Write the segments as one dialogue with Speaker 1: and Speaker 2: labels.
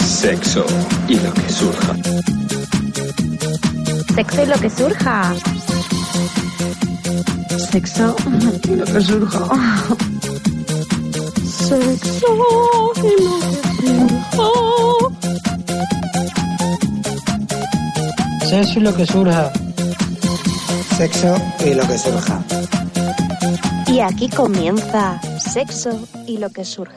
Speaker 1: Sexo y lo que surja.
Speaker 2: Sexo y lo que surja.
Speaker 3: Sexo y lo que surja.
Speaker 2: Sexo y lo que surja.
Speaker 3: Sexo y lo que surja.
Speaker 4: Sexo y lo que surja.
Speaker 2: Y aquí comienza Sexo y lo que surja.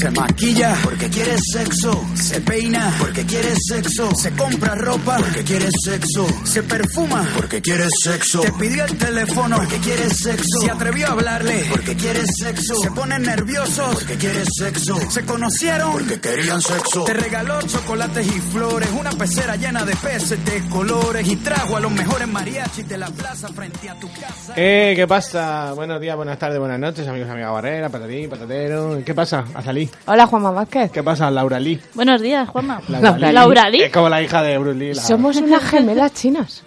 Speaker 5: Se maquilla porque quiere sexo. Se peina porque quiere sexo. Se compra ropa porque quiere sexo. Se perfuma porque quiere sexo. Te pidió el teléfono porque quiere sexo. Se atrevió a hablarle porque quiere sexo. Se ponen nerviosos porque quiere sexo. Se conocieron porque querían sexo. Te regaló chocolates y flores. Una pecera llena de peces de colores. Y trajo a los mejores mariachis de la plaza frente a tu casa.
Speaker 6: Eh, ¿qué pasa? Buenos días, buenas tardes, buenas noches, amigos, amiga Barrera, patatín, patatero. ¿Qué pasa? Azalí.
Speaker 7: Hola, Juanma Vázquez.
Speaker 6: ¿Qué pasa? Laura Lee.
Speaker 8: Buenos días, Juanma.
Speaker 6: Laura Lee.
Speaker 8: Laura Lee.
Speaker 6: Es como la hija de Bruce Lee. la-
Speaker 7: Somos unas gemelas chinas.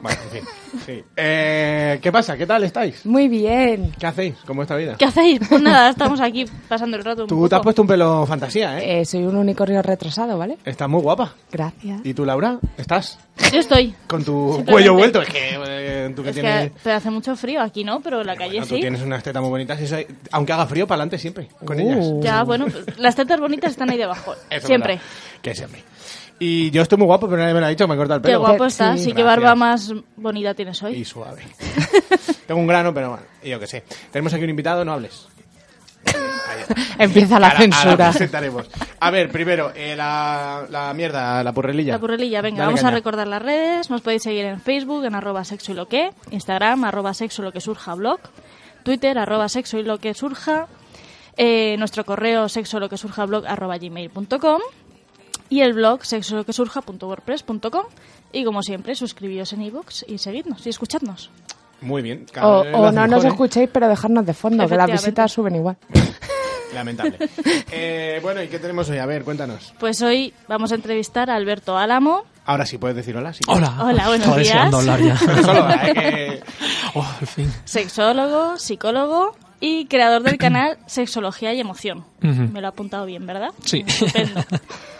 Speaker 6: Bueno, en fin. sí. Eh, ¿Qué pasa? ¿Qué tal estáis?
Speaker 7: Muy bien.
Speaker 6: ¿Qué hacéis? ¿Cómo es esta vida?
Speaker 8: ¿Qué hacéis? Pues nada, estamos aquí pasando el rato un
Speaker 6: Tú
Speaker 8: poco.
Speaker 6: te has puesto un pelo fantasía, ¿eh?
Speaker 7: Eh, soy un unicornio retrasado, ¿vale?
Speaker 6: Estás muy guapa.
Speaker 7: Gracias.
Speaker 6: ¿Y tú, Laura? ¿Estás?
Speaker 8: Yo estoy.
Speaker 6: Con tu
Speaker 8: Simplemente.
Speaker 6: cuello vuelto. Es que eh, tú que
Speaker 8: Es que
Speaker 6: tienes...
Speaker 8: pero hace mucho frío aquí, ¿no? Pero la calle
Speaker 6: Bueno, tú
Speaker 8: sí.
Speaker 6: tienes unas tetas muy bonitas. y eso- aunque haga frío, para adelante siempre. Con ellas.
Speaker 8: Ya, bueno, pues, las tetas bonitas están ahí debajo.
Speaker 6: Eso es
Speaker 8: siempre.
Speaker 6: verdad. Que siempre. Y yo estoy muy guapo, pero nadie me lo ha dicho, me corta el
Speaker 8: Qué
Speaker 6: pelo.
Speaker 8: guapo estás
Speaker 6: Sí,
Speaker 8: y qué barba
Speaker 6: gracias.
Speaker 8: más bonita tienes
Speaker 6: Y
Speaker 8: hoy.
Speaker 6: suave. Tengo un grano, pero bueno, yo qué sé. Tenemos aquí un invitado, no hables.
Speaker 7: Empieza la
Speaker 6: Ahora- pues ahora
Speaker 7: censura.
Speaker 6: presentaremos. A ver, primero, eh, la, la mierda, la purrelilla.
Speaker 8: La purrelilla, venga,
Speaker 6: Dale
Speaker 8: vamos a
Speaker 6: caña.
Speaker 8: recordar las redes. Nos podéis seguir en Facebook, en arroba sexo y lo que, Instagram, arroba sexo y lo que surja blog, Twitter, arroba sexo y lo que surja, eh, nuestro correo sexo y lo que surja blog, arroba gmail.com y el blog sexo y lo que surja punto wordpress punto com. Y como siempre, suscribíos en iVoox y seguidnos y escuchadnos.
Speaker 6: Muy bien.
Speaker 7: O,
Speaker 6: cada vez lo
Speaker 7: o
Speaker 6: hace
Speaker 7: no
Speaker 6: mejor,
Speaker 7: nos
Speaker 6: ¿eh?
Speaker 7: escuchéis, pero dejarnos de fondo, que las
Speaker 8: Efectivamente.
Speaker 7: visitas suben igual.
Speaker 6: Lamentable. Eh, bueno, ¿y qué tenemos hoy? A ver, cuéntanos.
Speaker 8: Pues hoy vamos a entrevistar a Alberto Álamo.
Speaker 6: Ahora sí puedes decir hola. Sí.
Speaker 9: Hola.
Speaker 8: Hola, buenos
Speaker 9: Ah, Estaba deseando
Speaker 8: días.
Speaker 9: hablar ya.
Speaker 6: Pero solo hola, ¿eh? Que-
Speaker 9: Oh, al fin.
Speaker 8: sexólogo, psicólogo y creador del canal Sexología y Emoción.
Speaker 9: Ujú.
Speaker 8: Me lo ha apuntado bien, ¿verdad?
Speaker 9: Sí.
Speaker 8: Estupendo.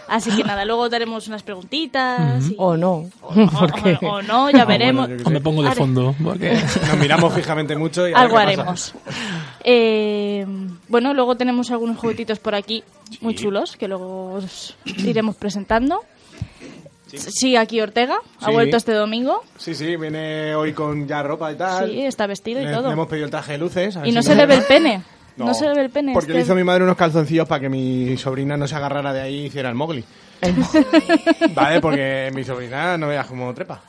Speaker 8: Así que nada, luego daremos unas preguntitas. y-
Speaker 7: O no.
Speaker 8: o-
Speaker 7: Porque
Speaker 8: o no, ya veremos.
Speaker 6: bueno, yo
Speaker 9: O me pongo de
Speaker 8: Are-
Speaker 9: fondo. Porque...
Speaker 6: Nos miramos fijamente mucho y a ver
Speaker 8: Algo
Speaker 6: qué pasa.
Speaker 8: haremos. Eh, bueno, luego tenemos algunos juguetitos por aquí muy chulos que luego os iremos presentando. Sí, aquí Ortega. Ha
Speaker 6: Sí.
Speaker 8: vuelto este domingo.
Speaker 6: Sí, sí, viene hoy con ya ropa y tal.
Speaker 8: Sí, está vestido y
Speaker 6: Le-
Speaker 8: todo.
Speaker 6: Le Ah, hemos pedido el traje de luces. a ver
Speaker 8: Y
Speaker 6: si
Speaker 8: no
Speaker 6: nos
Speaker 8: se le ve el
Speaker 6: deja.
Speaker 8: pene. No, se le ve el pene.
Speaker 6: Porque
Speaker 8: este-
Speaker 6: le hizo mi madre unos calzoncillos para que mi sobrina no se agarrara de ahí y hiciera el mogli. vale, porque mi sobrina no veas como trepa.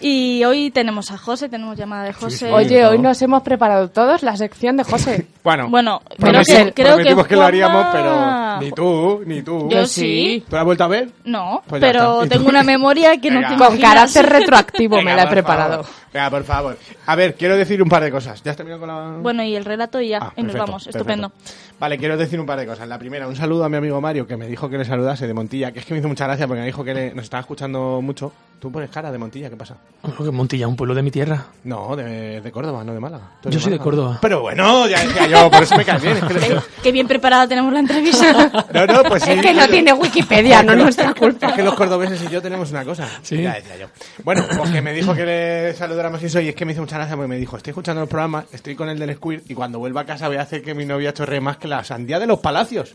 Speaker 8: Y hoy tenemos a José, tenemos llamada de
Speaker 6: sí.
Speaker 8: José.
Speaker 6: Oye,
Speaker 7: Oye, hoy nos hemos preparado todos la sección de José.
Speaker 6: Bueno,
Speaker 8: Bueno, creo
Speaker 6: prometimos,
Speaker 8: que, creo
Speaker 6: prometimos que, lo
Speaker 8: Juanma-
Speaker 6: haríamos, pero ni tú, ni tú.
Speaker 8: Yo sí.
Speaker 6: ¿Tú la has vuelto a ver?
Speaker 8: No,
Speaker 6: Pues ya
Speaker 8: pero
Speaker 6: está.
Speaker 8: tengo una memoria que
Speaker 6: Venga.
Speaker 8: no te
Speaker 7: Con
Speaker 8: imaginas.
Speaker 7: carácter retroactivo me
Speaker 6: Venga,
Speaker 7: la he
Speaker 6: por
Speaker 7: preparado.
Speaker 6: favor. Venga, por favor. A ver, quiero decir un par de cosas. ¿Ya has terminado con la...?
Speaker 8: Bueno, y el relato y ya,
Speaker 6: Ah,
Speaker 8: y nos
Speaker 6: perfecto,
Speaker 8: vamos.
Speaker 6: perfecto.
Speaker 8: Estupendo.
Speaker 6: Vale, quiero decir un par de cosas. La primera, un saludo a mi amigo Mario, que me dijo que le saludase de Montilla, que es que me hizo mucha gracia porque me dijo que le- nos estaba escuchando mucho. Tú pones cara de Montilla, ¿qué pasa?
Speaker 9: Bueno, que Montilla, un pueblo de mi tierra.
Speaker 6: No, de, de Córdoba, no de Málaga. Tú
Speaker 9: Yo
Speaker 6: eres
Speaker 9: soy de
Speaker 6: Málaga.
Speaker 9: Córdoba.
Speaker 6: Pero bueno, ya decía yo, por eso me caes bien. es que le-
Speaker 8: Eh, Qué bien preparada tenemos la entrevista.
Speaker 6: No, no, pues sí.
Speaker 7: Es que no tiene Wikipedia, no es nuestra culpa.
Speaker 6: Es que los cordobeses y yo tenemos una cosa.
Speaker 9: Sí.
Speaker 6: Ya decía yo. Bueno, pues que me dijo que le saludáramos y eso, y es que me hizo mucha gracia porque me dijo, estoy escuchando los programas, estoy con el del Squid, y cuando vuelva a casa voy a hacer que mi novia chorre más que la sandía de los palacios.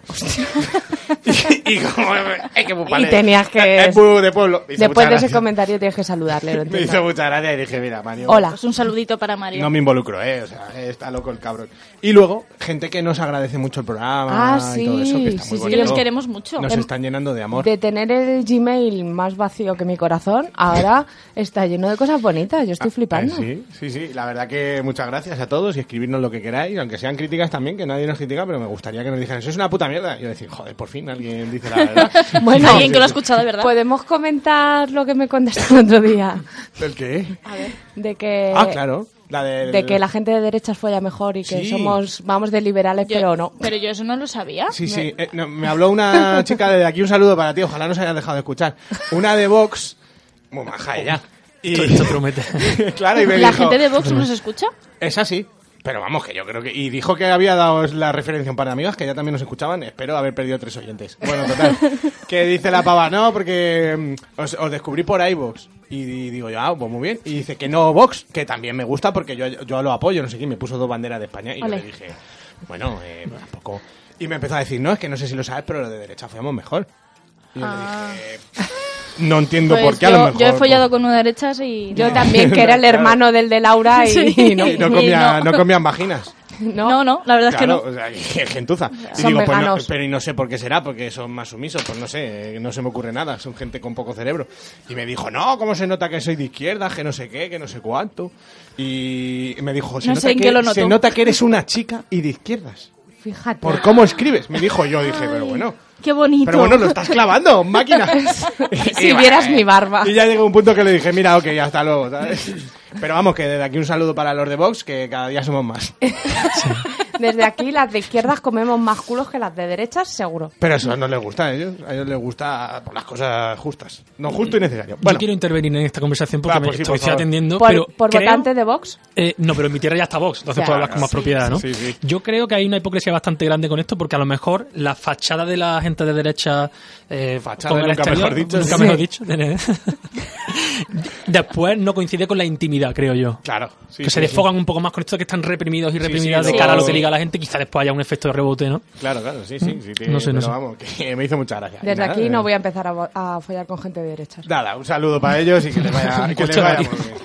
Speaker 6: y como, "Ay, qué bufalé".
Speaker 7: Y tenías que-
Speaker 6: Es bu de pueblo. Me hizo
Speaker 7: Después
Speaker 6: mucha
Speaker 7: de ese
Speaker 6: gracia.
Speaker 7: comentario tienes que saludarle, lo
Speaker 6: Me
Speaker 7: entiendo.
Speaker 6: hizo mucha gracia y dije, mira, Mario.
Speaker 7: Hola.
Speaker 8: Pues un saludito para Mario.
Speaker 6: No me involucro, eh. O sea, eh, está loco el cabrón. Y luego, gente que nos agradece mucho el programa
Speaker 7: Ah,
Speaker 6: y todo eso,
Speaker 7: sí,
Speaker 6: que está
Speaker 7: sí,
Speaker 6: muy
Speaker 7: sí.
Speaker 6: bonito.
Speaker 8: Que los queremos mucho.
Speaker 6: Nos
Speaker 8: Em-
Speaker 6: están llenando de amor.
Speaker 7: De tener el Gmail más vacío que mi corazón, ahora está lleno de cosas bonitas. Yo estoy flipando.
Speaker 6: Eh, sí, sí, sí. La verdad que muchas gracias a todos y escribirnos lo que queráis, aunque sean críticas también, que nadie nos critica, pero me gustaría que nos dijeran, eso es una puta mierda. Y yo decir, joder, por fin alguien dice la verdad.
Speaker 7: Bueno,
Speaker 8: Alguien que lo ha escuchado de verdad.
Speaker 7: Podemos comentar lo que me contestó el otro día.
Speaker 6: ¿El qué?
Speaker 7: De que,
Speaker 6: ah, claro. La del-
Speaker 7: Eh, de que la gente de derechas folla mejor y que
Speaker 6: Sí.
Speaker 7: somos, vamos de liberales,
Speaker 8: Yo-
Speaker 7: pero no.
Speaker 8: Pero yo eso no lo sabía.
Speaker 6: Sí, sí. Eh, no, me habló una chica de aquí, un saludo para ti, ojalá nos hayas dejado de escuchar. Una de Vox, muy maja ella. Y,
Speaker 9: Todo esto promete.
Speaker 6: claro, y me
Speaker 8: ¿La
Speaker 6: dijo,
Speaker 8: gente de Vox nos escucha?
Speaker 6: Es así. Pero vamos, que yo creo que... Y dijo que había dado la referencia para amigas, que ya también nos escuchaban. Espero haber perdido tres oyentes. Bueno, total. que dice la pava, no, porque mm, os, os descubrí por iVox. Y, di- digo yo, ah, pues muy bien. Y dice que no Vox, que también me gusta porque yo, yo lo apoyo, no sé qué. Y me puso dos banderas de España y yo
Speaker 8: Ole.
Speaker 6: le dije, bueno, eh, tampoco... Y me empezó a decir, no, es que no sé si lo sabes, pero lo de derecha follamos mejor. Y yo le dije... No entiendo
Speaker 8: Ah. Pues
Speaker 6: por qué, a
Speaker 8: yo,
Speaker 6: lo mejor...
Speaker 8: yo he follado
Speaker 6: pues,
Speaker 8: con una derecha y...
Speaker 7: Yo también, que era el
Speaker 6: Claro.
Speaker 7: hermano del de Laura y,
Speaker 8: Sí.
Speaker 7: y no.
Speaker 6: y no,
Speaker 8: y
Speaker 6: comía,
Speaker 8: no.
Speaker 6: no comían vaginas.
Speaker 7: No.
Speaker 8: No, no, la verdad
Speaker 6: Claro,
Speaker 8: es que no.
Speaker 6: o sea, que gentuza. Y
Speaker 7: Son
Speaker 6: digo, pues no,
Speaker 7: veganos.
Speaker 6: pero y no sé por qué será, porque son más sumisos, pues no sé, eh, no se me ocurre nada, son gente con poco cerebro. Y me dijo, no, ¿cómo se nota que soy de izquierda, que no sé qué, que no sé cuánto? Y me dijo, se,
Speaker 8: No
Speaker 6: nota,
Speaker 8: sé en
Speaker 6: que,
Speaker 8: qué lo noto.
Speaker 6: se nota que eres una chica y de izquierdas.
Speaker 7: Fíjate.
Speaker 6: Por cómo escribes, me dijo yo, dije, pero bueno.
Speaker 8: Qué bonito.
Speaker 6: Pero bueno, lo estás clavando, máquina. Y-
Speaker 7: Si
Speaker 6: y-
Speaker 7: vieras mi barba.
Speaker 6: Y ya llegó un punto que le dije, mira, ok, hasta luego, ¿sabes? Pero vamos, que desde aquí un saludo para los de Vox, que cada día somos más.
Speaker 7: Desde aquí, las de izquierdas comemos más culos que las de derechas, seguro.
Speaker 6: Pero eso no les gusta a ellos. A ellos les gusta por las cosas justas. No justo y necesario.
Speaker 9: Yo
Speaker 6: Bueno,
Speaker 9: quiero intervenir en esta conversación porque
Speaker 6: Ah, pues
Speaker 9: me
Speaker 6: sí,
Speaker 9: estoy,
Speaker 6: por favor.
Speaker 9: atendiendo.
Speaker 7: Por,
Speaker 9: pero
Speaker 7: por
Speaker 9: creo-
Speaker 7: votante de Vox.
Speaker 9: Eh, no, pero en mi tierra ya está Vox, entonces
Speaker 7: Ya.
Speaker 9: puedo hablar con más propiedad, ¿no?
Speaker 6: sí, sí.
Speaker 9: Yo creo que hay una hipocresía bastante grande con esto, porque a lo mejor la fachada de la gente de derecha. eh,
Speaker 6: Fachada,
Speaker 9: con el
Speaker 6: nunca
Speaker 9: exterior,
Speaker 6: mejor dicho.
Speaker 9: nunca
Speaker 6: Sí.
Speaker 9: mejor dicho, tiene- Después no coincide con la intimidad, creo yo.
Speaker 6: claro. sí,
Speaker 9: que
Speaker 6: sí,
Speaker 9: se
Speaker 6: sí.
Speaker 9: desfogan un poco más con esto que están reprimidos y reprimidas
Speaker 6: sí,
Speaker 9: de
Speaker 6: lo-
Speaker 9: cara a lo que diga la gente, quizá después haya un efecto de rebote, ¿no?
Speaker 6: Claro, claro, sí, sí. sí,
Speaker 9: No sé, no
Speaker 6: pero
Speaker 9: sé.
Speaker 6: vamos, que me hizo mucha gracia.
Speaker 7: Desde
Speaker 6: Nada,
Speaker 7: aquí
Speaker 6: eh,
Speaker 7: no voy a empezar a, vo- a follar con gente de derechas.
Speaker 6: Nada, un saludo para ellos y que les vaya, que les vaya muy bien.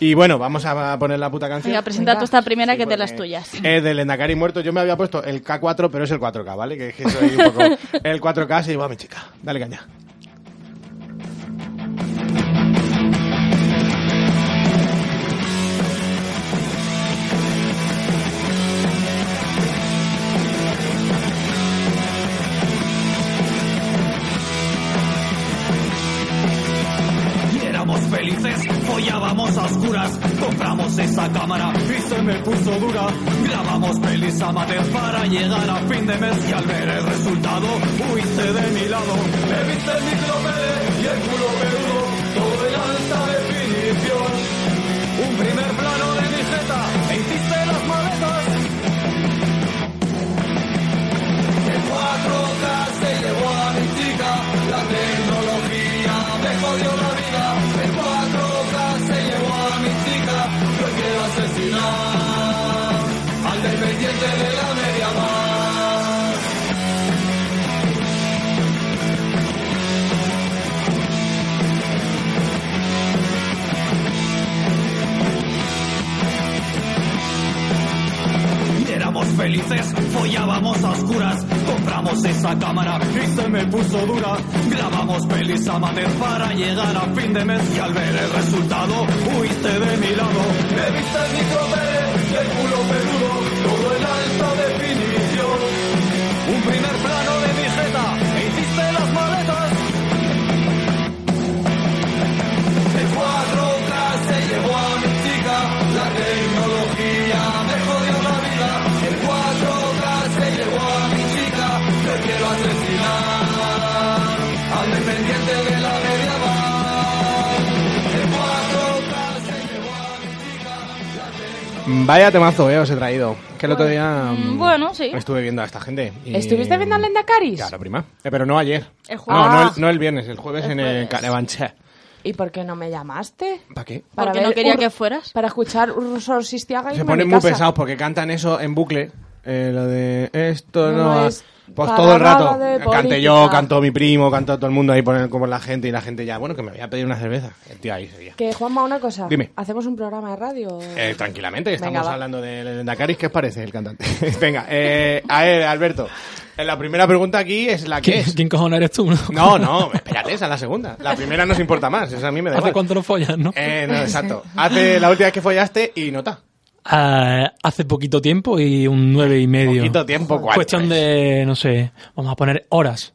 Speaker 6: Y bueno, vamos a poner la puta canción.
Speaker 8: Venga, presenta tú esta primera que es de las
Speaker 6: porque
Speaker 8: tuyas.
Speaker 6: Es del Endacari muerto. Yo me había puesto el K4, pero es el 4K, ¿vale? Que es que soy un poco... El 4K se llevó a mi chica. Dale caña.
Speaker 5: Y éramos felices, follábamos a oscuras, compramos esa cámara y se me puso dura. Grabamos pelis amateur para llegar a fin de mes y al ver el resultado huiste de mi lado. Me viste el micropele y el culo peludo, todo en alta definición. Un primer plano de mi jeta, me hiciste las maletas. El 4K se llevó a mi chica, la tecnología me jodió la vida. El 4K se llevó a mi chica, yo quiero asesinar al dependiente de la media más. Y éramos felices, follábamos a oscuras, compramos esa cámara y se me puso dura. Grabamos pelis amateur para llegar a fin de mes y al ver el resultado huiste de mi lado. Me viste el micropele, el culo peludo, todo en alta definición. Un primer plano de mi jeta, e hiciste las maletas. El 4K se llevó a mi chica, la tecnología me jodió la vida. El 4K se llevó a mi chica, te quiero asesinar al dependiente de la media bar. El 4K se llevó a mi chica, la tecnología...
Speaker 6: Vaya temazo, eh, os he traído. Que el otro día...
Speaker 8: Mm,
Speaker 6: mm,
Speaker 8: bueno, sí.
Speaker 6: Estuve viendo a esta gente. y-
Speaker 7: ¿Estuviste viendo al Lendacaris?
Speaker 6: Claro, prima. Eh, pero no ayer.
Speaker 8: El jueves.
Speaker 6: no, no
Speaker 7: Ah.
Speaker 6: el, no el viernes, el jueves
Speaker 8: El
Speaker 6: en el
Speaker 8: jueves.
Speaker 6: Carabanchel.
Speaker 7: ¿Y por qué no me llamaste?
Speaker 6: ¿Para qué?
Speaker 8: Porque no quería
Speaker 7: Ur-
Speaker 8: que fueras.
Speaker 7: Para escuchar Urso Sistiaga y
Speaker 6: Se ponen muy pesados porque cantan eso en bucle eh, lo de esto no,
Speaker 7: No,
Speaker 6: va-
Speaker 7: es
Speaker 6: pues
Speaker 7: para
Speaker 6: todo el
Speaker 7: nada
Speaker 6: rato.
Speaker 7: de
Speaker 6: Canté yo,
Speaker 7: política.
Speaker 6: cantó mi primo, cantó todo el mundo ahí por el- como la gente y la gente ya, bueno, que me voy a pedir una cerveza. El tío ahí sería.
Speaker 7: Que Juanma, una cosa.
Speaker 6: Dime.
Speaker 7: ¿Hacemos un programa de radio?
Speaker 6: Eh, tranquilamente, estamos
Speaker 7: Venga, va.
Speaker 6: hablando de Lendacaris, ¿qué os parece el cantante? Venga, eh, a ver, Alberto. eh, La primera pregunta aquí es la que
Speaker 9: ¿Quién,
Speaker 6: es.
Speaker 9: ¿Quién cojones eres tú?
Speaker 6: No, no, espérate, esa es la segunda. La primera nos importa más, esa a mí me da
Speaker 9: ¿Hace
Speaker 6: igual.
Speaker 9: cuánto no follas, no?
Speaker 6: Eh, no, exacto. Hace la última vez que follaste y nota.
Speaker 9: Ah, hace poquito tiempo y un nueve y medio.
Speaker 6: Poquito tiempo, ¿cuánto
Speaker 9: Cuestión
Speaker 6: es?
Speaker 9: de, no sé, vamos a poner horas.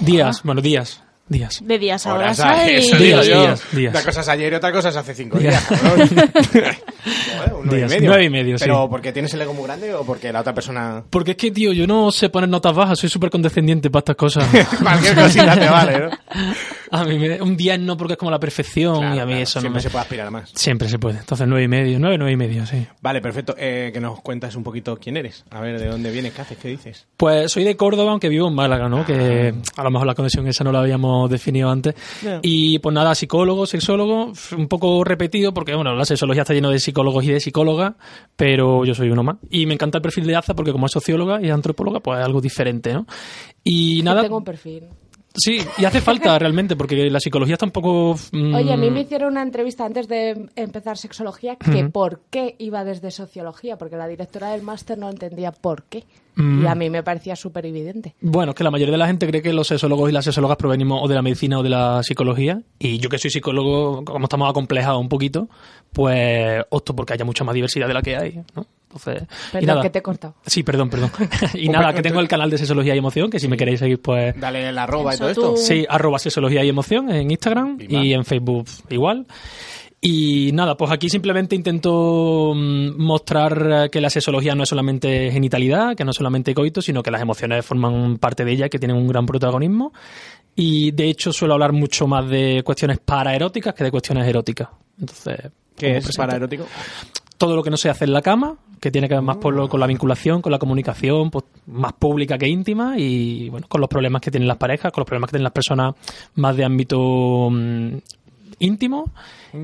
Speaker 9: Días, bueno, días. Días.
Speaker 8: De días a horas.
Speaker 6: Horas, a-
Speaker 8: ay.
Speaker 6: eso
Speaker 9: Días,
Speaker 6: digo yo.
Speaker 9: días, días.
Speaker 6: Una cosa es ayer y otra cosa es hace cinco días.
Speaker 9: Días.
Speaker 6: cabrón. Joder, un nueve
Speaker 9: Días,
Speaker 6: y medio.
Speaker 9: nueve y medio, sí.
Speaker 6: Pero porque tienes el ego muy grande o porque la otra persona...
Speaker 9: Porque es que, tío, yo no sé poner notas bajas, soy súper condescendiente para estas cosas.
Speaker 6: Cualquier cosita te vale, ¿no?
Speaker 9: a mí me- un día no porque es como la perfección y a
Speaker 6: Claro,
Speaker 9: mí
Speaker 6: claro,
Speaker 9: eso no
Speaker 6: siempre
Speaker 9: me...
Speaker 6: se puede aspirar a más.
Speaker 9: Siempre se puede. Entonces, nueve y medio, nueve, nueve y medio, sí.
Speaker 6: Vale, perfecto. Eh, que nos cuentas un poquito quién eres. A ver, de dónde vienes, qué haces, qué dices.
Speaker 9: Pues soy de Córdoba, aunque vivo en Málaga, ¿no? Que a lo mejor la conexión esa no la habíamos definido antes. Y pues nada, psicólogo, sexólogo, f- un poco repetido, porque bueno, la sexología está lleno de psicólogos y de psicólogas, pero yo soy uno más. Y me encanta el perfil de Aza, porque como es socióloga y antropóloga, pues es algo diferente, ¿no? Y
Speaker 7: Que
Speaker 9: nada,
Speaker 7: Tengo un perfil.
Speaker 9: sí, y hace falta realmente, porque la psicología está un poco... mm,
Speaker 7: Oye, a mí me hicieron una entrevista antes de empezar sexología que por qué iba desde sociología, porque la directora del máster no entendía por qué.
Speaker 9: Mm.
Speaker 7: Y a mí me parecía súper evidente.
Speaker 9: Bueno, es que la mayoría de la gente cree que los sexólogos y las sexólogas provenimos o de la medicina o de la psicología. Y yo que soy psicólogo, como estamos acomplejados un poquito, pues opto porque haya mucha más diversidad de la que hay, ¿no? Entonces, y
Speaker 7: Perdón,
Speaker 9: nada.
Speaker 7: que te he cortado. Pues
Speaker 9: Sí, perdón, perdón. y nada, que tengo el canal de sexología y emoción, que si me queréis seguir, pues...
Speaker 6: Dale el arroba y todo
Speaker 8: Eso
Speaker 6: esto.
Speaker 8: tú.
Speaker 9: Sí, arroba sexología y emoción en Instagram
Speaker 6: Y más.
Speaker 9: y en Facebook igual. Y nada, pues aquí simplemente intento mm, mostrar eh, que la sexología no es solamente genitalidad, que no es solamente coito, sino que las emociones forman parte de ella, que tienen un gran protagonismo. Y de hecho suelo hablar mucho más de cuestiones paraeróticas que de cuestiones eróticas. Entonces,
Speaker 6: ¿Qué
Speaker 9: como
Speaker 6: es
Speaker 9: presento
Speaker 6: para erótico?
Speaker 9: todo lo que no se hace en la cama, que tiene que ver más por lo- con la vinculación, con la comunicación, pues, más pública que íntima, y bueno, con los problemas que tienen las parejas, con los problemas que tienen las personas más de ámbito mm, íntimo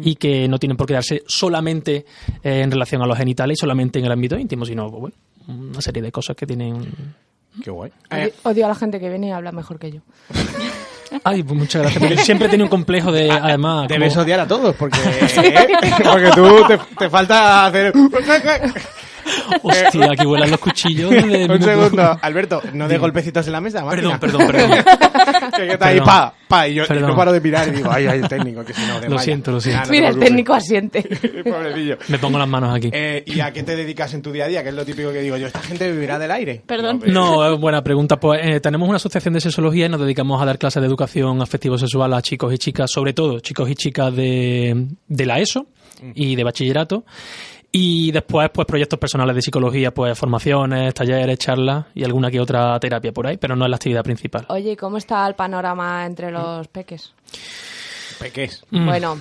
Speaker 9: y que no tienen por qué darse solamente eh, en relación a los genitales y solamente en el ámbito íntimo, sino pues, bueno, una serie de cosas que tienen...
Speaker 6: Qué guay. Eh,
Speaker 7: Odio, odio a la gente que viene y habla mejor que yo.
Speaker 9: Ay, pues muchas gracias, porque siempre tiene un complejo de, además... como-
Speaker 6: Debes odiar a todos porque, ¿eh? porque tú te, te falta hacer...
Speaker 9: Hostia, aquí vuelan los cuchillos. de-
Speaker 6: Un segundo, Alberto, no de golpecitos en la mesa.
Speaker 9: Perdón,
Speaker 6: máquina.
Speaker 9: perdón, perdón.
Speaker 6: Que está ahí,
Speaker 9: Perdón.
Speaker 6: pa, pa, y yo y
Speaker 9: Perdón.
Speaker 6: no paro de mirar y digo, ay, ay, el técnico, que si no, desmaya.
Speaker 9: siento, lo siento.
Speaker 6: Ah, no te
Speaker 7: Mira, el
Speaker 6: preocupes.
Speaker 7: técnico asiente.
Speaker 8: Pues
Speaker 6: Pobrecillo.
Speaker 9: Me pongo las manos aquí.
Speaker 6: Eh, ¿Y a qué te dedicas en tu día a día? Que es lo típico que digo yo, esta gente vivirá del aire.
Speaker 8: Perdón.
Speaker 9: No, es buena pregunta. Pues eh, tenemos una asociación de sexología y nos dedicamos a dar clases de educación afectivo-sexual a chicos y chicas, sobre todo chicos y chicas de, de la ESO y de bachillerato. Y después, pues proyectos personales de psicología, pues formaciones, talleres, charlas y alguna que otra terapia por ahí, pero no es la actividad principal.
Speaker 7: Oye, ¿y ¿cómo está el panorama entre los peques?
Speaker 6: Peques.
Speaker 9: Mm.
Speaker 7: Bueno,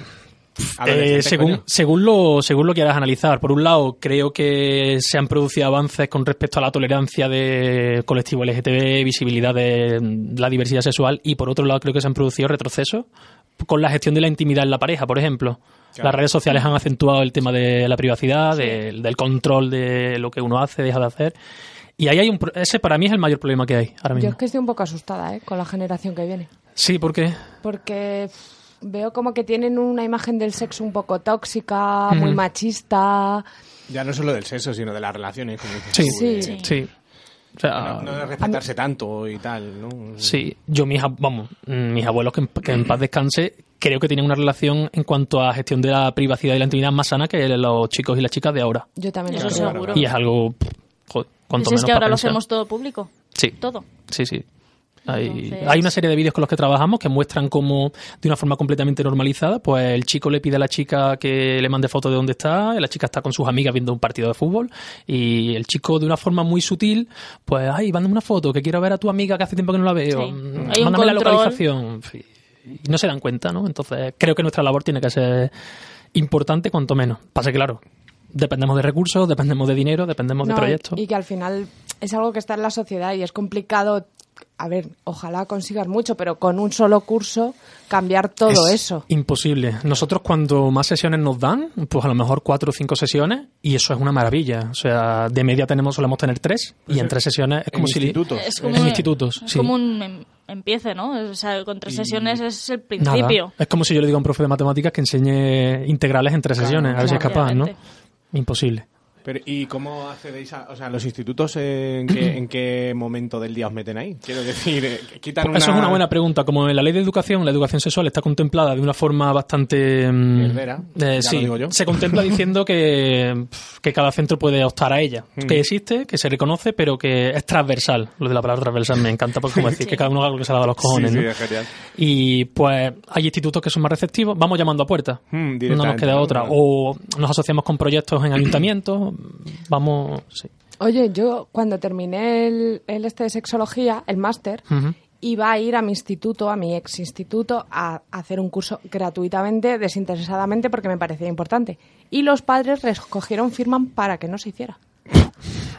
Speaker 6: adolescentes,
Speaker 9: Eh, según,
Speaker 6: coño.
Speaker 9: según, lo, según lo quieras analizar, por un lado, creo que se han producido avances con respecto a la tolerancia de colectivo LGTB, visibilidad de mm, la diversidad sexual, y por otro lado, creo que se han producido retrocesos con la gestión de la intimidad en la pareja, por ejemplo.
Speaker 6: Claro.
Speaker 9: Las redes sociales han acentuado el tema de la privacidad, del, del control de lo que uno hace, deja de hacer. Y ahí hay un. pro- Ese para mí es el mayor problema que hay ahora
Speaker 7: yo
Speaker 9: mismo.
Speaker 7: es que estoy un poco asustada ¿eh? con la generación que viene.
Speaker 9: Sí, porque.
Speaker 7: porque pff, veo como que tienen una imagen del sexo un poco tóxica,
Speaker 9: Mm.
Speaker 7: muy machista.
Speaker 6: Ya no solo del sexo, sino de las relaciones. Como dices
Speaker 9: Sí,
Speaker 6: tú, de-
Speaker 7: Sí.
Speaker 9: sí. O sea,
Speaker 6: No, no de respetarse tanto y tal, ¿no?
Speaker 9: Sí, yo mis, ab- vamos, mm, mis abuelos que en, que en paz descanse, creo que tienen una relación en cuanto a gestión de la privacidad y la intimidad más sana que los chicos y las chicas de ahora.
Speaker 7: Yo también
Speaker 8: Eso
Speaker 7: lo creo.
Speaker 8: seguro.
Speaker 9: Y es algo, pff, joder, cuanto
Speaker 8: Si es
Speaker 9: menos
Speaker 8: que ahora
Speaker 9: para
Speaker 8: lo
Speaker 9: pensar.
Speaker 8: hacemos todo público.
Speaker 9: Sí.
Speaker 8: Todo.
Speaker 9: Sí, sí. Hay,
Speaker 8: Entonces-
Speaker 9: hay una serie de vídeos con los que trabajamos que muestran cómo, de una forma completamente normalizada, pues el chico le pide a la chica que le mande fotos de dónde está, y la chica está con sus amigas viendo un partido de fútbol, y el chico, de una forma muy sutil, pues, ay, mándame una foto, que quiero ver a tu amiga que hace tiempo que no la veo,
Speaker 8: Sí.
Speaker 9: Mm,
Speaker 8: Hay un
Speaker 9: mándame la
Speaker 8: control.
Speaker 9: localización. Y no se dan cuenta, ¿no? Entonces, creo que nuestra labor tiene que ser importante, cuanto menos. Pasa que, claro, dependemos de recursos, dependemos de dinero, dependemos de
Speaker 7: No,
Speaker 9: proyectos.
Speaker 7: y, y que al final es algo que está en la sociedad y es complicado a ver, ojalá consigas mucho, pero con un solo curso cambiar todo
Speaker 9: Es
Speaker 7: eso.
Speaker 9: Imposible. Nosotros cuando más sesiones nos dan, pues a lo mejor cuatro o cinco sesiones, y eso es una maravilla. O sea, de media tenemos, solemos tener tres, y en tres sesiones es como si...
Speaker 6: institutos.
Speaker 8: Es como,
Speaker 9: en institutos,
Speaker 8: es
Speaker 9: sí.
Speaker 8: como un em- empiece, ¿no? O sea, con tres sesiones es el
Speaker 9: Nada.
Speaker 8: principio.
Speaker 9: Es como si yo le digo a un profe de matemáticas que enseñe integrales en tres sesiones, a ver si es
Speaker 8: claro.
Speaker 9: capaz, ¿no?
Speaker 8: Obviamente.
Speaker 9: Imposible.
Speaker 6: Pero, ¿Y cómo accedéis a.? O sea, ¿los institutos eh, en qué, en qué momento del día os meten ahí? Quiero decir, eh, quitan una.
Speaker 9: Eso es una buena pregunta. Como en la ley de educación, la educación sexual está contemplada de una forma bastante... mm,
Speaker 6: Mierdera, ya lo
Speaker 9: sí,
Speaker 6: digo yo.
Speaker 9: se contempla diciendo que, pf, que cada centro puede optar a ella.
Speaker 6: Mm.
Speaker 9: Que existe, que se reconoce, pero que es transversal. Lo de la palabra transversal me encanta porque es como decir que cada uno haga lo que se le da a los cojones.
Speaker 6: Sí, sí,
Speaker 9: ¿no?
Speaker 6: es genial.
Speaker 9: Y pues hay institutos que son más receptivos, vamos llamando a puertas.
Speaker 6: Hmm,
Speaker 9: no nos
Speaker 6: directamente,
Speaker 9: queda
Speaker 6: ¿no?
Speaker 9: otra.
Speaker 6: Claro.
Speaker 9: O nos asociamos con proyectos en ayuntamientos, vamos... sí.
Speaker 7: Oye, yo cuando terminé el, el este de sexología, el máster,
Speaker 9: Ujú.
Speaker 7: iba a ir a mi instituto, a mi ex instituto, a hacer un curso gratuitamente, desinteresadamente, porque me parecía importante. Y los padres recogieron firman para que no se hiciera.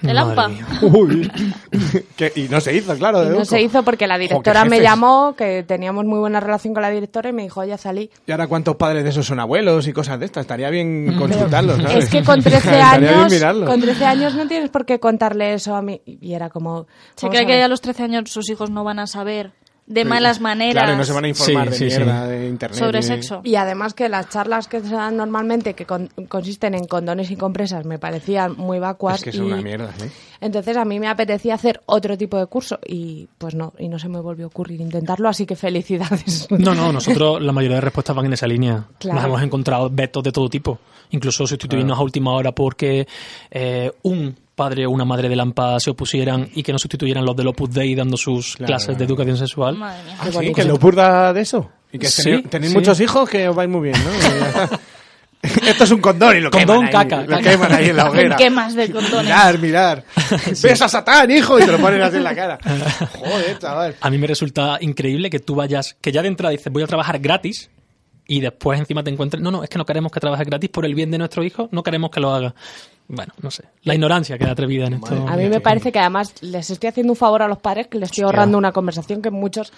Speaker 8: El
Speaker 9: Madre
Speaker 8: AMPA.
Speaker 9: mía.
Speaker 6: Uy. Que- y no se hizo, claro.
Speaker 7: Y no
Speaker 6: deduzco.
Speaker 7: se hizo porque la
Speaker 6: Jo, qué
Speaker 7: directora me
Speaker 6: jefes.
Speaker 7: llamó, que teníamos muy buena relación con la directora, y me dijo, ya salí.
Speaker 6: ¿Y ahora cuántos padres de esos son abuelos y cosas de estas? Estaría bien consultarlos, ¿sabes?
Speaker 7: Es que con 13
Speaker 6: Estaría bien
Speaker 7: años,
Speaker 6: mirarlo.
Speaker 7: con 13 años no tienes por qué contarle eso a mí. Y era como...
Speaker 8: Se
Speaker 7: vamos
Speaker 8: cree
Speaker 7: a
Speaker 8: que
Speaker 7: ver.
Speaker 8: a los 13 años sus hijos no van a saber de malas maneras
Speaker 6: Claro, y no se van a informar
Speaker 9: Sí,
Speaker 6: de
Speaker 9: sí, sí.
Speaker 6: mierda, de internet.
Speaker 8: sobre
Speaker 6: y de-
Speaker 8: sexo.
Speaker 7: Y además que las charlas que se dan normalmente, que con- consisten en condones y compresas, me parecían muy vacuas.
Speaker 6: Es que son
Speaker 7: y-
Speaker 6: una mierda, ¿eh?
Speaker 7: Entonces a mí me apetecía hacer otro tipo de curso y pues no, y no se me volvió a ocurrir intentarlo, así que felicidades.
Speaker 9: No, no, nosotros la mayoría de respuestas van en esa línea.
Speaker 7: Claro.
Speaker 9: Nos hemos encontrado vetos de todo tipo, incluso sustituirnos a última hora porque eh, un padre o una madre de Lampa se opusieran y que no sustituyeran los del Opus Dei dando sus
Speaker 6: Claro.
Speaker 9: clases de educación sexual.
Speaker 8: Madre mía.
Speaker 6: Ah,
Speaker 7: Qué
Speaker 6: sí,
Speaker 7: bonito.
Speaker 6: que lo burda de eso. Y que
Speaker 9: Sí,
Speaker 6: tenéis, tenéis
Speaker 9: sí.
Speaker 6: muchos hijos que os vais muy bien, ¿no? Esto es un condón y lo queman
Speaker 9: Condón,
Speaker 6: ahí,
Speaker 9: caca,
Speaker 6: Lo
Speaker 9: caca.
Speaker 6: queman ahí en la hoguera.
Speaker 8: ¿Qué más de condones?
Speaker 6: Mirar, mirar. Ves a Satán, hijo, y te lo ponen así en la cara. Joder, chaval.
Speaker 9: A mí me resulta increíble que tú vayas, que ya de entrada dices voy a trabajar gratis y después encima te encuentres, no, no, es que no queremos que trabajes gratis por el bien de nuestro hijo, no queremos que lo haga. Bueno, no sé. La ignorancia queda atrevida en esto.
Speaker 7: A mí me parece que además les estoy haciendo un favor a los padres, que les estoy ahorrando una conversación que muchos,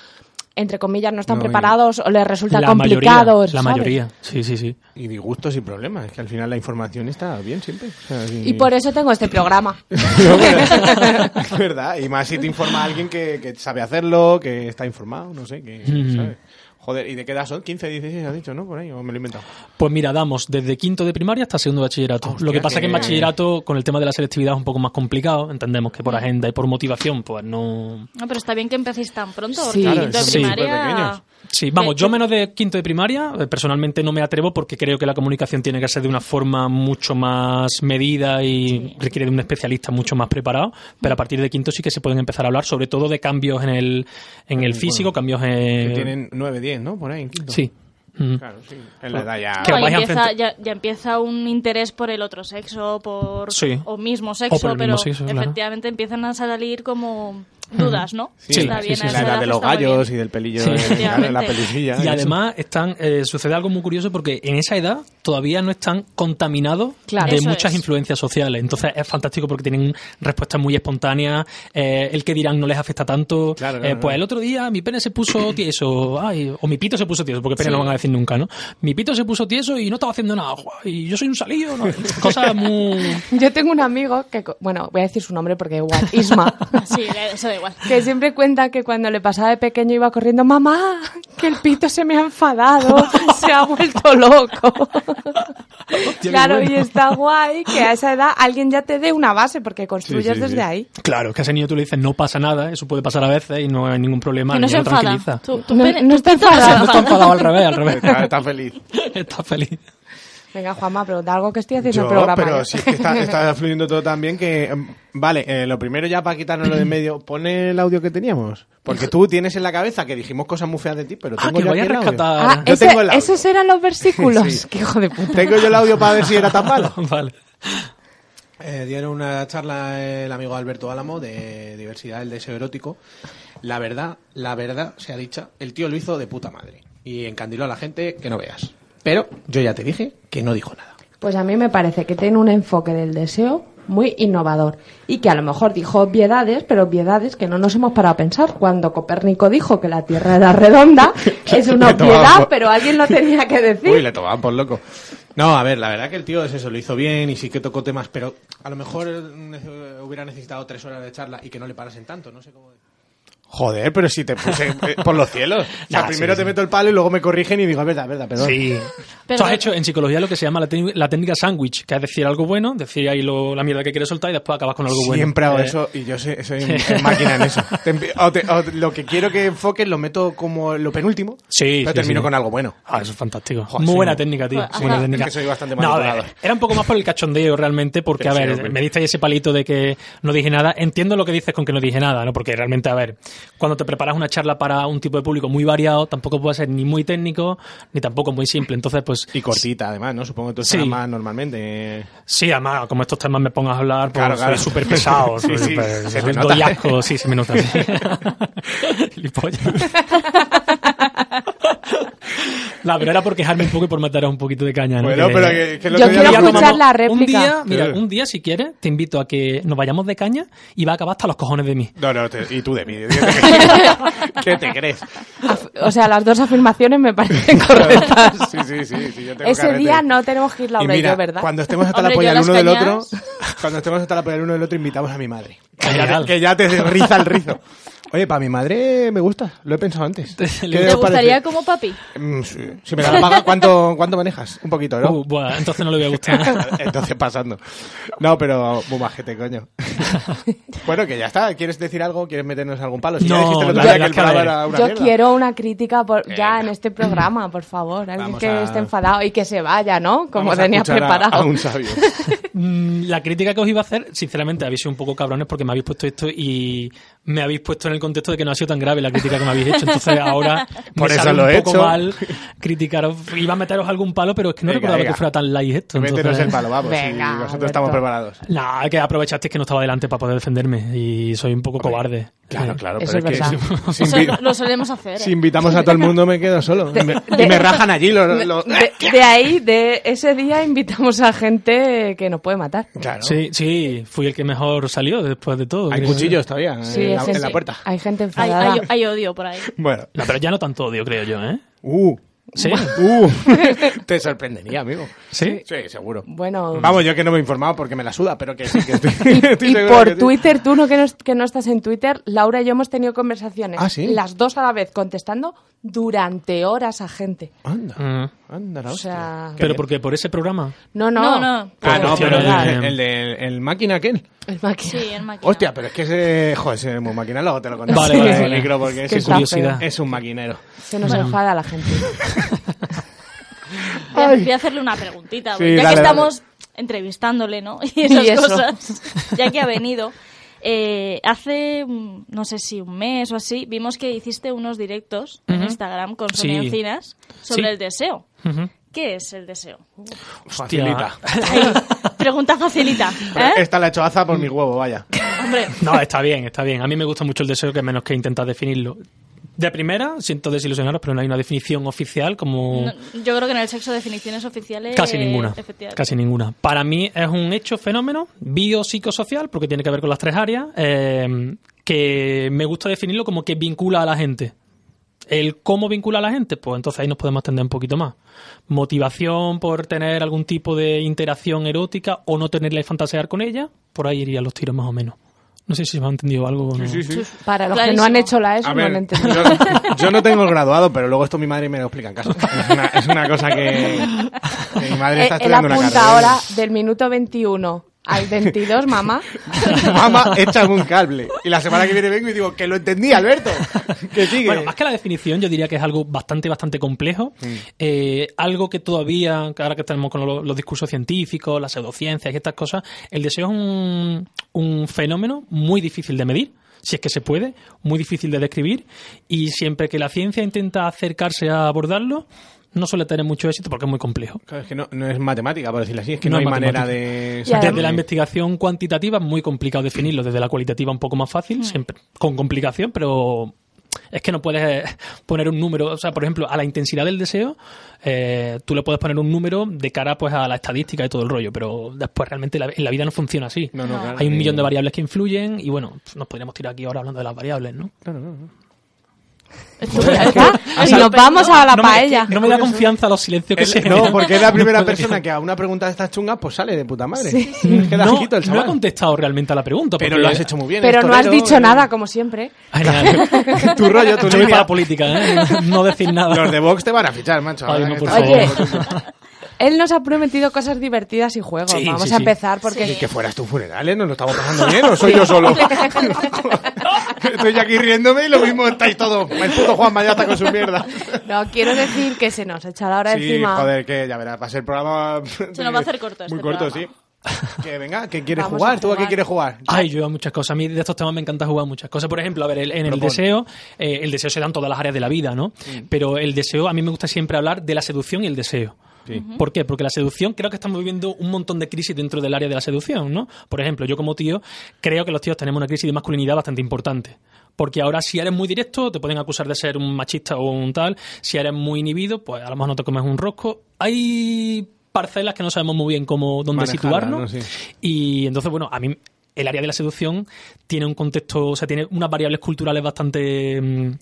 Speaker 7: entre comillas, no están
Speaker 6: No, y-
Speaker 7: preparados o les resulta
Speaker 9: la
Speaker 7: complicado.
Speaker 9: mayoría, la
Speaker 7: ¿sabes?
Speaker 9: mayoría. Sí, sí, sí.
Speaker 6: Y disgustos y problemas. Es que al final la información está bien siempre. O sea,
Speaker 7: Y por eso tengo este programa.
Speaker 6: No, pero- es verdad. Y más si te informa alguien que, que sabe hacerlo, que está informado, no sé, que
Speaker 9: Mm.
Speaker 6: ¿sabes? Joder, ¿y de qué edad son? 15, 16, has dicho, ¿no? Por ahí, o me lo he inventado.
Speaker 9: Pues mira, damos desde quinto de primaria hasta segundo de bachillerato.
Speaker 6: Hostia,
Speaker 9: lo que pasa es que en
Speaker 6: que-
Speaker 9: bachillerato, con el tema de la selectividad, es un poco más complicado. Entendemos que por agenda y por motivación, pues no.
Speaker 8: No, pero está bien que empecéis tan pronto,
Speaker 7: Sí.
Speaker 8: porque
Speaker 7: Claro,
Speaker 8: quinto de
Speaker 9: sí.
Speaker 8: primaria...
Speaker 6: Superpequeños.
Speaker 9: Sí, vamos,
Speaker 8: Eh,
Speaker 9: yo
Speaker 8: eh.
Speaker 9: menos de quinto de primaria, eh, personalmente no me atrevo porque creo que la comunicación tiene que ser de una forma mucho más medida y requiere de un especialista mucho más preparado, pero a partir de quinto sí que se pueden empezar a hablar, sobre todo de cambios en el, en el físico, cambios
Speaker 6: Que
Speaker 9: en...
Speaker 6: tienen 9, 10, ¿no? Por ahí, en quinto.
Speaker 9: Eh, Sí. Mm.
Speaker 6: Claro, sí. En la edad ya.
Speaker 9: Que
Speaker 8: No,
Speaker 9: os
Speaker 8: ya,
Speaker 9: vais a
Speaker 8: empieza,
Speaker 9: enfrentar-
Speaker 8: ya, ya empieza un interés por el otro sexo, por
Speaker 9: Sí.
Speaker 8: o mismo sexo,
Speaker 9: por el
Speaker 8: pero
Speaker 9: mismo sexo, claro.
Speaker 8: efectivamente empiezan a salir como dudas, ¿no?
Speaker 9: Sí,
Speaker 8: Está
Speaker 9: sí,
Speaker 8: bien,
Speaker 9: sí,
Speaker 8: a
Speaker 9: sí.
Speaker 8: esa
Speaker 6: la edad de
Speaker 8: pues
Speaker 6: los
Speaker 8: está muy bien.
Speaker 6: gallos y del pelillo
Speaker 9: Sí.
Speaker 6: de, claro, de la
Speaker 8: Efectivamente.
Speaker 6: pelusilla.
Speaker 9: Y
Speaker 6: eso.
Speaker 9: además están eh, sucede algo muy curioso porque en esa edad todavía no están contaminados
Speaker 7: Claro.
Speaker 9: de
Speaker 8: Eso
Speaker 9: muchas
Speaker 8: es.
Speaker 9: influencias sociales. Entonces es fantástico porque tienen respuestas muy espontáneas. eh, el que dirán no les afecta tanto.
Speaker 6: Claro,
Speaker 9: Eh,
Speaker 6: claro,
Speaker 9: pues
Speaker 6: claro.
Speaker 9: el otro día mi pene se puso tieso. Ay, o mi pito se puso tieso, porque pene no van a decir nunca, ¿no? Mi pito se puso tieso y no estaba haciendo nada. Guau, Y yo soy un salido. ¿no? Cosas muy...
Speaker 7: Yo tengo un amigo que, co- bueno, voy a decir su nombre porque igual, Isma.
Speaker 8: Sí, eso da igual.
Speaker 7: que siempre cuenta que cuando le pasaba de pequeño iba corriendo, mamá, que el pito se me ha enfadado, se ha vuelto loco.
Speaker 9: qué
Speaker 7: claro,
Speaker 9: bueno.
Speaker 7: y está guay que a esa edad alguien ya te dé una base porque construyes desde ahí.
Speaker 9: Claro, que a ese niño tú le dices no pasa nada, eso puede pasar a veces y no hay ningún problema.
Speaker 8: Que
Speaker 9: el
Speaker 8: no se
Speaker 9: niño lo
Speaker 8: enfada.
Speaker 9: tranquiliza.
Speaker 8: Tu, tu
Speaker 7: No-
Speaker 8: pene-
Speaker 7: no
Speaker 8: tu
Speaker 7: está
Speaker 8: pito no se
Speaker 7: enfadado.
Speaker 9: No está enfadado al revés, al revés.
Speaker 6: Está, está feliz.
Speaker 9: Está feliz.
Speaker 7: Venga, Juanma, pregunta algo que estoy haciendo
Speaker 6: Yo,
Speaker 7: en el programa.
Speaker 6: pero
Speaker 7: ¿eh?
Speaker 6: sí, que está, está fluyendo todo tan bien que... em, Vale, eh, lo primero ya para quitarnos lo de en medio, pon el audio que teníamos. Porque tú tienes en la cabeza que dijimos cosas muy feas de ti, pero
Speaker 9: Ah,
Speaker 6: tengo
Speaker 9: que
Speaker 6: yo
Speaker 9: voy a
Speaker 6: aquí el audio.
Speaker 9: rescatar.
Speaker 7: Ah,
Speaker 6: Yo
Speaker 7: ese-
Speaker 6: tengo el audio.
Speaker 7: esos eran los versículos.
Speaker 6: Sí.
Speaker 7: Qué hijo de puta.
Speaker 6: Tengo yo el audio para ver si era tan malo.
Speaker 9: vale.
Speaker 6: Eh, dieron una charla el amigo Alberto Álamo de Diversidad del Deseo Erótico. La verdad, la verdad sea dicha, el tío lo hizo de puta madre. Y encandiló a la gente que no veas. Pero yo ya te dije que no dijo nada.
Speaker 7: Pues a mí me parece que tiene un enfoque del deseo muy innovador y que a lo mejor dijo obviedades, pero obviedades que no nos hemos parado a pensar. Cuando Copérnico dijo que la Tierra era redonda, es una
Speaker 6: Le tomaban
Speaker 7: obviedad,
Speaker 6: por-
Speaker 7: pero alguien lo tenía que decir.
Speaker 6: Uy, le tomaban por loco. No, a ver, la verdad que el tío es eso, lo hizo bien y sí que tocó temas, pero a lo mejor eh, hubiera necesitado tres horas de charla y que no le parasen tanto, no sé cómo. Joder, pero si te puse eh, por los cielos. O sea,
Speaker 9: Nah,
Speaker 6: primero
Speaker 9: sí,
Speaker 6: te
Speaker 9: sí.
Speaker 6: meto el palo y luego me corrigen y digo, es verdad, es verdad, perdón.
Speaker 9: Sí.
Speaker 8: Pero-
Speaker 9: Tú has hecho en psicología lo que se llama la, técnica- la técnica sándwich, que es decir algo bueno, decir ahí lo- la mierda que quieres soltar y después acabas con algo bueno.
Speaker 6: Siempre hago
Speaker 9: Eh,
Speaker 6: eso y yo soy, soy un- máquina en eso. Te empi- o te- o lo que quiero que enfoques lo meto como lo penúltimo,
Speaker 9: Sí,
Speaker 6: pero
Speaker 9: sí,
Speaker 6: termino
Speaker 9: sí.
Speaker 6: con algo bueno.
Speaker 9: Ah, eso es fantástico.
Speaker 6: Joder,
Speaker 9: muy
Speaker 6: sí,
Speaker 9: buena
Speaker 6: no.
Speaker 9: técnica, tío.
Speaker 8: Ajá.
Speaker 9: Muy buena
Speaker 8: Es
Speaker 9: técnica.
Speaker 6: que soy bastante
Speaker 9: No, a ver,
Speaker 6: manipulador.
Speaker 9: era un poco más por el cachondeo realmente, porque,
Speaker 6: Pero
Speaker 9: a
Speaker 6: sí,
Speaker 9: ver,
Speaker 6: hombre.
Speaker 9: me diste ese palito de que no dije nada. Entiendo lo que dices con que no dije nada, ¿no? Porque realmente, a ver, cuando te preparas una charla para un tipo de público muy variado, tampoco puede ser ni muy técnico, ni tampoco muy simple. Entonces, pues...
Speaker 6: Y cortita, además, ¿no? Supongo que tú
Speaker 9: Sí.
Speaker 6: estás más normalmente. eh.
Speaker 9: Sí, además, como estos temas me pongas a hablar, pues
Speaker 6: Claro, claro.
Speaker 9: soy súper pesado.
Speaker 6: Sí,
Speaker 9: soy
Speaker 6: sí,
Speaker 9: súper-
Speaker 6: se te
Speaker 9: soy- doy
Speaker 6: nota.
Speaker 9: asco, sí, se me nota. sí. Gilipollas. No, pero era por quejarme un poco y por mataros un poquito de caña. ¿no?
Speaker 6: Bueno,
Speaker 9: Que-
Speaker 6: pero que, que el
Speaker 7: Yo
Speaker 6: otro día
Speaker 7: quiero
Speaker 6: lo
Speaker 7: escuchar
Speaker 6: tomamos-
Speaker 7: la
Speaker 9: Un
Speaker 7: réplica.
Speaker 9: día, mira,
Speaker 6: Sí.
Speaker 9: un día si quieres, te invito a que nos vayamos de caña y va a acabar hasta los cojones de mí.
Speaker 6: No, no, te- y tú de mí. ¿Qué te crees?
Speaker 7: Af- O sea, las dos afirmaciones me parecen correctas.
Speaker 6: Sí, sí, sí. sí, yo tengo
Speaker 7: Ese
Speaker 6: carrete.
Speaker 7: día no tenemos que ir Laura
Speaker 6: y
Speaker 7: y,
Speaker 6: mira,
Speaker 7: yo, ¿verdad?
Speaker 6: cuando estemos hasta la
Speaker 8: Hombre,
Speaker 6: polla
Speaker 8: yo
Speaker 6: el
Speaker 8: las
Speaker 6: uno del otro,
Speaker 8: cañas.
Speaker 6: cuando estemos hasta la polla el uno del otro, invitamos a mi madre. Que ya,
Speaker 9: Genial.
Speaker 6: te, que ya te riza el rizo. Oye, para mi madre me gusta, lo he pensado antes. ¿Qué
Speaker 8: ¿Te
Speaker 6: os
Speaker 8: gustaría
Speaker 6: parece?
Speaker 8: como papi?
Speaker 6: Mm, sí. Si me la paga, ¿cuánto, ¿cuánto manejas? Un poquito, ¿no?
Speaker 9: Uh, buah, entonces no le voy a gustar.
Speaker 6: Entonces pasando. No, pero muy majete, coño. bueno, que ya está. ¿Quieres decir algo? ¿Quieres meternos algún palo? Si ya
Speaker 9: No,
Speaker 6: dijiste el otro
Speaker 9: la
Speaker 6: día que
Speaker 9: verdad
Speaker 6: el
Speaker 9: es que a
Speaker 6: programa
Speaker 9: ver.
Speaker 6: era una
Speaker 7: Yo
Speaker 6: mierda.
Speaker 7: quiero una crítica por, ya en este programa, por favor. Alguien
Speaker 6: Vamos
Speaker 7: que
Speaker 6: a-
Speaker 7: esté enfadado y que se vaya, ¿no? Como
Speaker 6: Vamos a
Speaker 7: tenía
Speaker 6: escuchar a-
Speaker 7: preparado.
Speaker 6: A, un sabio.
Speaker 9: Mm, La crítica que os iba a hacer, sinceramente, habéis sido un poco cabrones porque me habéis puesto esto y me habéis puesto en el contexto de que no ha sido tan grave la crítica que me habéis hecho. Entonces ahora
Speaker 6: Por
Speaker 9: me
Speaker 6: eso
Speaker 9: sale
Speaker 6: lo
Speaker 9: un
Speaker 6: he
Speaker 9: poco
Speaker 6: hecho.
Speaker 9: mal criticaros. Iba a meteros algún palo, pero es que no
Speaker 6: Venga,
Speaker 9: recordaba
Speaker 6: venga.
Speaker 9: que fuera tan light esto.
Speaker 6: Métenos
Speaker 9: entonces-
Speaker 6: el palo, vamos. y
Speaker 7: Venga,
Speaker 6: nosotros
Speaker 7: Alberto.
Speaker 6: estamos preparados.
Speaker 9: Nah, que aprovechasteis que no estaba delante para poder defenderme y soy un poco cobarde.
Speaker 6: Claro,
Speaker 9: Sí.
Speaker 6: claro.
Speaker 7: Eso
Speaker 6: pero
Speaker 7: es
Speaker 6: que
Speaker 7: verdad.
Speaker 6: si, si
Speaker 8: Eso
Speaker 6: invi-
Speaker 8: lo solemos hacer. ¿eh?
Speaker 6: si invitamos a todo el mundo me quedo solo. Y me, y
Speaker 7: de-
Speaker 6: me rajan allí los... los-
Speaker 7: De, de ahí, de ese día, invitamos a gente que nos puede matar.
Speaker 6: Claro.
Speaker 9: Sí, sí, fui el que mejor salió después de todo.
Speaker 6: Hay
Speaker 9: creo.
Speaker 6: cuchillos todavía
Speaker 7: Sí,
Speaker 6: en,
Speaker 7: es
Speaker 6: la, en
Speaker 7: ese-
Speaker 6: la puerta.
Speaker 7: Hay gente
Speaker 8: Hay,
Speaker 7: enfadada.
Speaker 8: hay- hay odio por ahí.
Speaker 6: Bueno.
Speaker 9: No, pero ya no tanto odio, creo yo, ¿eh?
Speaker 6: Uh.
Speaker 9: Sí.
Speaker 6: Uh. Te sorprendería, amigo.
Speaker 9: ¿Sí?
Speaker 6: Sí, seguro.
Speaker 7: Bueno,
Speaker 6: Vamos, yo que no me he informado porque me la suda, pero que sí que estoy, estoy
Speaker 7: y
Speaker 6: seguro que
Speaker 7: por
Speaker 6: sí.
Speaker 7: Twitter, tú no que, no que no estás en Twitter, Laura y yo hemos tenido conversaciones,
Speaker 6: Ah, ¿sí?
Speaker 7: las dos a la vez, contestando durante horas a gente.
Speaker 6: Anda,
Speaker 9: Mm.
Speaker 6: anda, la
Speaker 7: O
Speaker 6: hostia.
Speaker 7: sea,
Speaker 9: Pero porque por ese programa.
Speaker 7: no, no.
Speaker 8: No, no.
Speaker 6: Ah, no, pero el,
Speaker 9: Cuestión
Speaker 6: de-
Speaker 9: de-
Speaker 6: el de- el máquina aquel.
Speaker 7: El máquina.
Speaker 8: Sí, el máquina.
Speaker 6: Hostia, pero es que ese. Joder, ese es muy máquina, luego te lo contaré
Speaker 9: Vale,
Speaker 6: en
Speaker 9: vale,
Speaker 6: el
Speaker 9: vale.
Speaker 6: micro porque
Speaker 7: que
Speaker 6: ese
Speaker 9: Qué
Speaker 6: es,
Speaker 7: está
Speaker 6: un,
Speaker 9: curiosidad.
Speaker 6: es un maquinero.
Speaker 7: Se nos enfada la gente.
Speaker 8: Voy a, voy a hacerle una preguntita.
Speaker 6: Sí,
Speaker 8: ya
Speaker 6: dale,
Speaker 8: que
Speaker 6: dale.
Speaker 8: estamos entrevistándole, ¿no? Y esas
Speaker 7: Y eso.
Speaker 8: cosas. Ya que ha venido. eh, hace, mm, no sé si un mes o así, vimos que hiciste unos directos en Instagram con Sonia
Speaker 9: Sí.
Speaker 8: Encinas sobre
Speaker 9: Sí.
Speaker 8: el deseo.
Speaker 9: Ujú.
Speaker 8: ¿Qué es el deseo?
Speaker 6: Facilita.
Speaker 8: Ahí, pregunta facilita. ¿eh?
Speaker 6: Esta la he hecho aza por mi huevo, vaya.
Speaker 8: Hombre,
Speaker 9: No, está bien, está bien. A mí me gusta mucho el deseo, que menos que intentar definirlo. De primera, siento desilusionaros, pero no hay una definición oficial como...
Speaker 8: no, yo creo que en el sexo definiciones oficiales...
Speaker 9: Casi ninguna.
Speaker 8: efectivamente.
Speaker 9: Casi ninguna. Para mí es un hecho, fenómeno biopsicosocial, porque tiene que ver con las tres áreas, eh, que me gusta definirlo como que vincula a la gente. El cómo vincula a la gente, pues entonces ahí nos podemos atender un poquito más. Motivación por tener algún tipo de interacción erótica o no tenerla y fantasear con ella, por ahí irían los tiros más o menos. No sé si me ha entendido algo. o no.
Speaker 7: Para los que no
Speaker 8: Clarísimo.
Speaker 7: han hecho la ESO,
Speaker 6: A
Speaker 7: no
Speaker 6: ver,
Speaker 7: han entendido.
Speaker 6: yo, yo no tengo el graduado, pero luego esto mi madre me lo explica en casa. Es una, es una cosa que, que mi madre está
Speaker 7: Eh, Él
Speaker 6: estudiando una
Speaker 7: apunta
Speaker 6: carrera.
Speaker 7: ahora del minuto 21 al 22, mamá.
Speaker 6: Mamá, échame un cable. Y la semana que viene vengo y digo, que lo entendí, Alberto. Que sigue.
Speaker 9: Bueno, más que la definición, yo diría que es algo bastante, bastante complejo.
Speaker 6: Mm.
Speaker 9: Eh, algo que todavía, que ahora que estamos con lo- los discursos científicos, las pseudociencias y estas cosas, el deseo es un, un fenómeno muy difícil de medir, si es que se puede, muy difícil de describir, y siempre que la ciencia intenta acercarse a abordarlo, no suele tener mucho éxito porque es muy complejo.
Speaker 6: Claro, es que no, no es matemática, por decirlo así. Es que no,
Speaker 9: No
Speaker 6: hay
Speaker 9: es
Speaker 6: manera
Speaker 9: matemática.
Speaker 6: de...
Speaker 7: Y además-
Speaker 9: Desde la investigación cuantitativa es muy complicado definirlo, desde la cualitativa un poco más fácil, siempre con complicación, pero es que no puedes eh, poner un número, o sea, por ejemplo, a la intensidad del deseo, eh, tú le puedes poner un número de cara pues a la estadística y todo el rollo, pero después realmente la- en la vida no funciona así.
Speaker 6: No, no, claro,
Speaker 9: Hay un
Speaker 6: ni-
Speaker 9: millón de variables que influyen y bueno, pf, nos podríamos tirar aquí ahora hablando de las variables, ¿no?
Speaker 8: Estupendo.
Speaker 9: Es que-
Speaker 8: Ah,
Speaker 9: así-
Speaker 8: y nos vamos a la
Speaker 9: no me-
Speaker 8: paella.
Speaker 9: No me da confianza los silencios que se
Speaker 6: Él- no,
Speaker 9: generan.
Speaker 6: porque es la primera
Speaker 9: No puede-
Speaker 6: persona que a una pregunta de estas chungas pues sale de puta madre.
Speaker 7: Sí,
Speaker 6: Es que da
Speaker 9: no,
Speaker 6: asquito el
Speaker 9: no ha
Speaker 6: chaval.
Speaker 9: contestado realmente a la pregunta.
Speaker 6: pero
Speaker 9: porque-
Speaker 6: lo has hecho muy bien.
Speaker 7: Pero
Speaker 6: es
Speaker 7: no has
Speaker 6: torero,
Speaker 7: dicho
Speaker 6: eh.
Speaker 7: nada, como siempre.
Speaker 9: Ay, nada.
Speaker 6: Tu rollo, tu
Speaker 9: Yo voy
Speaker 6: línea.
Speaker 9: para la política, ¿eh? No decir nada.
Speaker 6: Los de Vox te van a fichar, macho.
Speaker 9: Ay,
Speaker 6: ahora
Speaker 9: no,
Speaker 6: que
Speaker 9: por
Speaker 6: estás-
Speaker 9: favor.
Speaker 7: Oye, él nos ha prometido cosas divertidas y juegos.
Speaker 9: Sí,
Speaker 7: Vamos
Speaker 9: sí,
Speaker 7: a
Speaker 9: sí.
Speaker 7: empezar porque...
Speaker 6: Ni que fueras tu funeral, ¿eh? ¿Nos lo estamos pasando bien o soy yo solo? Estoy aquí riéndome y lo mismo estáis todos. El puto Juan Maya está con su mierda.
Speaker 7: No, quiero decir que se nos echa la hora
Speaker 6: sí,
Speaker 7: encima.
Speaker 6: joder, que ya verás, va a ser programa...
Speaker 8: Se nos va a hacer corto
Speaker 6: Muy
Speaker 8: este
Speaker 6: corto,
Speaker 8: programa.
Speaker 6: sí. Que venga, ¿qué quieres
Speaker 7: Vamos a
Speaker 6: jugar? ¿Tú a qué
Speaker 7: jugar.
Speaker 6: quieres jugar?
Speaker 9: Ay, yo a muchas cosas. A mí de estos temas me encanta jugar muchas cosas. Por ejemplo, a ver, el- en el
Speaker 6: Propone.
Speaker 9: deseo, eh, el deseo se da en todas las áreas de la vida, ¿no? Pero el deseo, a mí me gusta siempre hablar de la seducción y el deseo. ¿Por qué? Porque la seducción, creo que estamos viviendo un montón de crisis dentro del área de la seducción, ¿no? Por ejemplo, yo como tío, creo que los tíos tenemos una crisis de masculinidad bastante importante. Porque ahora si eres muy directo, te pueden acusar de ser un machista o un tal. Si eres muy inhibido, pues a lo mejor no te comes un rosco. Hay parcelas que no sabemos muy bien cómo, dónde
Speaker 6: Manejarlas,
Speaker 9: situarnos.
Speaker 6: ¿no? Sí.
Speaker 9: Y entonces, bueno, a mí el área de la seducción tiene un contexto, o sea, tiene unas variables culturales bastante mm,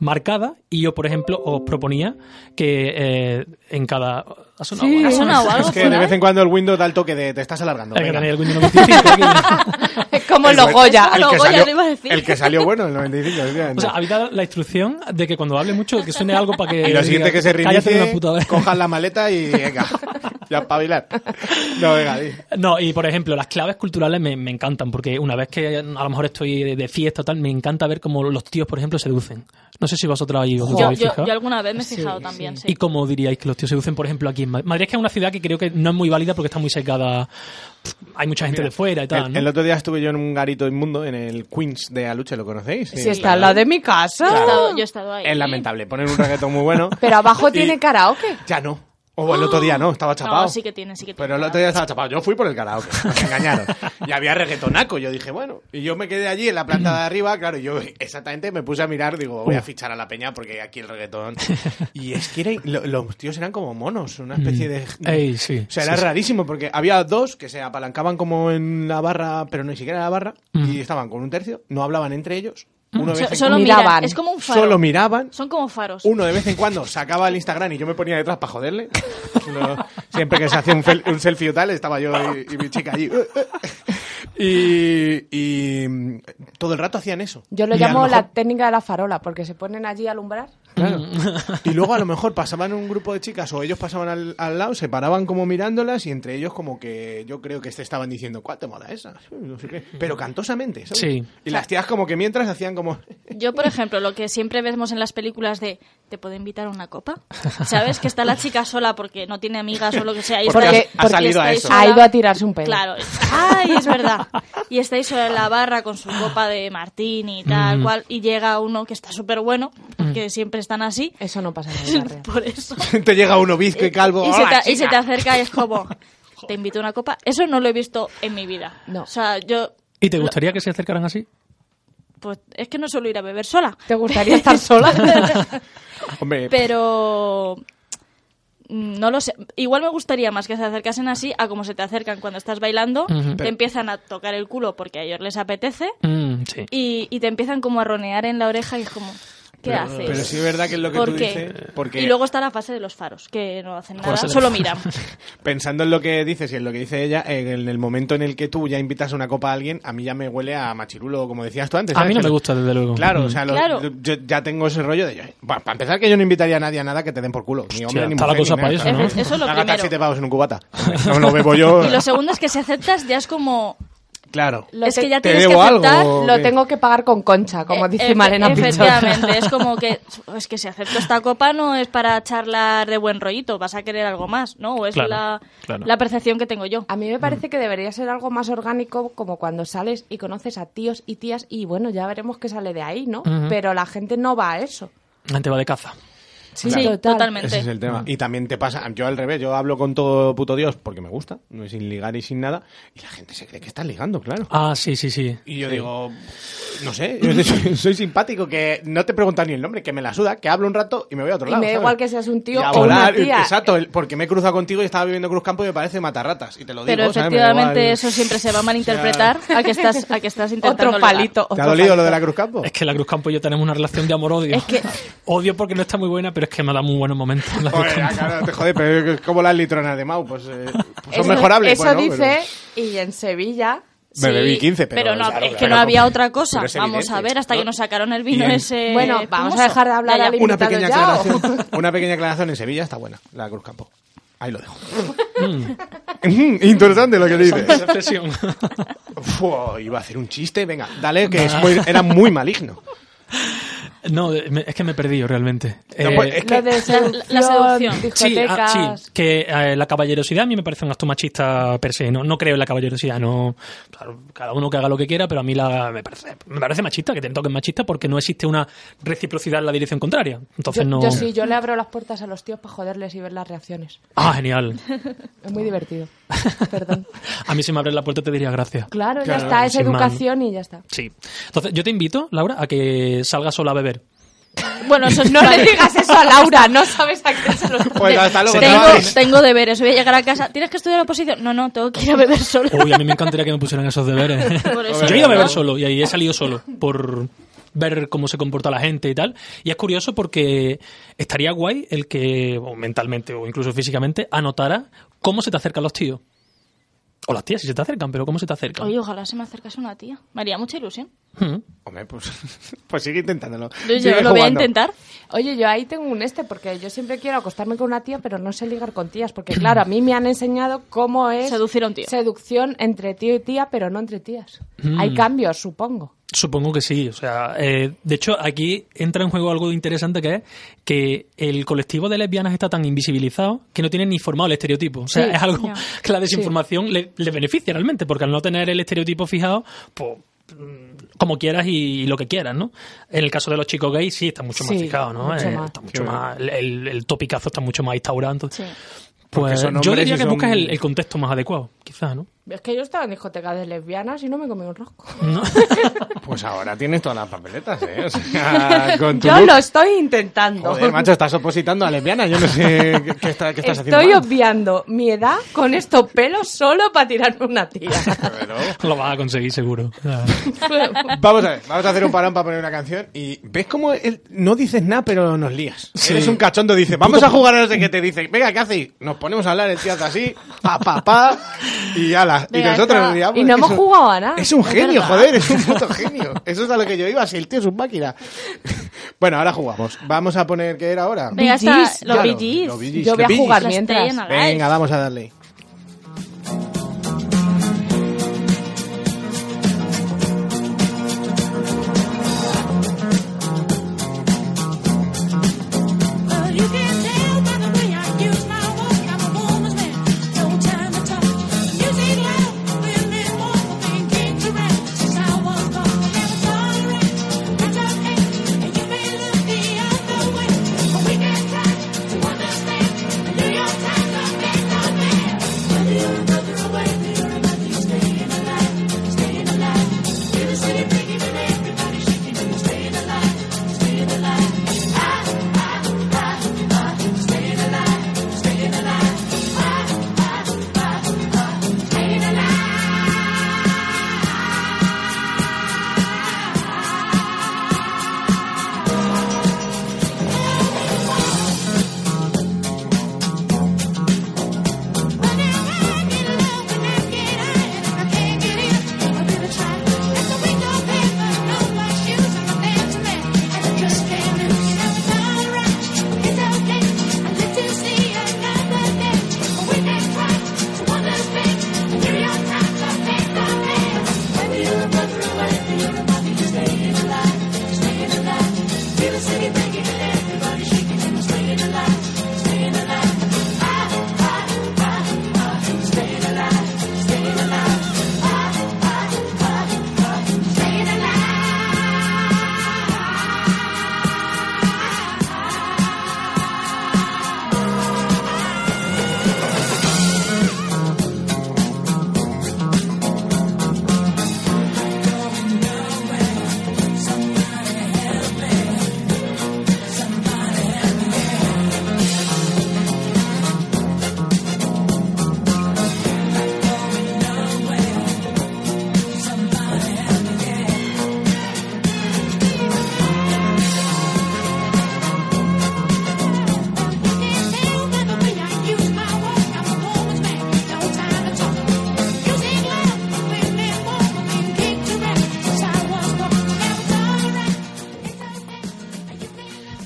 Speaker 9: marcadas. Y yo, por ejemplo, os proponía que eh, en cada. ¿Ha sonado
Speaker 7: Sí.
Speaker 9: algo?
Speaker 8: ¿Ha sonado algo?
Speaker 6: Es que de
Speaker 8: por
Speaker 6: vez
Speaker 8: ahí?
Speaker 6: en cuando el Windows da el toque de te estás alargando.
Speaker 9: Hay que
Speaker 6: venga.
Speaker 9: tener el Windows 95 aquí.
Speaker 7: Es como lo
Speaker 6: buen-
Speaker 7: Goya.
Speaker 8: Lo
Speaker 6: el que
Speaker 8: Goya
Speaker 6: salió-
Speaker 8: lo iba a decir.
Speaker 6: El que salió bueno, el 95. efectivamente.
Speaker 9: O sea, habéis dado la instrucción de que cuando hable mucho, que suene algo para que.
Speaker 6: y lo siguiente
Speaker 9: diga,
Speaker 6: que se
Speaker 9: "Cállate de una
Speaker 6: reinicie,
Speaker 9: puta vez".
Speaker 6: cojan la maleta y venga, ya espabilar. No, venga, di.
Speaker 9: No, y por ejemplo, las claves culturales me, me encantan, porque una vez que a lo mejor estoy de, de fiesta o tal, me encanta ver cómo los tíos, por ejemplo, seducen. No sé si vosotros ahí os
Speaker 8: Yo,
Speaker 9: habéis
Speaker 8: yo,
Speaker 9: fijado.
Speaker 8: yo alguna vez me he fijado también, sí.
Speaker 9: ¿Y cómo diríais que los tíos seducen, por ejemplo, aquí en Madrid? Madrid es que es una ciudad que creo que no es muy válida porque está muy secada. Hay mucha gente de fuera y tal,
Speaker 6: El,
Speaker 9: ¿no?
Speaker 6: el otro día estuve yo en un garito inmundo en el Queens de Aluche, ¿lo conocéis?
Speaker 7: Si está al lado de mi casa.
Speaker 8: Yo he estado- yo he estado ahí.
Speaker 6: Es lamentable, poner un reggaetón muy bueno.
Speaker 7: Pero abajo
Speaker 6: Y-
Speaker 7: tiene karaoke.
Speaker 6: Ya no. O el otro día no, estaba chapado.
Speaker 8: No, sí que tiene, sí que tiene.
Speaker 6: Pero el otro día estaba chapado. Yo fui por el karaoke. Me engañaron. Y había reggaetonaco. Yo dije, bueno. Y yo me quedé allí en la planta de arriba. Claro, yo exactamente me puse a mirar. Digo, voy a fichar a la peña porque aquí el reggaetón. Y es que era- lo- los tíos eran como monos. Una
Speaker 8: Mm.
Speaker 6: especie de.
Speaker 9: Ey, sí,
Speaker 6: O sea,
Speaker 9: sí,
Speaker 6: era
Speaker 9: sí.
Speaker 6: rarísimo porque había dos que se apalancaban como en la barra, pero ni siquiera en la barra. Y estaban con un tercio. No hablaban entre ellos. Uno de
Speaker 8: Mm. So-
Speaker 6: vez en
Speaker 8: solo
Speaker 7: Miraban.
Speaker 8: miran, es como un faro.
Speaker 6: solo miraban.
Speaker 8: Son como faros.
Speaker 6: Uno de vez en cuando sacaba el Instagram y yo me ponía detrás para joderle. Uno- siempre que se hacía un, fel- un selfie o tal, estaba yo y, y mi chica allí. Y, y, mm, todo el rato hacían eso.
Speaker 7: Yo lo
Speaker 6: Y a
Speaker 7: llamo
Speaker 6: mejor-
Speaker 7: la técnica de la farola, porque se ponen allí a alumbrar.
Speaker 6: claro. Y luego a lo mejor pasaban un grupo de chicas o ellos pasaban al, al lado, se paraban como mirándolas y entre ellos como que yo creo que se estaban diciendo, ¿cuál te mola esa? No sé qué. Pero cantosamente, ¿sabes?
Speaker 9: Sí.
Speaker 6: Y las tías como que mientras hacían como...
Speaker 8: Yo, por ejemplo, lo que siempre vemos en las películas de ¿te puedo invitar a una copa? ¿Sabes? Que está la chica sola porque no tiene amigas o lo que sea. Y
Speaker 6: Porque
Speaker 8: está-
Speaker 6: ha- ha salido a
Speaker 8: estáis
Speaker 6: eso.
Speaker 8: sola.
Speaker 7: Ha ido a tirarse un pedo.
Speaker 8: Claro. Ay, es verdad. Y estáis sola en la barra con su copa de martini y tal
Speaker 9: Mm.
Speaker 8: cual. Y llega uno que está súper bueno, porque siempre están así.
Speaker 7: Eso no pasa nada. en la real.
Speaker 8: Por eso.
Speaker 6: Te llega uno bizco y calvo.
Speaker 8: Y, se
Speaker 6: "Hola,
Speaker 8: te, y se
Speaker 6: chica".
Speaker 8: te acerca y es como, te invito a una copa. Eso no lo he visto en mi vida.
Speaker 7: No.
Speaker 8: O sea, yo,
Speaker 9: ¿Y te gustaría que se acercaran así?
Speaker 8: pues es que no suelo ir a beber sola.
Speaker 7: ¿Te gustaría estar sola?
Speaker 6: Hombre,
Speaker 8: Pero... mm, No lo sé. Igual me gustaría más que se acercasen así a como se te acercan cuando estás bailando.
Speaker 9: Ujú.
Speaker 8: Te empiezan a tocar el culo porque a ellos les apetece.
Speaker 9: Mm, sí.
Speaker 8: Y, y te empiezan como a ronear en la oreja y es como... ¿Qué haces?
Speaker 6: Pero sí es verdad que es lo que
Speaker 8: ¿Por
Speaker 6: tú
Speaker 8: qué?
Speaker 6: dices. Porque
Speaker 8: Y luego está la fase de los faros, que no hacen nada,
Speaker 9: Fase de
Speaker 8: solo
Speaker 9: los-
Speaker 8: miran.
Speaker 6: pensando en lo que dices y en lo que dice ella, en el- en el momento en el que tú ya invitas una copa a alguien, a mí ya me huele a machirulo, como decías tú antes.
Speaker 9: A
Speaker 6: ¿sabes?
Speaker 9: mí no
Speaker 6: Que
Speaker 9: me
Speaker 6: lo-
Speaker 9: gusta, desde luego.
Speaker 6: Claro,
Speaker 9: Mm.
Speaker 6: o sea, lo-
Speaker 8: Claro.
Speaker 6: yo ya tengo ese rollo de. Bueno, para empezar, que yo no invitaría a nadie a nada que te den por culo. Ni hombre, ni
Speaker 9: está
Speaker 6: mujer.
Speaker 9: la cosa
Speaker 6: ni
Speaker 9: pa'
Speaker 6: nada,
Speaker 9: eso, ¿no?
Speaker 8: Eso es lo
Speaker 6: Una gata
Speaker 8: primero.
Speaker 6: siete pavos en un cubata. No lo bebo yo.
Speaker 8: Y lo segundo es que si aceptas ya es como...
Speaker 6: Claro.
Speaker 7: Lo
Speaker 8: es que
Speaker 7: te-
Speaker 8: ya
Speaker 6: te
Speaker 8: tienes que
Speaker 6: debo
Speaker 8: aceptar...
Speaker 6: algo.
Speaker 7: Lo
Speaker 6: Ok.
Speaker 7: tengo que pagar con concha, como
Speaker 8: Eh,
Speaker 7: dice
Speaker 8: efe-
Speaker 7: Malena
Speaker 8: Efectivamente,
Speaker 7: Pichón.
Speaker 8: es como que... Es que si acepto esta copa no es para charlar de buen rollito, vas a querer algo más, ¿no? O es
Speaker 9: Claro,
Speaker 8: la,
Speaker 9: claro.
Speaker 8: la percepción que tengo yo.
Speaker 6: Ah,
Speaker 7: A mí me parece que debería ser algo más orgánico, como cuando sales y conoces a tíos y tías, y bueno, ya veremos qué sale de ahí, ¿no? Pero la gente no va a eso.
Speaker 9: La gente va de caza.
Speaker 7: Sí,
Speaker 8: Sí,
Speaker 7: total.
Speaker 8: totalmente.
Speaker 6: Ese es el tema. Y también te pasa, yo al revés, yo hablo con todo puto Dios porque me gusta, no es sin ligar y sin nada, y la gente se cree que estás ligando, claro.
Speaker 9: Ah, sí, sí, sí.
Speaker 6: Y yo digo, no sé, yo soy, soy simpático, que no te preguntan ni el nombre, que me la suda, que hablo un rato y me voy a otro
Speaker 7: Y
Speaker 6: lado.
Speaker 7: me da
Speaker 6: ¿sabes?
Speaker 7: igual que seas un tío
Speaker 6: Y a
Speaker 7: o
Speaker 6: volar,
Speaker 7: una tía.
Speaker 6: Exacto, el- porque me he cruzado contigo y estaba viviendo Cruz Campo y me parece matarratas, y te lo digo.
Speaker 8: Pero
Speaker 6: ¿sabes? Me da igual.
Speaker 8: efectivamente eso siempre se va a malinterpretar a que estás, a que estás intentando
Speaker 7: Otro
Speaker 8: ligar.
Speaker 7: palito.
Speaker 6: ¿Te
Speaker 7: Otro
Speaker 6: ha dolido lo
Speaker 7: palito.
Speaker 6: de la Cruz Campo?
Speaker 9: Es que la Cruz Campo y yo tenemos una relación de amor-odio.
Speaker 8: Es que-
Speaker 9: Odio porque no está muy buena, pero es que me ha dado muy buenos momentos. la Cruz
Speaker 6: Joder, ah,
Speaker 9: Campo.
Speaker 6: claro, te jode, pero es como las litronas de Mau, pues eh, pues
Speaker 7: Eso-
Speaker 6: son mejorables.
Speaker 7: Eso
Speaker 6: bueno, pero-
Speaker 7: dice, y en Sevilla...
Speaker 6: Me bebí 15, pero,
Speaker 8: no,
Speaker 6: claro,
Speaker 8: es que
Speaker 6: claro,
Speaker 8: no había
Speaker 6: como-
Speaker 8: otra cosa.
Speaker 6: pero es
Speaker 8: Vamos
Speaker 6: evidente.
Speaker 8: a ver, hasta que
Speaker 6: No.
Speaker 8: nos sacaron el vino
Speaker 6: Y en-
Speaker 8: ese.
Speaker 7: Bueno, vamos
Speaker 8: espumoso.
Speaker 7: a dejar de hablar
Speaker 8: Ya, ya.
Speaker 7: al
Speaker 6: una
Speaker 7: invitado
Speaker 6: pequeña,
Speaker 7: ya, o-
Speaker 6: aclaración, una pequeña aclaración. En Sevilla está buena, la Cruz Campo. Ahí lo dejo. Interesante lo que
Speaker 9: Esa
Speaker 6: dices.
Speaker 9: reflexión.
Speaker 6: Fua, iba a hacer un chiste, venga, dale, que es muy- era muy maligno.
Speaker 9: No, me- es que me he perdido realmente.
Speaker 6: No,
Speaker 9: Eh,
Speaker 6: pues, es que-
Speaker 7: Lo de seducción,
Speaker 8: la seducción.
Speaker 9: Sí, ah,
Speaker 7: discotecas...
Speaker 9: sí, que eh, la caballerosidad a mí me parece un acto machista per se. No, no creo en la caballerosidad, no. claro, cada uno que haga lo que quiera, pero a mí la, me, parece, me parece machista, que te toquen machista, porque no existe una reciprocidad en la dirección contraria. Entonces
Speaker 7: yo,
Speaker 9: no.
Speaker 7: yo sí, yo le abro las puertas a los tíos para joderles y ver las reacciones.
Speaker 9: Ah, genial.
Speaker 7: Es muy divertido. Perdón.
Speaker 9: A mí si me abres la puerta te diría gracias.
Speaker 7: Claro, ya
Speaker 6: Claro,
Speaker 7: está, es
Speaker 9: sin más,
Speaker 7: educación y ya está.
Speaker 9: Sí. Entonces, yo te invito, Laura, a que salgas sola a beber.
Speaker 8: Bueno, eso es
Speaker 7: No
Speaker 8: vale.
Speaker 7: le digas eso a Laura, no sabes a qué se lo está
Speaker 6: Pues hasta luego,
Speaker 8: tengo,
Speaker 6: chavales.
Speaker 8: tengo deberes, voy a llegar a casa. ¿Tienes que estudiar la posición? No, no, tengo que ir a beber solo.
Speaker 9: Uy, a mí me encantaría que me pusieran esos deberes.
Speaker 8: Por eso,
Speaker 9: Yo he ido a
Speaker 8: ¿no?
Speaker 9: beber solo y ahí he salido solo por ver cómo se comporta la gente y tal. Y es curioso porque estaría guay el que, o mentalmente o incluso físicamente, anotara cómo se te acercan los tíos. O las tías, si se te acercan, pero cómo se te acercan.
Speaker 8: Oye, ojalá se me acercase una tía. Me haría mucha ilusión.
Speaker 9: Mm.
Speaker 6: Hombre, pues, pues sigue intentándolo.
Speaker 8: Yo, yo
Speaker 6: Sigue
Speaker 8: lo voy a
Speaker 6: jugando.
Speaker 8: intentar.
Speaker 7: Oye, yo ahí tengo un este, porque yo siempre quiero acostarme con una tía, pero no sé ligar con tías, porque claro, a mí me han enseñado cómo es
Speaker 8: Seducir a un tío.
Speaker 7: seducción entre tío y tía, pero no entre tías.
Speaker 6: Mm.
Speaker 7: Hay cambios, supongo.
Speaker 9: Supongo que sí. O sea, eh, de hecho, aquí entra en juego algo interesante que es que el colectivo de lesbianas está tan invisibilizado que no tienen ni formado el estereotipo. O sea,
Speaker 7: Sí,
Speaker 9: es algo
Speaker 8: ya.
Speaker 9: que la desinformación le, le beneficia realmente, porque al no tener el estereotipo fijado, pues mm, como quieras y, y lo que quieras, ¿no? En el caso de los chicos gays sí está mucho más
Speaker 7: Sí,
Speaker 9: fijado, ¿no?
Speaker 7: mucho
Speaker 9: Eh,
Speaker 7: más.
Speaker 9: Está mucho más el, el- el topicazo está mucho más instaurado. entonces-
Speaker 8: Sí.
Speaker 6: Porque
Speaker 9: Pues
Speaker 6: son
Speaker 9: yo
Speaker 6: hombres
Speaker 9: diría
Speaker 6: y
Speaker 9: que
Speaker 6: son-
Speaker 9: buscas el, el contexto más adecuado, quizás, ¿no?
Speaker 7: Es que yo estaba en discotecas de lesbianas y no me comí un rosco.
Speaker 9: ¿No?
Speaker 6: Pues ahora tienes todas las papeletas, ¿eh? O sea, con tu
Speaker 7: Yo
Speaker 6: look.
Speaker 7: lo estoy intentando.
Speaker 6: Joder, macho, estás opositando a lesbianas. Yo no sé qué, qué está- qué estás haciendo.
Speaker 7: Estoy
Speaker 6: mal.
Speaker 7: obviando mi edad con estos pelos solo para tirarme una tía.
Speaker 9: lo vas a conseguir seguro. O sea,
Speaker 6: Vamos a ver, vamos a hacer un parón para poner una canción y ves cómo él no dices nada pero nos lías. Eres un cachondo, dice, vamos a jugar a no sé qué te dice. Venga, ¿qué hacéis? Nos ponemos a hablar el tío hace así, pa pa pa y ala. Y
Speaker 8: Venga,
Speaker 6: nosotros
Speaker 8: está.
Speaker 6: nos liamos.
Speaker 7: Y no
Speaker 6: Es
Speaker 7: hemos
Speaker 6: un-
Speaker 7: jugado a nada.
Speaker 6: pues, Es un
Speaker 8: Es
Speaker 6: genio,
Speaker 8: verdad.
Speaker 6: joder, es un puto genio. Eso es a lo que yo iba, si el tío es un máquina. Bueno, ahora jugamos. Vamos a poner qué era ahora.
Speaker 7: Bee
Speaker 8: Venga, está,
Speaker 7: Gees.
Speaker 8: los
Speaker 6: Claro,
Speaker 8: Bee Gees.
Speaker 6: los Bee Gees,
Speaker 7: Yo voy
Speaker 6: los Bee
Speaker 7: a jugar
Speaker 8: Las
Speaker 7: mientras.
Speaker 8: Staying Alive.
Speaker 6: Venga, vamos a darle.
Speaker 10: Understand, New York times up in the man.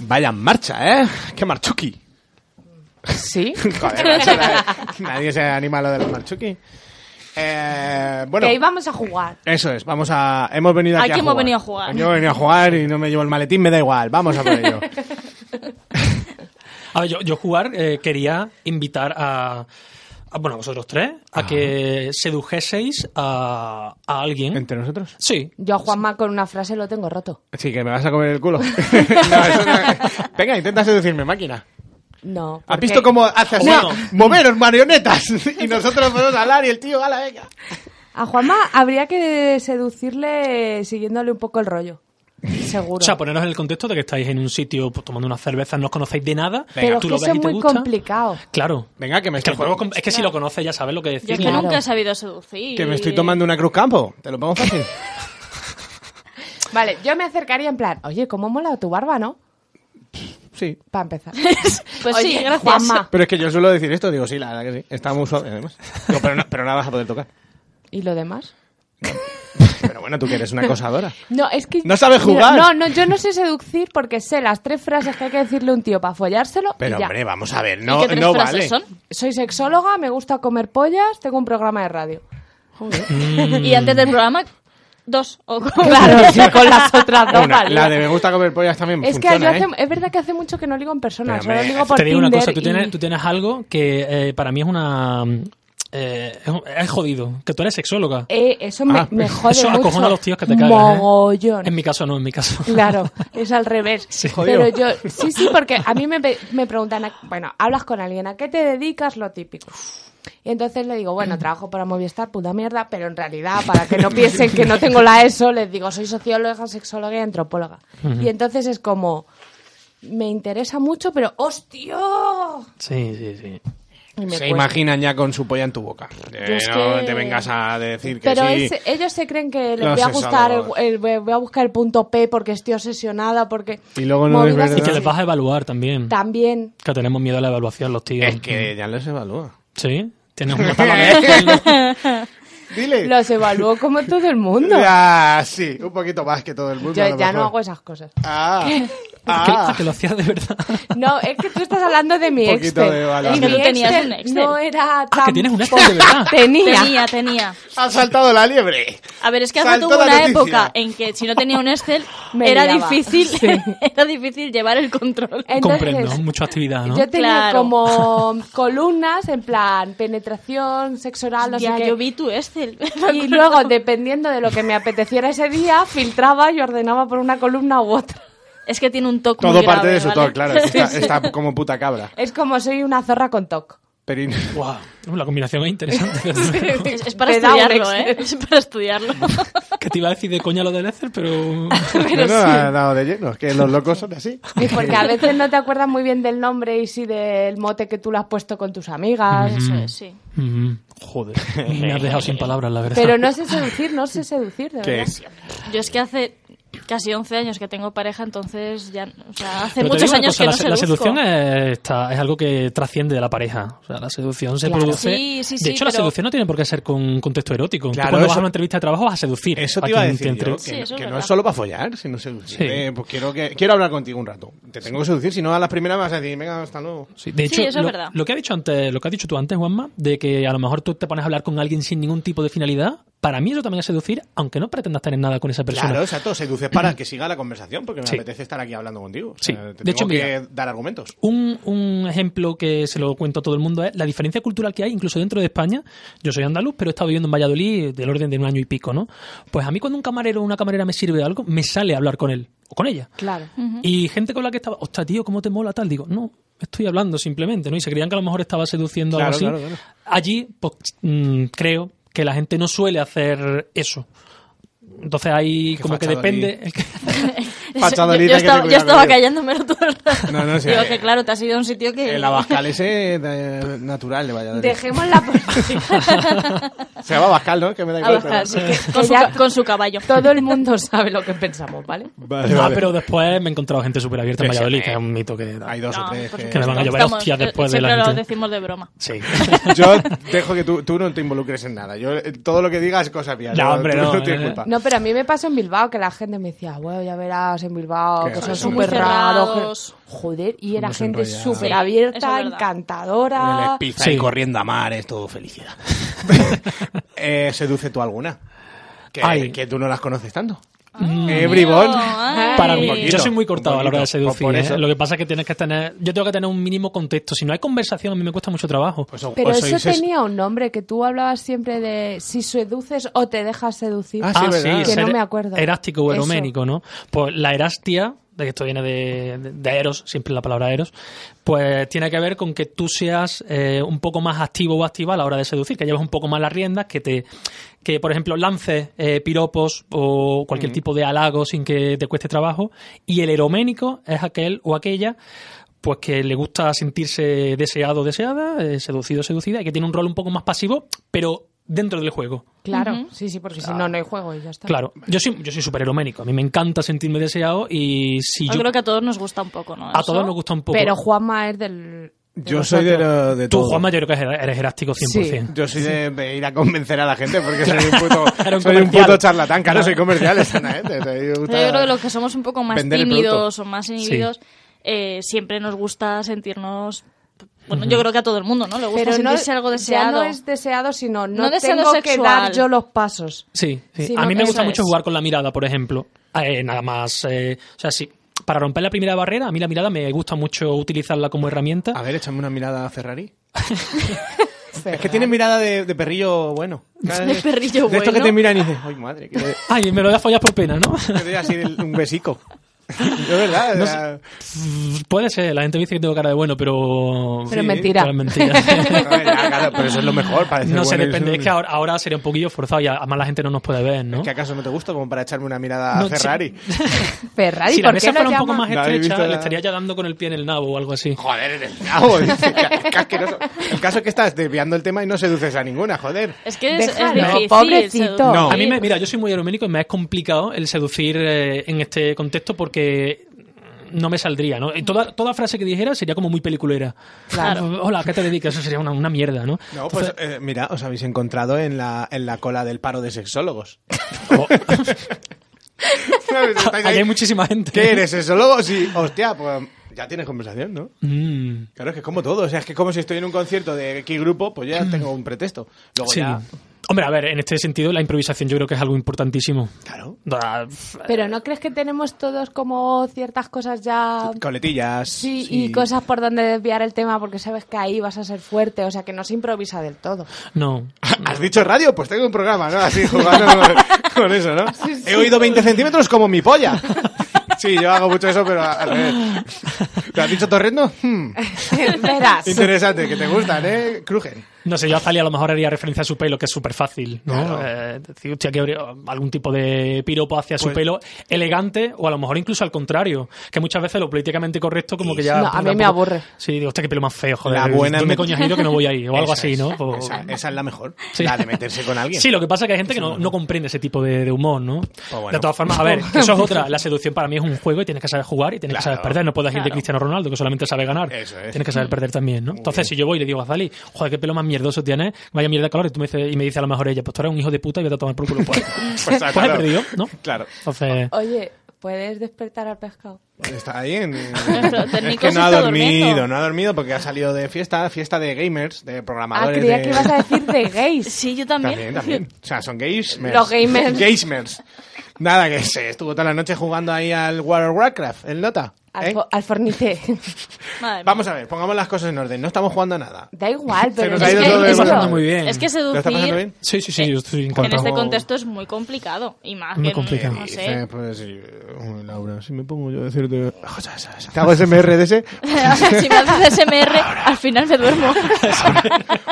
Speaker 6: Vaya en marcha, ¿eh? ¡Qué marchuki!
Speaker 7: Sí.
Speaker 6: Joder, macho, nadie, nadie se anima a lo de los marchuki. Eh, bueno,
Speaker 7: Que ahí vamos a jugar.
Speaker 6: eso es. Vamos a. Hemos venido aquí,
Speaker 8: Aquí
Speaker 6: a
Speaker 8: hemos
Speaker 6: jugar.
Speaker 8: venido a jugar.
Speaker 6: Aquí hemos venido a jugar y no me llevo el maletín, me da igual. Vamos a por ello.
Speaker 9: A ver, yo, yo jugar eh, quería invitar a, a, bueno, a vosotros tres, a que sedujeseis a, a alguien.
Speaker 6: ¿Entre nosotros?
Speaker 9: Sí.
Speaker 7: Yo a Juanma con una frase lo tengo roto.
Speaker 6: Sí, que me vas a comer el culo. No, eso no- Venga, intenta seducirme, máquina.
Speaker 7: No.
Speaker 6: ¿Has
Speaker 7: porque-
Speaker 6: visto cómo hace así?
Speaker 9: Bueno.
Speaker 6: ¡Moveros, marionetas! y nosotros podemos hablar y el tío, ¡hala, venga!
Speaker 7: A Juanma habría que seducirle siguiéndole un poco el rollo. Seguro.
Speaker 9: O sea, poneros en el contexto de que estáis en un sitio pues, tomando unas cervezas, no os conocéis de nada.
Speaker 7: Pero es que
Speaker 9: tú lo
Speaker 7: eso
Speaker 9: ves
Speaker 7: es
Speaker 9: y te
Speaker 7: muy
Speaker 9: gusta.
Speaker 7: complicado.
Speaker 9: Claro.
Speaker 6: Venga, que me
Speaker 9: Es que,
Speaker 6: estoy,
Speaker 9: el juego, com- es que si lo conoces ya sabes lo que decís.
Speaker 8: Yo es que
Speaker 7: Claro.
Speaker 8: nunca he sabido seducir.
Speaker 6: que me estoy tomando una cruz campo. Te lo pongo fácil.
Speaker 7: Vale, yo me acercaría en plan, oye, ¿cómo mola tu barba, no?
Speaker 6: Sí.
Speaker 7: Para empezar.
Speaker 8: Pues sí,
Speaker 7: Oye,
Speaker 8: gracias.
Speaker 7: Juanma.
Speaker 6: Pero es que yo suelo decir esto, digo, sí, la verdad que sí. Está muy suave, además. Digo, pero, no, pero no la vas a poder tocar.
Speaker 7: ¿Y lo demás?
Speaker 6: Pero bueno, tú que eres una acosadora.
Speaker 7: No, es que...
Speaker 6: No sabe
Speaker 7: Mira,
Speaker 6: jugar.
Speaker 7: no, no, yo no sé seducir porque sé las tres frases que hay que decirle a un tío para follárselo
Speaker 6: Pero
Speaker 7: y ya.
Speaker 6: hombre, vamos a ver,
Speaker 8: ¿Y
Speaker 6: no,
Speaker 8: qué tres
Speaker 6: no
Speaker 8: frases
Speaker 6: vale.
Speaker 8: son?
Speaker 7: Soy sexóloga, me gusta comer pollas, tengo un programa de radio.
Speaker 8: Y antes del programa, dos. O
Speaker 7: Claro, sí, con las otras dos.
Speaker 6: Una,
Speaker 7: vale.
Speaker 6: la de me gusta comer pollas también
Speaker 7: Es que
Speaker 6: funciona,
Speaker 7: yo
Speaker 6: ¿eh?
Speaker 7: hace- es verdad que hace mucho que no ligo en persona,
Speaker 6: Pero,
Speaker 7: solo
Speaker 6: hombre,
Speaker 7: ligo por
Speaker 9: Te digo una
Speaker 7: Tinder
Speaker 9: cosa, tú,
Speaker 7: y-
Speaker 9: tienes, tú tienes algo que eh, para mí es una... eh, es, un- es jodido, que tú eres sexóloga.
Speaker 7: Eh, eso me,
Speaker 6: Ah,
Speaker 7: me jode
Speaker 9: Eso
Speaker 7: mucho.
Speaker 9: acojona a los tíos que te cagas. ¿eh?
Speaker 7: Mogollón.
Speaker 9: En mi caso no, en mi caso.
Speaker 7: Claro, es al revés.
Speaker 6: Jodido.
Speaker 7: Pero yo, sí, sí, porque a mí me, pe- me preguntan, a- bueno, hablas con alguien, ¿a qué te dedicas? Lo típico. Y entonces le digo, bueno, trabajo para Movistar, puta mierda, pero en realidad, para que no piensen que no tengo la ESO, les digo, soy socióloga, sexóloga y antropóloga. Y entonces es como, me interesa mucho, pero ¡hostia!
Speaker 9: Sí, sí, sí.
Speaker 7: Y me
Speaker 6: Se
Speaker 7: cuesta.
Speaker 6: imaginan ya con su polla en tu boca. Eh,
Speaker 8: es
Speaker 6: no
Speaker 8: que-
Speaker 6: te vengas a decir que
Speaker 7: Pero
Speaker 6: sí.
Speaker 7: es- ellos se creen que les
Speaker 6: Los
Speaker 7: voy a gustar, el,
Speaker 6: sexólogos.
Speaker 7: el- voy a buscar el punto P porque estoy obsesionada, porque...
Speaker 6: Y luego no es
Speaker 7: movidas
Speaker 6: verdad.
Speaker 9: Y que
Speaker 7: así.
Speaker 9: les vas a evaluar también.
Speaker 7: También.
Speaker 9: Que tenemos miedo a la evaluación los tíos.
Speaker 6: Es que ya les evalúa.
Speaker 9: Sí, tienes una tabla de...
Speaker 6: ¿eh? Dile.
Speaker 7: Los evalúo como todo el mundo.
Speaker 6: Ya, sí, un poquito más que todo el mundo. a
Speaker 7: Yo
Speaker 6: lo
Speaker 7: ya no
Speaker 6: mejor.
Speaker 7: hago esas cosas.
Speaker 6: Ah,
Speaker 9: Ah,
Speaker 6: ah.
Speaker 9: que lo hacías de verdad.
Speaker 7: No, es que tú estás hablando de mi
Speaker 6: Un poquito
Speaker 7: Excel.
Speaker 6: de evaluación.
Speaker 7: Y
Speaker 8: Es
Speaker 7: mi
Speaker 8: que tú tenías
Speaker 7: Excel
Speaker 8: un Excel.
Speaker 7: no era tan...
Speaker 9: Ah, que tienes un Excel de verdad.
Speaker 7: Tenía.
Speaker 8: Tenía, tenía.
Speaker 6: ha saltado la liebre.
Speaker 8: A ver, es que hace
Speaker 6: Saltó
Speaker 8: tuvo
Speaker 6: la
Speaker 8: una
Speaker 6: noticia.
Speaker 8: época en que si no tenía un Excel
Speaker 7: Me
Speaker 8: era
Speaker 7: liaba.
Speaker 8: difícil
Speaker 7: Sí.
Speaker 8: era difícil llevar el control.
Speaker 7: Entonces,
Speaker 9: Comprendo, mucha actividad, ¿no?
Speaker 7: Yo tenía
Speaker 8: Claro.
Speaker 7: como columnas en plan penetración, sexo oral, no
Speaker 8: ya,
Speaker 7: sé qué.
Speaker 8: yo vi tu Excel.
Speaker 7: Y luego, dependiendo de lo que me apeteciera ese día, filtraba y ordenaba por una columna u otra.
Speaker 8: Es que tiene un toque
Speaker 6: Todo
Speaker 8: muy
Speaker 6: parte
Speaker 8: grave,
Speaker 6: de su
Speaker 8: ¿vale?
Speaker 6: toque, claro. es que Está, está como puta cabra.
Speaker 7: Es como soy una zorra con TOC.
Speaker 6: Pero
Speaker 9: Guau, la combinación es interesante.
Speaker 8: Es, es para
Speaker 7: Te da un
Speaker 8: estudiarlo, ¿eh?
Speaker 7: Excel.
Speaker 8: Es para estudiarlo.
Speaker 9: que te iba a decir de coña lo del Excel, pero...
Speaker 6: no, no, ha dado de lleno. Es que los locos son así.
Speaker 7: Y porque a veces no te acuerdas muy bien del nombre y sí del mote que tú le has puesto con tus amigas.
Speaker 8: Eso es, sí.
Speaker 9: Mm, joder, me has dejado sin palabras, la verdad.
Speaker 7: Pero no sé seducir, no sé seducir, de
Speaker 6: Que
Speaker 7: verdad.
Speaker 6: es-
Speaker 8: Yo es que hace casi 11 años que tengo pareja, entonces ya, o sea, hace
Speaker 9: Pero te
Speaker 8: muchos
Speaker 9: digo una
Speaker 8: años
Speaker 9: cosa,
Speaker 8: que
Speaker 9: la,
Speaker 8: no
Speaker 9: se- la
Speaker 8: seduzco.
Speaker 9: seducción es, está- es algo que trasciende de la pareja. O sea, la seducción se
Speaker 7: Claro.
Speaker 9: produce.
Speaker 8: Sí, sí,
Speaker 9: de
Speaker 8: sí,
Speaker 9: hecho, la
Speaker 8: pero-
Speaker 9: seducción no tiene por qué ser con un contexto erótico. Tú
Speaker 6: Claro,
Speaker 9: cuando vas
Speaker 6: eso-
Speaker 9: a una entrevista de trabajo vas a seducir.
Speaker 6: Eso
Speaker 9: a
Speaker 6: te iba a
Speaker 9: quien
Speaker 6: decir yo, que,
Speaker 9: interese.
Speaker 8: Sí, eso es
Speaker 6: que no
Speaker 8: verdad.
Speaker 6: es solo para follar, sino seducir.
Speaker 9: Sí.
Speaker 6: Eh, pues quiero, que, quiero hablar contigo un rato. Te tengo que seducir, si no a las primeras me vas a decir, venga, hasta luego.
Speaker 9: Sí, de
Speaker 8: Sí,
Speaker 9: hecho,
Speaker 8: eso es
Speaker 9: lo,
Speaker 8: verdad.
Speaker 9: lo que ha dicho antes, lo que has dicho tú antes, Juanma, de que a lo mejor tú te pones a hablar con alguien sin ningún tipo de finalidad, para mí eso también es seducir, aunque no pretendas tener nada con esa persona.
Speaker 6: Claro, exacto, seduces para que siga la conversación, porque me
Speaker 9: Sí.
Speaker 6: apetece estar aquí hablando contigo. O sea,
Speaker 9: Sí.
Speaker 6: te
Speaker 9: De
Speaker 6: tengo
Speaker 9: hecho,
Speaker 6: que
Speaker 9: mira.
Speaker 6: dar argumentos.
Speaker 9: Un, un ejemplo que se lo cuento a todo el mundo es la diferencia cultural que hay, incluso dentro de España. Yo soy andaluz, pero he estado viviendo en Valladolid del orden de un año y pico, ¿no? Pues a mí cuando un camarero o una camarera me sirve algo, me sale a hablar con él o con ella.
Speaker 7: Claro.
Speaker 9: Y gente con la que estaba, ostras, tío, ¿cómo te mola tal? Digo, no, estoy hablando simplemente, ¿no? Y se creían que a lo mejor estaba seduciendo
Speaker 6: Claro,
Speaker 9: algo así.
Speaker 6: claro, claro.
Speaker 9: Allí, pues, mm, creo que la gente no suele hacer eso. Entonces ahí
Speaker 6: Qué
Speaker 9: como que
Speaker 6: fachado
Speaker 9: depende...
Speaker 6: Pachadolita, que
Speaker 8: yo, yo
Speaker 6: te
Speaker 8: estaba,
Speaker 6: cuidado
Speaker 8: yo
Speaker 6: con
Speaker 8: estaba
Speaker 6: ello.
Speaker 8: callándomelo todo el rato.
Speaker 6: No, no, sí,
Speaker 8: Digo
Speaker 6: eh,
Speaker 8: que claro, te has ido a un sitio que...
Speaker 6: El abascal ese eh, natural de Valladolid.
Speaker 7: Dejémosla por...
Speaker 6: Se llama abascal, ¿no? Que me da igual. pero-
Speaker 8: Abascal, sí, que- con, su,
Speaker 7: Ya-
Speaker 8: ca- con su caballo.
Speaker 7: Todo el mundo sabe lo que pensamos, ¿vale?
Speaker 6: Vale,
Speaker 9: no,
Speaker 6: vale.
Speaker 9: Ah, pero después me he encontrado gente súper abierta en
Speaker 6: Sí, sí,
Speaker 9: Valladolid,
Speaker 6: eh.
Speaker 9: que es un mito que...
Speaker 6: Hay dos
Speaker 8: No, pues
Speaker 6: o tres
Speaker 8: por
Speaker 6: que-
Speaker 9: Que me van a llover
Speaker 8: Estamos- eh,
Speaker 9: hostias después de
Speaker 8: siempre
Speaker 9: la
Speaker 8: lo
Speaker 9: gente.
Speaker 8: decimos de broma.
Speaker 9: Sí.
Speaker 6: Yo dejo que tú, tú no te involucres en nada. Yo, eh, todo lo que digas es cosa mía.
Speaker 9: No, hombre,
Speaker 6: tú
Speaker 9: no,
Speaker 6: tienes
Speaker 9: eh.
Speaker 6: culpa.
Speaker 7: No, pero a mí me pasó en Bilbao que la gente me decía, bueno, ya verás, chicos en Bilbao,
Speaker 6: Que
Speaker 7: que son
Speaker 6: son muy
Speaker 7: súper raros.
Speaker 8: cerrados.
Speaker 7: que- Joder, y era
Speaker 6: Unos
Speaker 7: gente
Speaker 6: enrollados.
Speaker 7: súper
Speaker 8: Sí, eso
Speaker 7: abierta,
Speaker 8: es verdad.
Speaker 6: En el
Speaker 7: encantadora.
Speaker 6: Spice
Speaker 9: Sí.
Speaker 6: ahí corriendo a mares, todo felicidad. eh, ¿Seduce tú alguna? Que,
Speaker 9: Ay.
Speaker 6: que tú no las conoces tanto. eh, bribón.
Speaker 8: ay.
Speaker 9: Para
Speaker 6: Un
Speaker 9: mí,
Speaker 6: poquito,
Speaker 9: yo soy muy cortado
Speaker 6: un
Speaker 9: a la hora de
Speaker 6: poquito, por-
Speaker 9: seducir.
Speaker 6: por
Speaker 9: ¿eh?
Speaker 6: eso.
Speaker 9: Lo que pasa es que tienes que tener. Yo tengo que tener un mínimo contexto. Si no hay conversación, a mí me cuesta mucho trabajo.
Speaker 6: Pues o-
Speaker 7: Pero
Speaker 6: o
Speaker 7: eso
Speaker 6: sois es-
Speaker 7: tenía un nombre, que tú hablabas siempre de si seduces o te dejas seducir.
Speaker 6: Ah, sí, ¿verdad?
Speaker 7: Que no
Speaker 9: ser
Speaker 7: me acuerdo.
Speaker 9: Erástico o
Speaker 7: Eso.
Speaker 9: eroménico, ¿no? Pues la erastia, de que esto viene de, de- de eros, siempre la palabra eros, pues tiene que ver con que tú seas eh, un poco más activo o activa a la hora de seducir, que lleves un poco más las riendas, que te que por ejemplo lances eh, piropos o cualquier
Speaker 6: Mm.
Speaker 9: tipo de halago sin que te cueste trabajo y el eroménico es aquel o aquella pues que le gusta sentirse deseado o deseada, eh, seducido o seducida y que tiene un rol un poco más pasivo, pero dentro del juego.
Speaker 7: Claro, sí, sí, porque si no, no hay juego y ya está.
Speaker 9: Claro, yo soy, yo soy súper eroménico. A mí me encanta sentirme deseado y si
Speaker 8: Yo
Speaker 9: yo.
Speaker 8: Ah, creo que a todos nos gusta un poco, ¿no?
Speaker 9: a
Speaker 8: Eso.
Speaker 9: todos nos gusta un poco.
Speaker 7: Pero Juanma es del... de
Speaker 6: Yo soy de,
Speaker 7: vosotros.
Speaker 6: lo- de
Speaker 9: Tú,
Speaker 6: todo.
Speaker 9: Juanma, yo creo que eres eres erástico 100%.
Speaker 6: Yo soy de, de ir a convencer a la gente porque soy un puto,
Speaker 9: Era un
Speaker 6: soy un
Speaker 9: comercial.
Speaker 6: puto charlatán. Claro, soy comercial, esta gente. O sea, me
Speaker 8: Pero
Speaker 6: gusta-
Speaker 8: Yo creo que los que somos un poco más
Speaker 6: Vender el
Speaker 8: tímidos
Speaker 6: producto.
Speaker 8: o más inhibidos, eh, siempre nos gusta sentirnos... Bueno, yo creo que a todo el mundo, ¿no? Le gusta
Speaker 7: Pero no,
Speaker 8: sentirse algo deseado.
Speaker 7: ya no es deseado, sino no,
Speaker 8: No deseado
Speaker 7: tengo que
Speaker 8: sexual.
Speaker 7: dar yo los pasos.
Speaker 9: Sí, sí.
Speaker 7: Sí,
Speaker 9: a
Speaker 7: no,
Speaker 9: mí me
Speaker 8: eso
Speaker 9: gusta
Speaker 8: es.
Speaker 9: mucho jugar con la mirada, por ejemplo. Eh, nada más. eh, o sea, sí. Para romper la primera barrera, a mí la mirada me gusta mucho utilizarla como herramienta.
Speaker 6: A ver, échame una mirada a Ferrari. Es que tiene mirada de, de perrillo bueno.
Speaker 8: De perrillo
Speaker 6: De esto que
Speaker 8: bueno.
Speaker 6: te miran y dices, ¡ay madre! Que te,
Speaker 9: Ay, me lo voy a follar por pena, ¿no?
Speaker 6: que te doy así el- un besico. De verdad.
Speaker 9: No
Speaker 6: o sea,
Speaker 9: Puede ser, la gente dice que tengo cara de bueno, pero.
Speaker 7: Pero
Speaker 6: Sí,
Speaker 7: mentira.
Speaker 9: Pero es mentira.
Speaker 6: no, ya, claro, pero eso es lo mejor. Parece
Speaker 9: no sé,
Speaker 6: bueno y
Speaker 9: depende.
Speaker 6: eso-
Speaker 9: Es que ahora, ahora sería un poquillo forzado y además la gente no nos puede ver, ¿no?
Speaker 6: ¿Que acaso no te gusta como para echarme una mirada
Speaker 9: No,
Speaker 6: a
Speaker 9: sí.
Speaker 6: Ferrari?
Speaker 7: Ferrari,
Speaker 9: si la
Speaker 7: ¿por qué lo
Speaker 9: mesa fuera un poco
Speaker 7: llama?
Speaker 9: más
Speaker 6: ¿No habéis
Speaker 9: estrecha,
Speaker 6: visto
Speaker 9: le
Speaker 6: la-
Speaker 9: estaría ya dando con el pie en el nabo o algo así.
Speaker 6: Joder, eres nabo. Dice, qué- qué asqueroso. El caso es que estás desviando el tema y no seduces a ninguna, joder.
Speaker 8: Es que es, es
Speaker 7: Déjalo,
Speaker 8: difícil.
Speaker 7: pobrecito.
Speaker 8: seducir.
Speaker 6: No.
Speaker 9: A mí, me, mira, yo soy muy aeroménico y me es complicado el seducir eh, en este contexto porque no me saldría, ¿no? Y toda, toda frase que dijera sería como muy peliculera.
Speaker 7: Claro.
Speaker 9: Hola, ¿a ¿qué te dedicas? Eso sería una, una mierda, ¿no?
Speaker 6: No, pues eh, mira, os habéis encontrado en la, en la cola del paro de sexólogos.
Speaker 9: O-
Speaker 6: ¿Sabes? Estáis
Speaker 9: Oh. Ahí
Speaker 6: ahí,
Speaker 9: hay muchísima gente.
Speaker 6: ¿Qué eres, sexólogo? Sí, hostia, pues ya tienes conversación, ¿no?
Speaker 9: Mm.
Speaker 6: Claro, es que es como todo. O sea, es que como si estoy en un concierto de X grupo, pues ya tengo un pretexto. Luego
Speaker 9: Mm. Sí.
Speaker 6: ya...
Speaker 9: Hombre, a ver, en este sentido la improvisación yo creo que es algo importantísimo.
Speaker 6: Claro.
Speaker 9: Da-
Speaker 7: Pero ¿no crees que tenemos todos como ciertas cosas ya...
Speaker 6: Ah. Coletillas.
Speaker 7: Sí, y cosas por donde desviar el tema porque sabes que ahí vas a ser fuerte, o sea que no se improvisa del todo.
Speaker 9: No.
Speaker 6: ¿Has dicho radio? Pues tengo un programa, ¿no? Así jugando con, con eso, ¿no? He oído 20 centímetros como mi polla. Sí, yo hago mucho eso, pero al revés. ¿Te has dicho torrendo? Hmm.
Speaker 7: Verás.
Speaker 6: Interesante, que te gustan, ¿eh? Crujen.
Speaker 9: No sé, yo a Zali a lo mejor haría referencia a su pelo, que es súper fácil, ¿no? Eh, decir, hostia, que habría algún tipo de piropo hacia su
Speaker 6: Pues-
Speaker 9: pelo elegante o a lo mejor incluso al contrario, que muchas veces lo políticamente correcto como que ya...
Speaker 7: No, a mí
Speaker 9: tampoco-
Speaker 7: me aburre.
Speaker 9: Sí, digo, hostia, qué pelo más feo, joder.
Speaker 6: La buena
Speaker 9: ¿Dónde
Speaker 6: me-
Speaker 9: coño has ido que no voy ahí? O algo
Speaker 6: Esa
Speaker 9: así,
Speaker 6: es,
Speaker 9: ¿no? O-
Speaker 6: Esa, esa es la mejor.
Speaker 9: Sí.
Speaker 6: La de meterse con alguien.
Speaker 9: Sí, lo que pasa es que hay gente que no, no comprende ese tipo de, de humor, ¿no?
Speaker 6: Pues bueno.
Speaker 9: De todas formas, a ver, que eso es otra. La seducción para mí es un juego y tienes que saber jugar y tienes que
Speaker 6: Claro.
Speaker 9: saber perder. No puedes ir de Cristiano Ronaldo, que solamente sabe ganar.
Speaker 6: Eso es.
Speaker 9: Tienes que saber perder también, ¿no? Entonces, si yo voy y le digo a Zali, joder, qué pelo más mierdoso tienes, vaya mierda de color, y, tú me dices, y me dice a lo mejor ella, pues tú eres un hijo de puta y vete a tomar por culo. Pues,
Speaker 6: Pues,
Speaker 9: pues
Speaker 6: claro.
Speaker 9: he perdido, ¿no?
Speaker 6: Claro.
Speaker 9: Entonces,
Speaker 7: Oye, ¿puedes despertar al pescado?
Speaker 6: Está ahí en...
Speaker 8: Nuestro
Speaker 6: Es
Speaker 8: técnico
Speaker 6: que
Speaker 8: se
Speaker 6: no ha
Speaker 8: está
Speaker 6: dormido,
Speaker 8: durmiendo.
Speaker 6: no ha dormido porque ha salido de fiesta, fiesta de gamers, de
Speaker 7: Ah,
Speaker 6: programadores
Speaker 7: creía
Speaker 6: de... ¿Eh?
Speaker 7: que ibas a decir de gays.
Speaker 8: Sí, yo también.
Speaker 6: También, también. O sea, son gamers.
Speaker 7: Los gamers.
Speaker 6: Gamers. Nada, que se estuvo toda la noche jugando ahí al World of Warcraft, el Nota.
Speaker 7: Al,
Speaker 6: ¿eh?
Speaker 7: fo- al fornite.
Speaker 8: Madre mía.
Speaker 6: Vamos a ver, pongamos las cosas en orden. No estamos jugando a nada.
Speaker 7: Da igual, pero
Speaker 6: nos
Speaker 7: es
Speaker 6: ha ido
Speaker 7: que-
Speaker 6: todo de
Speaker 7: es
Speaker 6: pasando
Speaker 7: lo-
Speaker 6: muy
Speaker 9: bien.
Speaker 8: Es que
Speaker 6: ¿Lo está pasando
Speaker 8: seducir
Speaker 6: bien? Oh.
Speaker 8: en
Speaker 9: sí, sí, sí, yo estoy en
Speaker 6: Estamos-
Speaker 9: contra.
Speaker 8: este contexto es muy complicado. Y más
Speaker 9: Muy
Speaker 8: que,
Speaker 9: complicado.
Speaker 8: no sé,
Speaker 6: Dice, pues, sí, uy, Laura, si me pongo yo a decirte cosas, esas, te hago SMR de ese
Speaker 8: si me haces SMR, al final me duermo.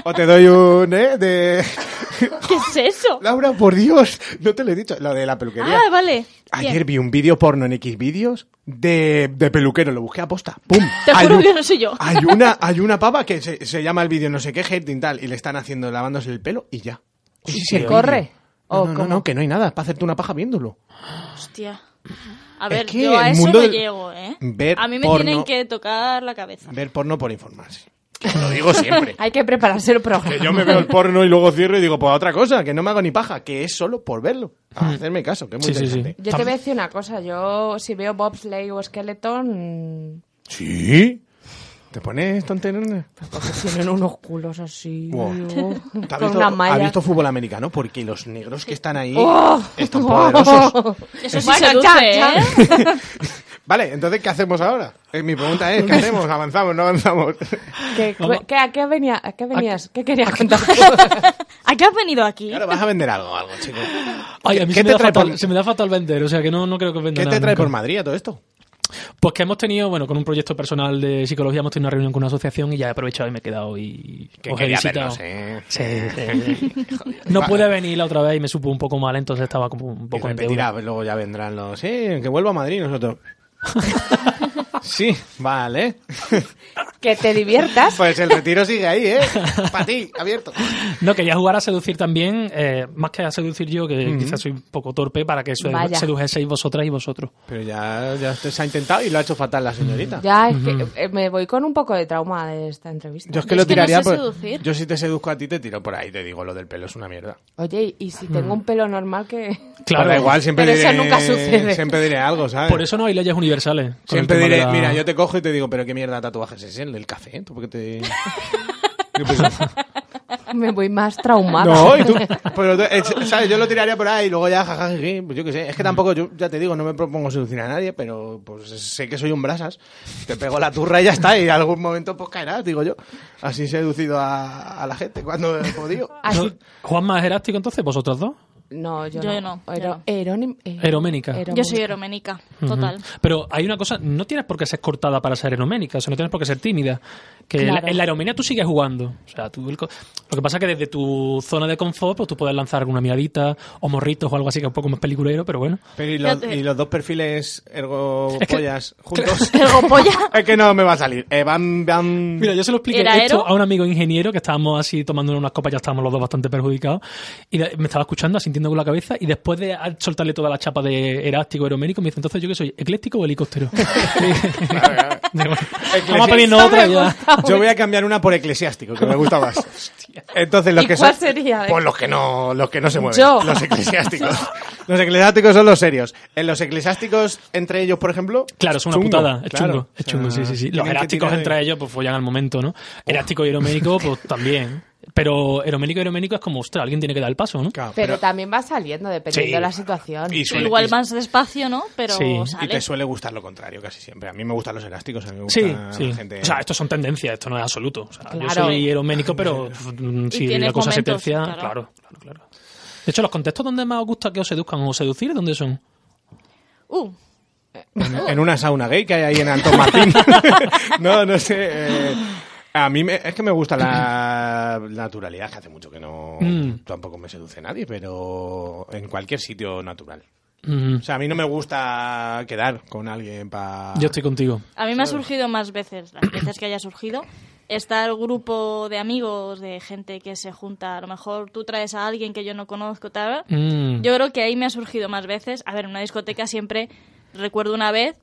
Speaker 6: o te doy un eh de
Speaker 8: ¿Qué es eso?
Speaker 6: Laura, por Dios, no te lo he dicho, lo de la peluquería.
Speaker 8: Ah, vale. Bien.
Speaker 6: Ayer vi un vídeo porno en X vídeos de, de peluquero, lo busqué a posta. ¡Pum!
Speaker 8: Te juro
Speaker 6: un-
Speaker 8: que no soy yo.
Speaker 6: Hay una, hay una pava que se, se llama el vídeo no sé qué, Hating tal, y le están haciendo lavándose el pelo y ya. Ese es el
Speaker 7: corre?
Speaker 6: vídeo. No,
Speaker 7: ¿O
Speaker 6: no, no,
Speaker 7: cómo?
Speaker 6: no, que no hay nada, es para hacerte una paja viéndolo.
Speaker 8: Hostia. A ver,
Speaker 6: que
Speaker 8: yo a
Speaker 6: el
Speaker 8: eso
Speaker 6: mundo
Speaker 8: no
Speaker 6: del-
Speaker 8: llego, ¿eh?
Speaker 6: ver
Speaker 8: a mí me
Speaker 6: porno-
Speaker 8: tienen que tocar la cabeza.
Speaker 6: Ver porno por informarse. Lo digo siempre.
Speaker 7: Hay que prepararse el programa.
Speaker 6: Que yo me veo el porno y luego cierro y digo, pues a otra cosa, que no me hago ni paja, que es solo por verlo. A hacerme caso, que es muy
Speaker 9: Sí, sí, sí.
Speaker 6: interesante.
Speaker 7: Yo te voy a decir una cosa. Yo, si veo bobsleigh o mm, skeleton,
Speaker 6: ¿Sí? ¿Te pones tonterona?
Speaker 7: porque tienen unos culos así.
Speaker 6: Wow.
Speaker 7: digo,
Speaker 6: ¿Te has
Speaker 7: con
Speaker 6: visto,
Speaker 7: una
Speaker 6: has
Speaker 7: malla.
Speaker 6: visto fútbol americano? Porque los negros que están ahí
Speaker 7: ¡Oh!
Speaker 6: están poderosos.
Speaker 8: Eso sí
Speaker 7: Bueno,
Speaker 8: seduce,
Speaker 7: chan,
Speaker 8: ¿eh?
Speaker 7: chan.
Speaker 6: Vale, entonces, ¿qué hacemos ahora? Eh, mi pregunta es, ¿qué hacemos? ¿Avanzamos? ¿No avanzamos?
Speaker 7: ¿Qué,
Speaker 9: Vamos.
Speaker 7: qué- a qué venía- a qué venías? ¿Qué querías contar?
Speaker 6: ¿eh?
Speaker 8: ¿A qué has venido aquí?
Speaker 6: Claro, vas a vender algo, algo, chico.
Speaker 9: Ay, a mí
Speaker 6: ¿Qué te
Speaker 9: se, me da
Speaker 6: trae
Speaker 9: fatal,
Speaker 6: por-
Speaker 9: se me da fatal vender, o sea que no, no creo que venda
Speaker 6: ¿Qué
Speaker 9: nada
Speaker 6: te trae
Speaker 9: nunca.
Speaker 6: por Madrid a todo esto?
Speaker 9: Pues que hemos tenido, bueno, con un proyecto personal de psicología hemos tenido una reunión con una asociación y ya he aprovechado y me he quedado y
Speaker 6: Que
Speaker 9: os he
Speaker 6: Pues quería
Speaker 9: visitado.
Speaker 6: verlos, ¿eh?
Speaker 9: Sí, sí. no
Speaker 6: Va-
Speaker 9: pude venir la otra vez y me supo un poco mal, entonces estaba como un
Speaker 6: Y
Speaker 9: poco en
Speaker 6: repetirá,
Speaker 9: deuda.
Speaker 6: luego ya vendrán los... Sí, que vuelva a Madrid nosotros. sí, vale.
Speaker 7: que te diviertas.
Speaker 6: Pues el retiro sigue ahí, ¿eh? Para ti, abierto.
Speaker 9: No, quería jugar a seducir también, eh, más que a seducir yo, que quizás soy un poco torpe, para que se-
Speaker 7: Vaya.
Speaker 9: sedujeseis vosotras y vosotros.
Speaker 6: Pero ya, ya esto se ha intentado y lo ha hecho fatal la señorita.
Speaker 7: Ya, es que eh, me voy con un poco de trauma de esta entrevista.
Speaker 6: Yo es que
Speaker 8: Es
Speaker 6: lo
Speaker 8: que no
Speaker 6: tiraría
Speaker 8: sé
Speaker 6: por-
Speaker 8: seducir.
Speaker 6: Yo si te seduzco a ti, te tiro por ahí. Te digo, lo del pelo es una mierda.
Speaker 7: Oye, y si tengo un pelo normal que...
Speaker 9: Claro,
Speaker 6: Pues da igual, siempre
Speaker 7: Pero
Speaker 6: diré...
Speaker 7: eso nunca sucede.
Speaker 6: Siempre diré algo, ¿sabes?
Speaker 9: Por eso no hay leyes universales. con
Speaker 6: Siempre
Speaker 9: el tema de
Speaker 6: diré,
Speaker 9: la-
Speaker 6: mira, yo te cojo y te digo, pero qué mierda de tatuaje es ese, el del café, ¿tú por qué te...? Yo pienso,
Speaker 7: Me voy más traumada.
Speaker 6: no, y tú, pero tú- eh, ¿sabes? Yo lo tiraría por ahí y luego ya, jajaja, sí, pues yo qué sé.
Speaker 9: Mm.
Speaker 6: Es que tampoco, yo ya te digo, no me propongo seducir a nadie, pero pues sé que soy un brasas. Te pego la turra y ya está, y en algún momento pues caerás, digo yo. Así he seducido a, a la gente cuando he podido.
Speaker 7: Así-
Speaker 9: Juanma es erástico entonces, vosotros dos.
Speaker 7: Ah, no, yo,
Speaker 8: Yo
Speaker 7: no.
Speaker 8: no,
Speaker 7: Ero-
Speaker 8: yo no.
Speaker 7: erónim- eh,
Speaker 9: Eroménica.
Speaker 8: Yo soy eroménica, total.
Speaker 9: Pero hay una cosa, no tienes por qué ser cortada para ser aeroménica, o sea, no tienes por qué ser tímida. Que en la-
Speaker 7: Claro.
Speaker 9: en la aeromenia tú sigues jugando. O sea, tú, el co- lo que pasa es que desde tu zona de confort, pues tú puedes lanzar alguna miradita o morritos o algo así que es un poco más peliculero, pero bueno.
Speaker 6: Pero ¿y
Speaker 8: Ya
Speaker 6: los,
Speaker 8: te-
Speaker 6: y los dos perfiles ergo
Speaker 9: Es que-
Speaker 6: pollas juntos?
Speaker 8: Ergopolla.
Speaker 6: es que no me va a salir. Eh, van, van...
Speaker 9: Mira, yo se lo expliqué
Speaker 8: ¿Era
Speaker 9: esto
Speaker 8: aero?
Speaker 9: a un amigo ingeniero que estábamos así tomando unas copas, ya estábamos los dos bastante perjudicados, y de- me estaba escuchando, asintiendo con la cabeza, y después de a- soltarle toda la chapa de erástico, aeroménico, me dice, entonces yo que soy ecléctico o helicóptero. Digo, Vamos a pedirnos
Speaker 7: Eso
Speaker 9: otra
Speaker 7: me
Speaker 9: ya.
Speaker 7: gusta mucho.
Speaker 6: Yo voy a cambiar una por eclesiástico, que me gusta más. Entonces, los
Speaker 7: ¿Y
Speaker 6: que
Speaker 7: cuál
Speaker 6: son-
Speaker 7: sería? eh?
Speaker 6: Pues los que no, los que no se mueven.
Speaker 7: Yo.
Speaker 6: Los eclesiásticos. los eclesiásticos son los serios. En los eclesiásticos, entre ellos, por ejemplo.
Speaker 9: Claro, es una
Speaker 6: chungo,
Speaker 9: putada. Es
Speaker 6: claro.
Speaker 9: chungo, es chungo,
Speaker 6: O sea,
Speaker 9: sí, sí, sí. Los
Speaker 6: tienen que
Speaker 9: erásticos
Speaker 6: tirar de-
Speaker 9: entre ellos, pues follan al momento, ¿no? Erástico y aeroménico, pues también. Pero aeroménico y aeroménico es como, ostras, alguien tiene que dar el paso, ¿no?
Speaker 6: Claro,
Speaker 7: Pero también va saliendo dependiendo
Speaker 9: Sí.
Speaker 7: de la situación.
Speaker 6: y suele-
Speaker 8: Igual
Speaker 6: y-
Speaker 8: más despacio, ¿no? Pero
Speaker 9: Sí. Y
Speaker 6: Y
Speaker 8: sale.
Speaker 6: te suele gustar lo contrario casi siempre. A mí me gustan los elásticos, a mí me gusta
Speaker 9: Sí,
Speaker 6: la
Speaker 9: sí.
Speaker 6: gente.
Speaker 9: O sea, estos son tendencias, esto no es absoluto. O sea, Yo
Speaker 7: Claro.
Speaker 9: soy aeroménico, pero pf, mm, si
Speaker 8: tienes
Speaker 9: la cosa se
Speaker 8: momentos,
Speaker 9: tercia,
Speaker 8: claro.
Speaker 9: claro, claro, claro. De hecho, los contextos donde más os gusta que os seduzcan o seducir, ¿dónde son?
Speaker 8: Uh,
Speaker 6: en,
Speaker 9: Oh.
Speaker 6: en una sauna gay que hay ahí en Antón Martín. no, no sé. eh, a mí me- es que me gusta la naturalidad, que hace mucho que no
Speaker 9: Mm.
Speaker 6: tampoco me seduce nadie, pero en cualquier sitio natural.
Speaker 9: Mm,
Speaker 6: O sea, a mí no me gusta quedar con alguien para...
Speaker 9: Yo estoy contigo.
Speaker 8: a mí me ha surgido más veces, las veces que haya surgido. Está el grupo de amigos, de gente que se junta. A lo mejor tú traes a alguien que yo no conozco, tal.
Speaker 9: Mm.
Speaker 8: Yo creo que ahí me ha surgido más veces. A ver, en una discoteca siempre recuerdo una vez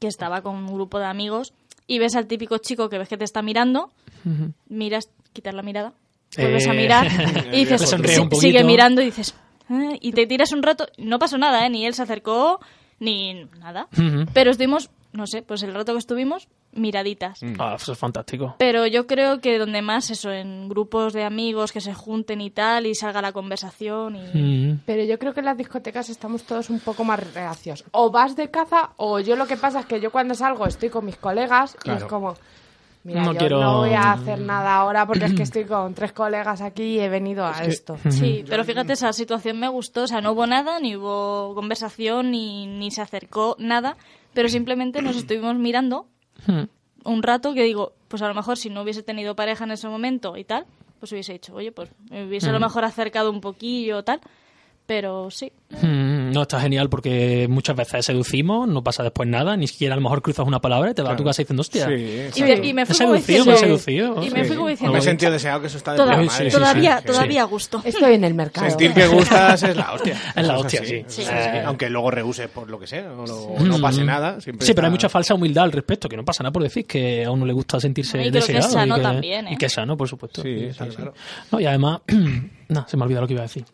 Speaker 8: que estaba con un grupo de amigos y ves al típico chico que ves que te está mirando, miras, quitas la mirada, vuelves a
Speaker 9: Eh.
Speaker 8: mirar y dices,
Speaker 9: Le sonríe un
Speaker 8: "Sí,
Speaker 9: poquito.
Speaker 8: sigue mirando y dices, "Ah", y te tiras un rato, no pasó nada, ¿eh? ni él se acercó, ni nada,
Speaker 9: Ujú.
Speaker 8: pero estuvimos, no sé, pues el rato que estuvimos, miraditas.
Speaker 6: Mm.
Speaker 9: Ah, eso es fantástico.
Speaker 8: Pero yo creo que donde más eso, en grupos de amigos que se junten y tal, y salga la conversación y...
Speaker 9: Mm.
Speaker 7: Pero yo creo que en las discotecas estamos todos un poco más reacios. O vas de caza, o yo lo que pasa es que yo cuando salgo estoy con mis colegas y
Speaker 6: Claro.
Speaker 7: es como. Mira,
Speaker 9: No
Speaker 7: yo
Speaker 9: quiero- Mm.
Speaker 7: no voy a hacer nada ahora porque es que estoy con tres colegas aquí y he venido a esto.
Speaker 8: Sí, pero fíjate, esa situación me gustó. O sea, no hubo nada, ni hubo conversación, ni, ni se acercó nada. Pero simplemente nos estuvimos mirando
Speaker 9: Mm.
Speaker 8: un rato que digo, pues a lo mejor si no hubiese tenido pareja en ese momento y tal, pues Mm. hubiese dicho, oye, pues me hubiese a lo mejor acercado un poquillo tal. Pero sí,
Speaker 9: Mm, mm, No, está genial porque muchas veces seducimos, no pasa después nada, ni siquiera a lo mejor cruzas una palabra y te vas a tu
Speaker 6: Claro.
Speaker 9: casa diciendo, hostia.
Speaker 6: Sí,
Speaker 8: Y
Speaker 6: exacto.
Speaker 8: me, y me fui
Speaker 9: Es
Speaker 8: como
Speaker 9: seducido, me
Speaker 8: diciendo-
Speaker 9: he seducido.
Speaker 8: Y me fui como
Speaker 6: Sí.
Speaker 8: diciendo.
Speaker 6: Me he sentido deseado que eso está de
Speaker 8: Toda-
Speaker 6: puta
Speaker 9: Sí,
Speaker 6: madre.
Speaker 9: sí,
Speaker 8: todavía,
Speaker 9: sí.
Speaker 8: todavía a gusto.
Speaker 7: Estoy en el mercado.
Speaker 6: Sentir que gustas es la hostia.
Speaker 9: Es la
Speaker 6: Eso
Speaker 9: hostia,
Speaker 6: así, eso
Speaker 9: sí. Sí. Mm.
Speaker 6: es así. Aunque luego rehúses por lo que sea, o lo- o no pase nada. siempre
Speaker 9: Sí, pero hay
Speaker 6: está-
Speaker 9: mucha falsa humildad al respecto, que no pasa nada por decir que a uno le gusta sentirse
Speaker 8: Y creo que es
Speaker 9: deseado.
Speaker 8: sano
Speaker 9: y, que,
Speaker 8: también, ¿eh?
Speaker 9: y que es sano, por supuesto.
Speaker 6: Sí, está claro.
Speaker 9: No, y además, no, se me ha olvidado lo que iba a decir.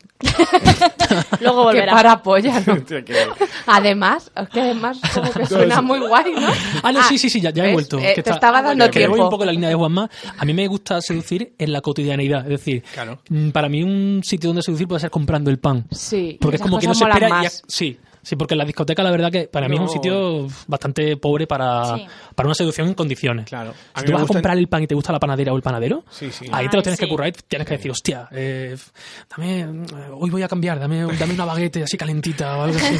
Speaker 8: Luego
Speaker 7: que
Speaker 8: volverá.
Speaker 7: para polla, ¿no?
Speaker 6: Hostia, que-
Speaker 7: Además, es que además como que suena muy guay, ¿no?
Speaker 9: Ah, no, sí, sí, sí, ya, ya he
Speaker 7: ¿ves?
Speaker 9: vuelto.
Speaker 7: Eh,
Speaker 9: que
Speaker 7: te
Speaker 9: está- Ah,
Speaker 7: estaba dando
Speaker 9: que voy
Speaker 7: tiempo.
Speaker 9: un poco en la línea de Juanma. A mí me gusta seducir en la cotidianidad. Es decir,
Speaker 6: Claro.
Speaker 9: mm, para mí un sitio donde seducir puede ser comprando el pan.
Speaker 7: Sí,
Speaker 9: Porque es
Speaker 7: esas
Speaker 9: como que no
Speaker 7: cosas
Speaker 9: se
Speaker 7: molan
Speaker 9: espera. y
Speaker 7: más.
Speaker 9: ya- sí, sí, porque la discoteca, la verdad, que para mí es un
Speaker 6: No.
Speaker 9: sitio uf, bastante pobre para,
Speaker 8: Sí.
Speaker 9: para una seducción en condiciones.
Speaker 6: Claro. A
Speaker 9: Si
Speaker 6: mí
Speaker 9: tú
Speaker 6: me
Speaker 9: vas a
Speaker 6: gustan-
Speaker 9: comprar el pan y te gusta la panadera o el panadero,
Speaker 6: Sí, sí.
Speaker 9: ahí te lo
Speaker 8: Ay,
Speaker 9: tienes
Speaker 8: sí.
Speaker 9: que currar y tienes que decir, hostia, eh, f- dame, eh, hoy voy a cambiar, dame, dame una baguette así calentita o algo así.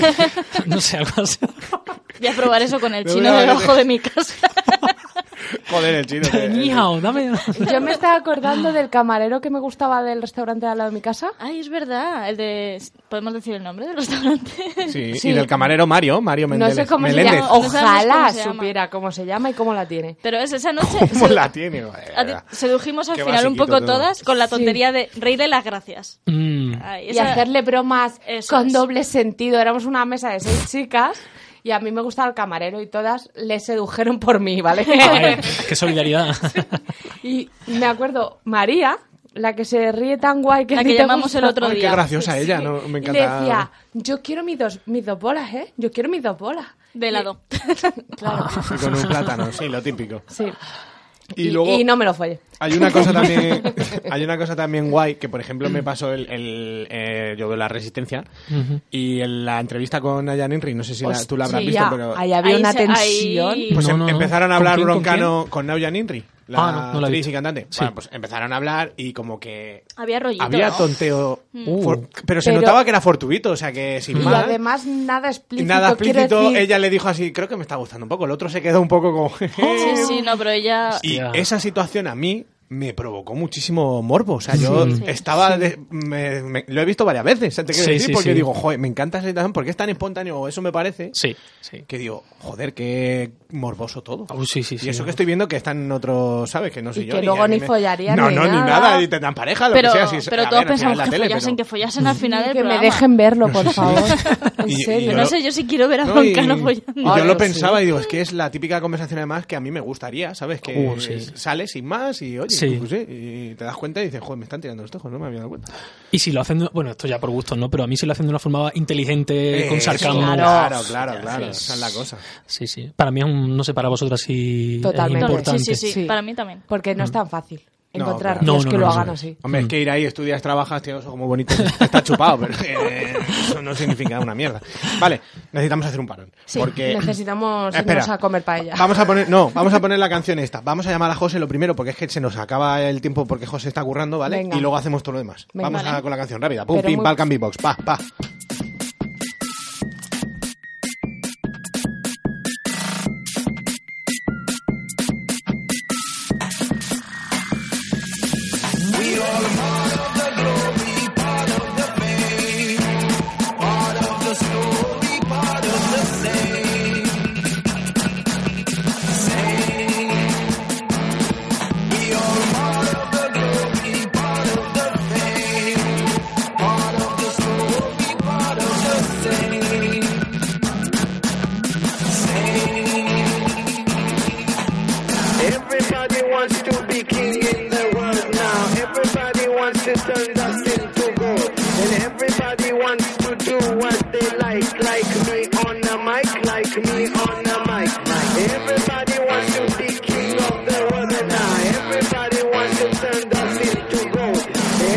Speaker 9: no sé, algo así.
Speaker 8: Voy a probar eso con el
Speaker 6: Me
Speaker 8: chino
Speaker 6: voy a-
Speaker 8: debajo de mi casa.
Speaker 6: Joder, el chino. que-
Speaker 9: Ni hao, dame.
Speaker 7: Yo me estaba acordando del camarero que me gustaba del restaurante de al lado de mi casa.
Speaker 8: Ay, es verdad. El de... ¿Podemos decir el nombre del restaurante?
Speaker 6: Sí,
Speaker 7: Sí.
Speaker 6: y del camarero Mario, Mario
Speaker 7: No
Speaker 6: Mendelez.
Speaker 7: sé cómo se
Speaker 6: Meléndez.
Speaker 7: llama.
Speaker 8: No sabemos
Speaker 7: Ojalá
Speaker 8: cómo se llama.
Speaker 7: supiera cómo se llama y cómo la tiene.
Speaker 8: Pero es esa noche...
Speaker 6: ¿Cómo
Speaker 8: se-
Speaker 6: la tiene? Vale,
Speaker 8: a ti-
Speaker 6: verdad.
Speaker 8: Sedujimos al
Speaker 6: Qué
Speaker 8: final un
Speaker 6: basiquito
Speaker 8: poco
Speaker 6: todo.
Speaker 8: todas con la tontería de rey de las gracias.
Speaker 9: Mm.
Speaker 8: Ay,
Speaker 7: Y
Speaker 8: esa-
Speaker 7: hacerle bromas
Speaker 8: Eso
Speaker 7: con
Speaker 8: es.
Speaker 7: doble sentido. Éramos una mesa de seis chicas y a mí me gustaba el camarero y todas le sedujeron por mí, ¿vale?
Speaker 9: Ay, qué solidaridad.
Speaker 7: Y me acuerdo, María, la que se ríe tan guay que
Speaker 8: La
Speaker 7: a ti
Speaker 8: que
Speaker 7: te
Speaker 8: llamamos
Speaker 7: gusta.
Speaker 8: el otro
Speaker 6: Ay,
Speaker 8: día.
Speaker 6: Qué graciosa ella, ¿no? Me
Speaker 7: Y le
Speaker 6: encanta.
Speaker 7: decía, yo quiero mis dos, mis dos bolas, ¿eh? Yo quiero mis dos bolas.
Speaker 8: De lado.
Speaker 7: Claro,
Speaker 6: Y con un plátano, sí, lo típico.
Speaker 7: sí.
Speaker 6: Y, luego
Speaker 7: no me lo follé.
Speaker 6: hay una cosa también hay una cosa también guay que por ejemplo me pasó el, el, eh, yo de la resistencia y en la entrevista con Ayan Inri, no sé si la- tú la habrás visto,
Speaker 7: Hostia,
Speaker 6: pero
Speaker 7: Ahí había
Speaker 8: Ahí
Speaker 7: una
Speaker 8: se-
Speaker 7: tensión.
Speaker 8: ahí-
Speaker 6: Pues
Speaker 9: No,
Speaker 6: em-
Speaker 9: no, no.
Speaker 6: empezaron a
Speaker 9: ¿Con
Speaker 6: hablar
Speaker 9: quién, con
Speaker 6: broncano con Nauya Ninri, la
Speaker 9: Ah, no, no la he
Speaker 6: actriz
Speaker 9: visto.
Speaker 6: y cantante.
Speaker 9: Sí.
Speaker 6: Bueno, pues empezaron a hablar y como que
Speaker 8: Había rollito,
Speaker 6: había
Speaker 8: ¿no?
Speaker 6: tonteo,
Speaker 9: Mm.
Speaker 6: for- pero se
Speaker 7: Pero-
Speaker 6: notaba que era fortuito, o sea que sin
Speaker 7: Y
Speaker 6: más.
Speaker 7: además nada
Speaker 6: y
Speaker 7: explícito.
Speaker 6: nada
Speaker 7: quiero
Speaker 6: explícito,
Speaker 7: decir-
Speaker 6: ella le dijo así, creo que me está gustando un poco. El otro se quedó un poco como...
Speaker 7: Oh,
Speaker 8: Sí, sí, no, pero ella...
Speaker 6: Y
Speaker 9: Hostia.
Speaker 6: esa situación a mí me provocó muchísimo morbo. O sea, yo estaba. de- me- me- lo he visto varias veces. te quiero
Speaker 9: Sí,
Speaker 6: decir,
Speaker 9: sí,
Speaker 6: porque
Speaker 9: sí.
Speaker 6: digo, joder, me encanta esa situación porque es tan espontáneo, eso me parece.
Speaker 9: Sí, sí.
Speaker 6: Que digo, joder, qué morboso todo.
Speaker 9: Uy, Oh, sí, sí,
Speaker 6: y
Speaker 9: sí.
Speaker 6: eso que estoy viendo que están en otro, ¿sabes? Que no soy
Speaker 7: Y
Speaker 6: yo.
Speaker 7: que luego
Speaker 6: a mí
Speaker 7: ni follarían
Speaker 6: No,
Speaker 7: ni
Speaker 6: no, ni
Speaker 7: nada.
Speaker 6: nada. Y te dan pareja, lo
Speaker 8: Pero,
Speaker 6: que sea. si es-
Speaker 8: pero
Speaker 6: a
Speaker 8: todos
Speaker 6: ver, al final
Speaker 8: pensamos
Speaker 6: la
Speaker 8: que
Speaker 6: tele, pero-
Speaker 8: follasen, que follasen al final del
Speaker 7: que me
Speaker 8: programa.
Speaker 7: dejen verlo, por favor. En
Speaker 6: Y- y
Speaker 7: serio.
Speaker 6: yo
Speaker 8: No
Speaker 6: lo-
Speaker 8: sé, yo sí quiero ver a
Speaker 6: No, y-
Speaker 8: Broncano
Speaker 6: y
Speaker 8: follando.
Speaker 6: yo
Speaker 7: Ay,
Speaker 6: lo
Speaker 7: sí.
Speaker 6: pensaba y digo, es que es la típica conversación además que a mí me gustaría, ¿sabes? Que
Speaker 9: Uh, sí.
Speaker 6: sale sin más y oye,
Speaker 9: Sí.
Speaker 6: pues, sí, y te das cuenta y dices, joder, me están tirando los tejos, no me había dado cuenta.
Speaker 9: Y si lo hacen, de- bueno, esto ya por gusto, ¿no? Pero a mí si lo hacen de una forma inteligente, Eh, con
Speaker 6: Eso,
Speaker 9: sarcasmo.
Speaker 6: Eh, Claro, claro, claro,
Speaker 9: sí.
Speaker 6: esa es la cosa.
Speaker 9: Sí, sí. Para mí es un, no sé, para vosotras sí
Speaker 7: Totalmente.
Speaker 9: es
Speaker 8: Sí,
Speaker 9: importante.
Speaker 8: sí, sí,
Speaker 7: Sí.
Speaker 8: Para mí también.
Speaker 7: Porque no es tan fácil
Speaker 6: No,
Speaker 7: encontrar
Speaker 6: claro.
Speaker 7: tíos
Speaker 9: No, no,
Speaker 7: que
Speaker 9: no,
Speaker 7: lo
Speaker 9: no,
Speaker 7: hagan
Speaker 9: no.
Speaker 7: así.
Speaker 6: Hombre, es que ir ahí, estudias, trabajas, tienes ojos muy bonitos, está chupado, pero eh, eso no significa una mierda. Vale, necesitamos hacer un parón.
Speaker 7: Sí,
Speaker 6: porque...
Speaker 7: necesitamos
Speaker 6: Espera.
Speaker 7: irnos a comer paella.
Speaker 6: Vamos a poner, no, vamos a poner la canción esta. Vamos a llamar a José lo primero porque es que se nos acaba el tiempo porque José está currando, ¿vale?
Speaker 7: Venga.
Speaker 6: Y luego hacemos todo lo demás.
Speaker 7: Venga.
Speaker 6: vamos
Speaker 7: Vale.
Speaker 6: a, con la canción rápida. Pum,
Speaker 7: Pero
Speaker 6: pim,
Speaker 7: muy-
Speaker 6: pal, cambi box. Pa, pa.
Speaker 10: Everybody wants to be king in the world now. Everybody wants to turn dust into gold. And everybody wants to do what they like. Like me on the mic, like me on the mic. Everybody wants to be king of the world now. Everybody wants to turn dust into gold.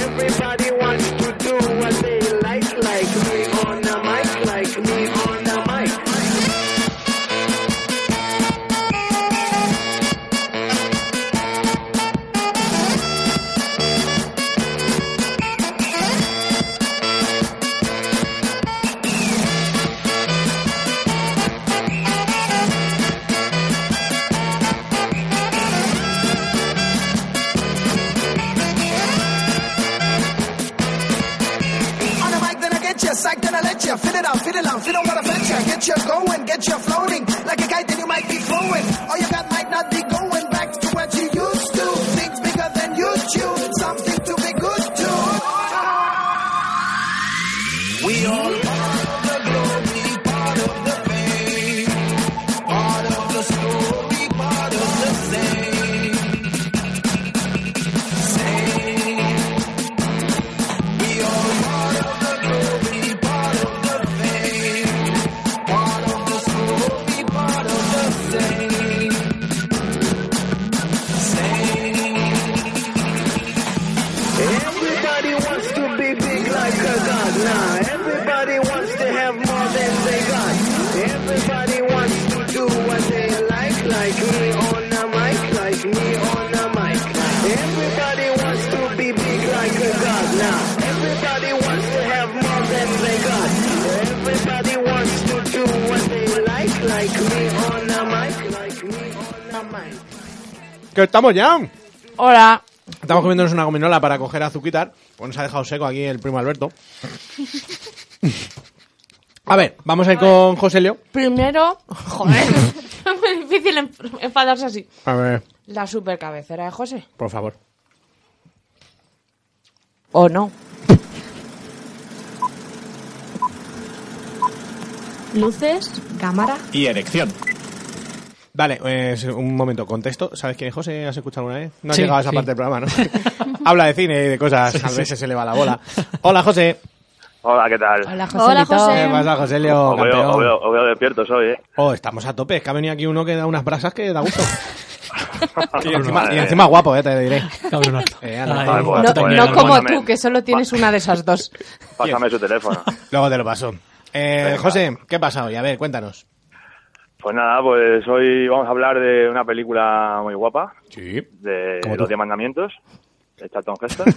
Speaker 10: Everybody wants to do what they like. Like me on the mic, like me on the mic. going. Get you floating like a kite, and you might be flowing. All you got might not be going back to what you used to. Things bigger than you choose, something to be good to. We all part of the glory, part of the fame, part of the story, part of the same. Same. We all part of the glory, part of the fame, part of the story, part of the same. Same. Everybody wants to be big like a god now. Everybody wants to have more than they got. Everybody wants to do what they like, like me on a mic, like me on a mic. Everybody wants to be big like a god now. Everybody wants to have more than they got. Everybody wants to do what they like, like me on a mic, like me on a mic.
Speaker 6: ¡Que estamos ya!
Speaker 7: Hola.
Speaker 6: Estamos comiéndonos una gominola para coger azuquitar. Pues nos ha dejado seco aquí el primo Alberto. A ver, vamos a ir con José Leo.
Speaker 7: Primero, joder, es muy difícil enf- enfadarse así.
Speaker 6: A ver,
Speaker 7: La super cabecera de José.
Speaker 6: por favor.
Speaker 7: ¿O no?
Speaker 8: Luces, cámara.
Speaker 11: Y erección.
Speaker 6: Vale, pues, un momento, contexto. ¿Sabes quién es José? ¿Has escuchado alguna vez? No has
Speaker 9: Sí,
Speaker 6: llegado a esa
Speaker 9: sí.
Speaker 6: parte del programa, ¿no? Habla de cine y de cosas,
Speaker 9: Sí,
Speaker 6: a
Speaker 9: sí.
Speaker 6: veces se le va la bola. Hola, José.
Speaker 12: Hola, ¿qué tal?
Speaker 7: Hola, José.
Speaker 6: ¿Qué pasa, José Leo?
Speaker 12: Os veo,
Speaker 6: campeón?
Speaker 12: os veo, os veo despiertos hoy, ¿eh?
Speaker 6: Oh, estamos a tope. Es que ha venido aquí uno que da unas brasas que da gusto. y, encima,
Speaker 12: Madre
Speaker 6: y
Speaker 12: mía.
Speaker 6: encima guapo, ya te diré.
Speaker 9: Cabronazo.
Speaker 6: Eh, anda.
Speaker 12: Ay, bueno,
Speaker 7: No,
Speaker 12: pues,
Speaker 7: no como
Speaker 12: pásame-
Speaker 7: tú, que solo tienes una de esas dos.
Speaker 12: Pásame su teléfono.
Speaker 6: Luego te lo paso. Eh, José, ¿qué ha pasado hoy? A ver, cuéntanos.
Speaker 12: Pues nada, pues hoy vamos a hablar de una película muy guapa,
Speaker 6: Sí.
Speaker 12: de
Speaker 6: Como tú.
Speaker 12: eh, Los Diez Mandamientos, de Charlton Heston.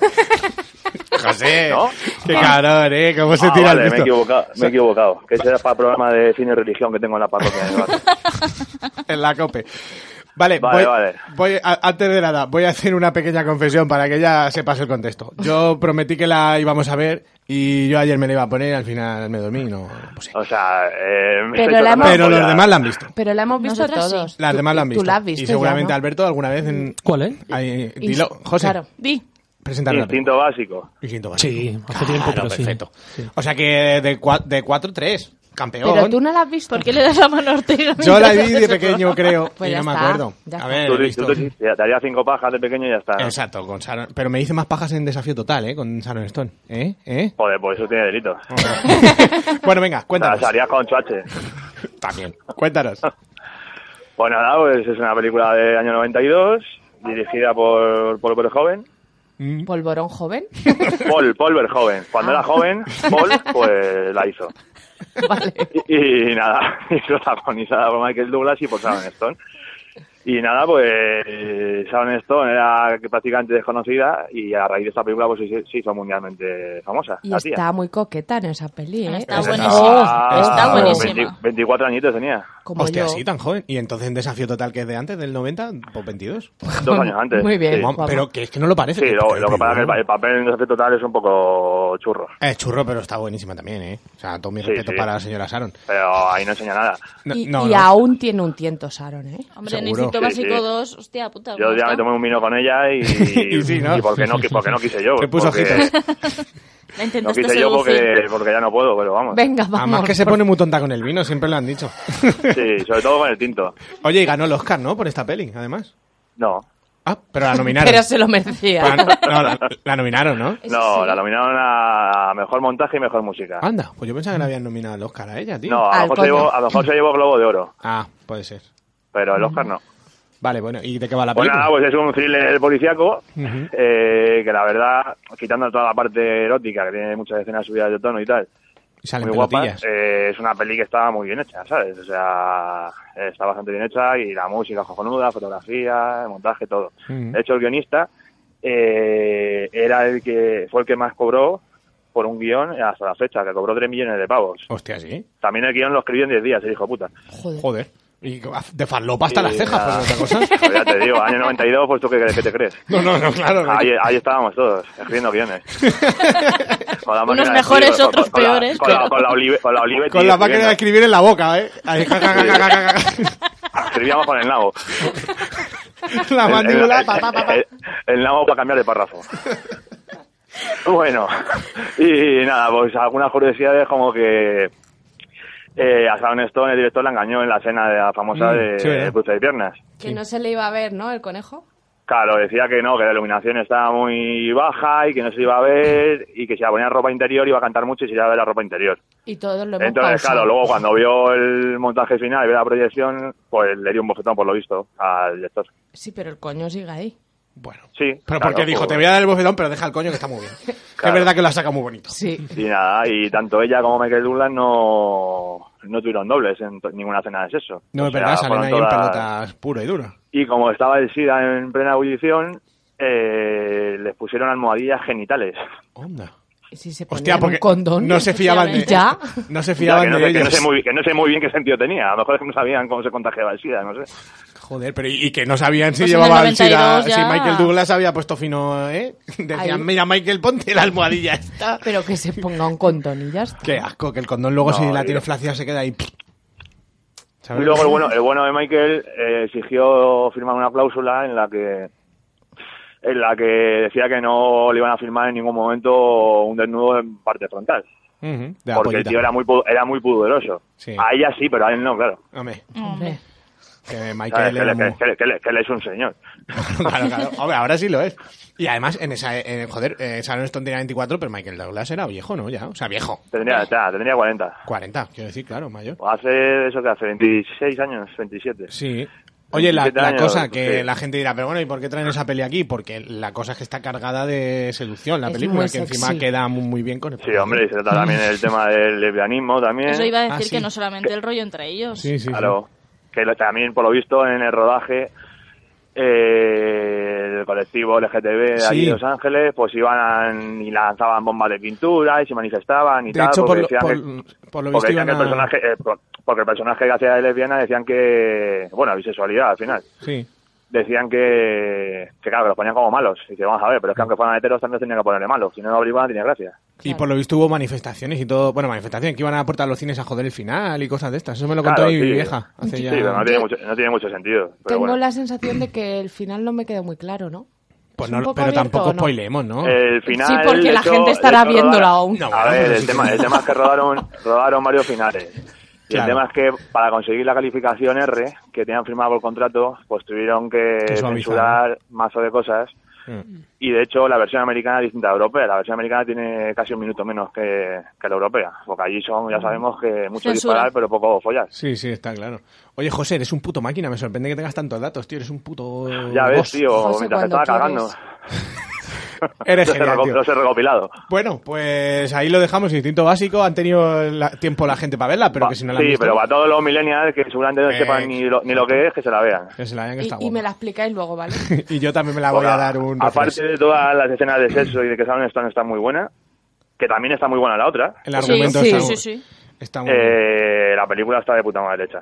Speaker 6: José.
Speaker 12: ¿No?
Speaker 6: Qué cabrón, ¿eh? ¿Cómo se
Speaker 12: Ah,
Speaker 6: tira
Speaker 12: vale,
Speaker 6: el
Speaker 12: me he
Speaker 6: pisto?
Speaker 12: equivocado, me he equivocado. Que ese era para el programa de cine y religión que tengo en la parroquia. de Debate.
Speaker 6: en la cope. Vale,
Speaker 12: Vale,
Speaker 6: voy,
Speaker 12: vale.
Speaker 6: voy a- antes de nada, voy a hacer una pequeña confesión para que ya sepas el contexto. Yo prometí que la íbamos a ver y yo ayer me la iba a poner, al final me dormí, no, no puse.
Speaker 12: O sea, eh, me
Speaker 7: Pero
Speaker 12: estoy
Speaker 7: la
Speaker 12: tocando
Speaker 7: hemos-
Speaker 6: Pero
Speaker 12: la
Speaker 6: los
Speaker 12: polla.
Speaker 6: demás la han visto.
Speaker 7: Pero la hemos visto
Speaker 8: Nosotras sí.
Speaker 7: todos.
Speaker 6: Las
Speaker 7: Tú-
Speaker 6: demás la han visto.
Speaker 7: Tú la has visto.
Speaker 6: y seguramente
Speaker 7: ya, ¿no?
Speaker 6: Alberto alguna vez en...
Speaker 9: ¿Cuál eh? es?
Speaker 6: ahí-
Speaker 7: Y-
Speaker 6: dilo, José,
Speaker 7: Claro.
Speaker 8: Di.
Speaker 6: presentar la película.
Speaker 12: Instinto básico.
Speaker 6: Instinto básico.
Speaker 9: Sí, hace tiempo,
Speaker 6: Claro,
Speaker 9: pero sí.
Speaker 6: perfecto. O sea que de 4-3, campeón.
Speaker 7: Pero tú no la has visto.
Speaker 8: ¿Por qué le das la mano a Ortega?
Speaker 6: Yo la vi
Speaker 8: mientras
Speaker 6: de
Speaker 8: haces
Speaker 6: pequeño,
Speaker 8: eso?
Speaker 6: creo,
Speaker 7: Pues
Speaker 6: y
Speaker 7: ya
Speaker 6: no me
Speaker 7: está,
Speaker 6: acuerdo.
Speaker 7: ya
Speaker 6: A
Speaker 7: está.
Speaker 6: ver,
Speaker 12: Tú,
Speaker 6: he
Speaker 12: tú-
Speaker 6: visto.
Speaker 12: tú- te te haría cinco pajas de pequeño y ya está. ¿no?
Speaker 6: Exacto, con Sharon- pero me hice más pajas en Desafío Total, ¿eh? Con Sharon Stone. ¿Eh? ¿Eh?
Speaker 12: Joder, pues eso tiene delito.
Speaker 6: bueno, venga,
Speaker 12: O sea,
Speaker 6: cuéntanos.
Speaker 12: se haría con chuache.
Speaker 6: También. Cuéntanos.
Speaker 12: Pues nada, pues es una película del año 92, dirigida por Paul Verhoeven.
Speaker 7: ¿Polvorón joven?
Speaker 12: Paul, Paul Verhoeven. Cuando era joven, Paul, pues la hizo.
Speaker 7: Vale.
Speaker 12: Y, y nada, y protagonizada por Michael Douglas y por Sharon Stone. Y nada, pues Sharon Stone era prácticamente desconocida y a raíz de esta película pues se- se hizo mundialmente famosa.
Speaker 7: Y
Speaker 12: la tía.
Speaker 7: está muy coqueta en esa peli, ¿eh?
Speaker 12: Esa
Speaker 8: Está
Speaker 6: Oh,
Speaker 8: buenísima.
Speaker 12: estaba-
Speaker 8: Ah, está
Speaker 12: estaba
Speaker 8: buenísima.
Speaker 12: 20 24 añitos tenía,
Speaker 7: Como
Speaker 6: Hostia,
Speaker 7: yo.
Speaker 6: sí, tan joven. Y entonces en Desafío Total, que es de antes, del 90, pues 22.
Speaker 12: dos años antes.
Speaker 7: Muy bien.
Speaker 12: Sí.
Speaker 6: Mam,
Speaker 7: guapa.
Speaker 6: Pero que es que no lo parece.
Speaker 12: Sí, lo, lo que pasa es que el,
Speaker 6: es
Speaker 12: el papel en efecto total es un poco churro,
Speaker 6: churro, pero está buenísima también, ¿eh? O sea, todo mi
Speaker 12: Sí,
Speaker 6: respeto
Speaker 12: sí.
Speaker 6: para la señora Sharon.
Speaker 12: pero ahí no enseña nada.
Speaker 6: No,
Speaker 7: y
Speaker 6: no,
Speaker 7: y
Speaker 6: no.
Speaker 7: aún tiene un tiento, Sharon, ¿eh?
Speaker 8: Hombre, en
Speaker 6: Seguro.
Speaker 8: Instinto
Speaker 12: Sí,
Speaker 8: Básico
Speaker 12: sí.
Speaker 8: 2, hostia puta.
Speaker 12: Yo
Speaker 8: ¿cómo
Speaker 12: ya me
Speaker 8: está?
Speaker 12: tomé un vino con ella y,
Speaker 6: Y sí, ¿no?
Speaker 12: y porque no porque no quise yo.
Speaker 6: Te puso
Speaker 12: porque-
Speaker 6: ojitos.
Speaker 8: La
Speaker 12: No
Speaker 8: intentaste
Speaker 12: quise yo porque,
Speaker 8: seducir.
Speaker 12: porque ya no puedo, pero vamos.
Speaker 7: Venga, vamos.
Speaker 6: Además que se pone muy tonta con el vino, siempre lo han dicho.
Speaker 12: Sí, sobre todo con el tinto.
Speaker 6: Oye, y ganó el Oscar, ¿no? Por esta peli, además.
Speaker 12: No,
Speaker 6: Ah, pero la nominaron.
Speaker 7: Pero se lo merecía.
Speaker 6: Pero no, la- la nominaron, ¿no?
Speaker 12: no, la nominaron a mejor montaje y mejor música.
Speaker 6: Anda, pues yo pensaba que la habían nominado al Oscar a ella, tío.
Speaker 12: No,
Speaker 7: Al
Speaker 12: a lo, mejor se
Speaker 7: coño.
Speaker 12: llevó, a lo mejor se llevó Globo de Oro,
Speaker 6: Ah, puede ser.
Speaker 12: pero el Oscar no.
Speaker 6: Vale, bueno, ¿y de qué va la
Speaker 12: Pues
Speaker 6: película?
Speaker 12: nada, pues es un thriller policíaco eh, que la verdad, quitando toda la parte erótica, que tiene muchas escenas subidas de tono y tal,
Speaker 6: Y Salen
Speaker 12: muy guapa,
Speaker 6: pelotillas.
Speaker 12: eh, es una peli que está muy bien hecha, ¿sabes? O sea, está bastante bien hecha y la música cojonuda, fotografía, el montaje, todo.
Speaker 6: Ujú.
Speaker 12: De hecho, el guionista eh, era el que fue el que más cobró por un guión hasta la fecha, que cobró 3 millones de pavos.
Speaker 6: Hostia, sí.
Speaker 12: También el guión lo escribió en 10 días, el hijo de puta.
Speaker 7: Joder.
Speaker 6: Joder. Y de farlopa hasta
Speaker 12: Y
Speaker 6: las cejas,
Speaker 12: nada.
Speaker 6: pues otra cosa.
Speaker 12: Pues ya te digo, año 92, pues tú qué, crees- qué te crees.
Speaker 6: No, no, no, claro.
Speaker 12: Ahí, ahí estábamos todos, escribiendo guiones. Con la
Speaker 8: Unos
Speaker 12: máquina de
Speaker 8: mejores,
Speaker 12: escribir, con- "Pues,
Speaker 8: otros
Speaker 12: con la-
Speaker 8: peores,
Speaker 12: Con la,
Speaker 8: pero-
Speaker 12: con la Olive- con la Olivetti
Speaker 6: Con la máquina
Speaker 12: escribiendo.
Speaker 6: de escribir en la boca, ¿eh? Ahí, ja, ja, ja, ja, ja, ja, ja.
Speaker 12: Escribíamos con el nabo.
Speaker 6: La
Speaker 12: El- el-
Speaker 6: mandíbula,
Speaker 12: el-
Speaker 6: pa, pa, pa, pa.
Speaker 12: El, el nabo para cambiar de párrafo. Bueno, y nada, pues algunas curiosidades como que eh, a Sharon Stone, el director, la engañó en la escena de la famosa
Speaker 6: Mm,
Speaker 12: de, pues,
Speaker 6: sí, ¿verdad?
Speaker 12: de Cruce de Piernas.
Speaker 7: Que no se le iba a ver, ¿no? El conejo.
Speaker 12: Claro, decía que no, que la iluminación estaba muy baja y que no se iba a ver y que si la ponía en ropa interior iba a cantar mucho y se iba a ver la ropa interior.
Speaker 7: Y todos lo hemos
Speaker 12: Entonces,
Speaker 7: pausado.
Speaker 12: claro, luego cuando vio el montaje final y vio la proyección, pues le dio un bofetón por lo visto al director.
Speaker 7: Sí, pero el coño sigue ahí.
Speaker 12: Sí.
Speaker 6: Pero
Speaker 12: claro,
Speaker 6: porque dijo,
Speaker 12: pues-
Speaker 6: te voy a dar el bofetón, pero deja el coño que está muy bien. Que
Speaker 12: Claro.
Speaker 6: Es verdad que lo ha sacado muy bonito.
Speaker 7: Sí.
Speaker 12: Y nada, y tanto ella como Michael Douglas no, no tuvieron dobles en to- ninguna cena de sexo.
Speaker 6: No,
Speaker 12: O
Speaker 6: es
Speaker 12: sea,
Speaker 6: verdad,
Speaker 12: Pues
Speaker 6: salen
Speaker 12: fueron
Speaker 6: ahí en
Speaker 12: todas-
Speaker 6: pelotas puro y duro.
Speaker 12: Y como estaba el SIDA en plena ebullición, eh, les pusieron almohadillas genitales.
Speaker 6: Onda.
Speaker 7: Si se
Speaker 6: Hostia,
Speaker 7: ponían un
Speaker 6: porque
Speaker 7: condón.
Speaker 6: no se fiaban de-
Speaker 7: ¿Y ¿Ya?
Speaker 6: No se
Speaker 12: Ya, que,
Speaker 6: fiaban
Speaker 12: no
Speaker 6: de
Speaker 12: sé, que no
Speaker 6: ellos.
Speaker 12: sé muy, que no sé muy bien qué sentido tenía. A lo mejor es que no sabían cómo se contagiaba el SIDA, no sé.
Speaker 6: Joder, pero y y que no sabían si
Speaker 8: Pues en el
Speaker 6: llevaban si, era-
Speaker 8: 92 ya-
Speaker 6: si Michael Douglas había puesto fino, ¿eh?
Speaker 7: Ahí.
Speaker 6: Decían, mira Michael, ponte la almohadilla esta.
Speaker 7: Pero que se ponga un condón y ya está.
Speaker 6: Qué asco, que el condón luego
Speaker 12: No,
Speaker 6: si la
Speaker 12: tío.
Speaker 6: tiene flacia se queda ahí.
Speaker 12: Y
Speaker 6: ¿Sabes?
Speaker 12: luego el bueno, el bueno de Michael eh, exigió firmar una cláusula en la que en la que decía que no le iban a firmar en ningún momento un desnudo en parte frontal.
Speaker 6: Ujú, de la
Speaker 12: porque el
Speaker 6: pollita.
Speaker 12: tío era muy, pu- era muy pudoroso.
Speaker 6: Sí.
Speaker 12: A ella sí, pero a él no, claro.
Speaker 6: Hombre,
Speaker 8: Hombre.
Speaker 6: que
Speaker 12: ¿Sabes?
Speaker 6: Michael
Speaker 12: Que,
Speaker 6: era
Speaker 12: le-
Speaker 6: muy...
Speaker 12: que- que le- que le- que le es un señor.
Speaker 6: claro, claro. Hombre, ahora sí lo es. Y además, en esa, en- joder, eh, Sharon Stone tenía 24, pero Michael Douglas era viejo, ¿no? Ya, o sea, viejo.
Speaker 12: Tendría, ya, tendría 40.
Speaker 6: 40, quiero decir, claro, mayor.
Speaker 12: O Hace eso que hace 26 años, 27.
Speaker 6: Sí. Oye, la,
Speaker 12: 27
Speaker 6: la
Speaker 12: años,
Speaker 6: cosa que
Speaker 12: sí.
Speaker 6: la gente dirá, pero bueno, ¿y por qué traen esa peli aquí? Porque la cosa es que está cargada de seducción, la
Speaker 7: Es
Speaker 6: película,
Speaker 7: muy
Speaker 6: que encima
Speaker 7: sexy.
Speaker 6: queda mu- muy bien con el
Speaker 12: Sí, hombre, y se trata también el tema del lesbianismo también.
Speaker 8: Eso iba a
Speaker 6: Ah,
Speaker 8: decir
Speaker 6: sí.
Speaker 8: que no solamente el rollo entre ellos.
Speaker 6: Sí, sí, sí.
Speaker 12: Claro. Que lo- también, por lo visto, en el rodaje, eh, el colectivo LGTB de allí
Speaker 6: Sí.
Speaker 12: de Los Ángeles, pues iban y lanzaban bombas de pintura y se manifestaban y
Speaker 6: De
Speaker 12: tal.
Speaker 6: hecho, por
Speaker 12: porque decían
Speaker 6: lo,
Speaker 12: que-
Speaker 6: por- por lo
Speaker 12: porque
Speaker 6: visto
Speaker 12: decían
Speaker 6: iban
Speaker 12: que el
Speaker 6: a...
Speaker 12: personaje, eh, por- porque el personaje que hacía de lesbiana decían que, bueno, bisexualidad al final,
Speaker 6: Sí.
Speaker 12: decían que, que claro, que los ponían como malos. Y dice, vamos a ver, pero es que aunque fueran heteros también los tenían que ponerle malos, si no la película no tenía gracia.
Speaker 6: Y por lo visto hubo manifestaciones y todo, bueno, manifestaciones que iban a aportar los cines a joder el final y cosas de estas. Eso me lo contó
Speaker 12: Claro,
Speaker 6: mi
Speaker 12: sí.
Speaker 6: vieja hace
Speaker 12: Sí,
Speaker 6: ya...
Speaker 12: pero no tiene mucho, no tiene mucho sentido. Pero
Speaker 7: Tengo
Speaker 12: bueno.
Speaker 7: la sensación de que el final no me quedó muy claro, ¿no?
Speaker 6: Pues
Speaker 7: ¿Es un
Speaker 6: no,
Speaker 7: poco
Speaker 6: pero
Speaker 7: abierto o
Speaker 6: tampoco
Speaker 7: no?
Speaker 6: spoilemos, ¿no?
Speaker 12: El final,
Speaker 7: Sí, porque
Speaker 12: de
Speaker 7: la
Speaker 12: hecho-
Speaker 7: gente
Speaker 12: de
Speaker 7: estará
Speaker 12: hecho,
Speaker 7: viéndolo
Speaker 12: rodaron-
Speaker 7: aún.
Speaker 6: Oh. No,
Speaker 12: a
Speaker 6: bueno,
Speaker 12: ver,
Speaker 6: eso
Speaker 12: el
Speaker 6: sí
Speaker 12: tema,
Speaker 6: que-
Speaker 12: el tema es que rodaron, rodaron varios finales. Y
Speaker 6: Claro.
Speaker 12: el tema es que para conseguir la calificación R, que tenían firmado por contrato, pues tuvieron que
Speaker 6: Que suavizar,
Speaker 12: censurar mazo de cosas.
Speaker 6: Mm.
Speaker 12: Y de hecho, la versión americana es distinta a la europea. La versión americana tiene casi un minuto menos que, que la europea. Porque allí son,
Speaker 6: Mm.
Speaker 12: ya sabemos, que mucho
Speaker 8: Censura.
Speaker 12: disparar, pero poco follar.
Speaker 6: Sí, sí, está claro. Oye, José, eres un puto máquina, me sorprende que tengas tantos datos, tío, eres un puto...
Speaker 12: Ya ves,
Speaker 6: boss.
Speaker 12: tío,
Speaker 7: José,
Speaker 12: mientras me
Speaker 7: cuando
Speaker 12: estaba cagando.
Speaker 7: quieres.
Speaker 6: Eres
Speaker 12: Los he
Speaker 6: genial,
Speaker 12: reco-
Speaker 6: tío.
Speaker 12: los he recopilado.
Speaker 6: Bueno, pues ahí lo dejamos, instinto básico. Han tenido la- tiempo la gente para verla, pero
Speaker 12: Va-
Speaker 6: que si no la han
Speaker 12: sí,
Speaker 6: visto,
Speaker 12: pero para todos los millennials que seguramente no
Speaker 6: Eh,
Speaker 12: sepan ni lo, ni lo que es, que se la vean.
Speaker 6: que se la vean que está
Speaker 7: Y, y me la
Speaker 6: guapa.
Speaker 7: explicáis luego, ¿vale?
Speaker 6: Y yo también me la voy
Speaker 12: Ahora,
Speaker 6: a dar un refresh.
Speaker 12: Aparte de todas las escenas de sexo y de que Sharon Stone está muy buena, que también está muy buena la otra,
Speaker 6: El argumento
Speaker 8: sí,
Speaker 6: está,
Speaker 8: sí,
Speaker 6: muy-
Speaker 8: sí.
Speaker 6: está muy bien.
Speaker 12: eh, la película está de puta madre hecha.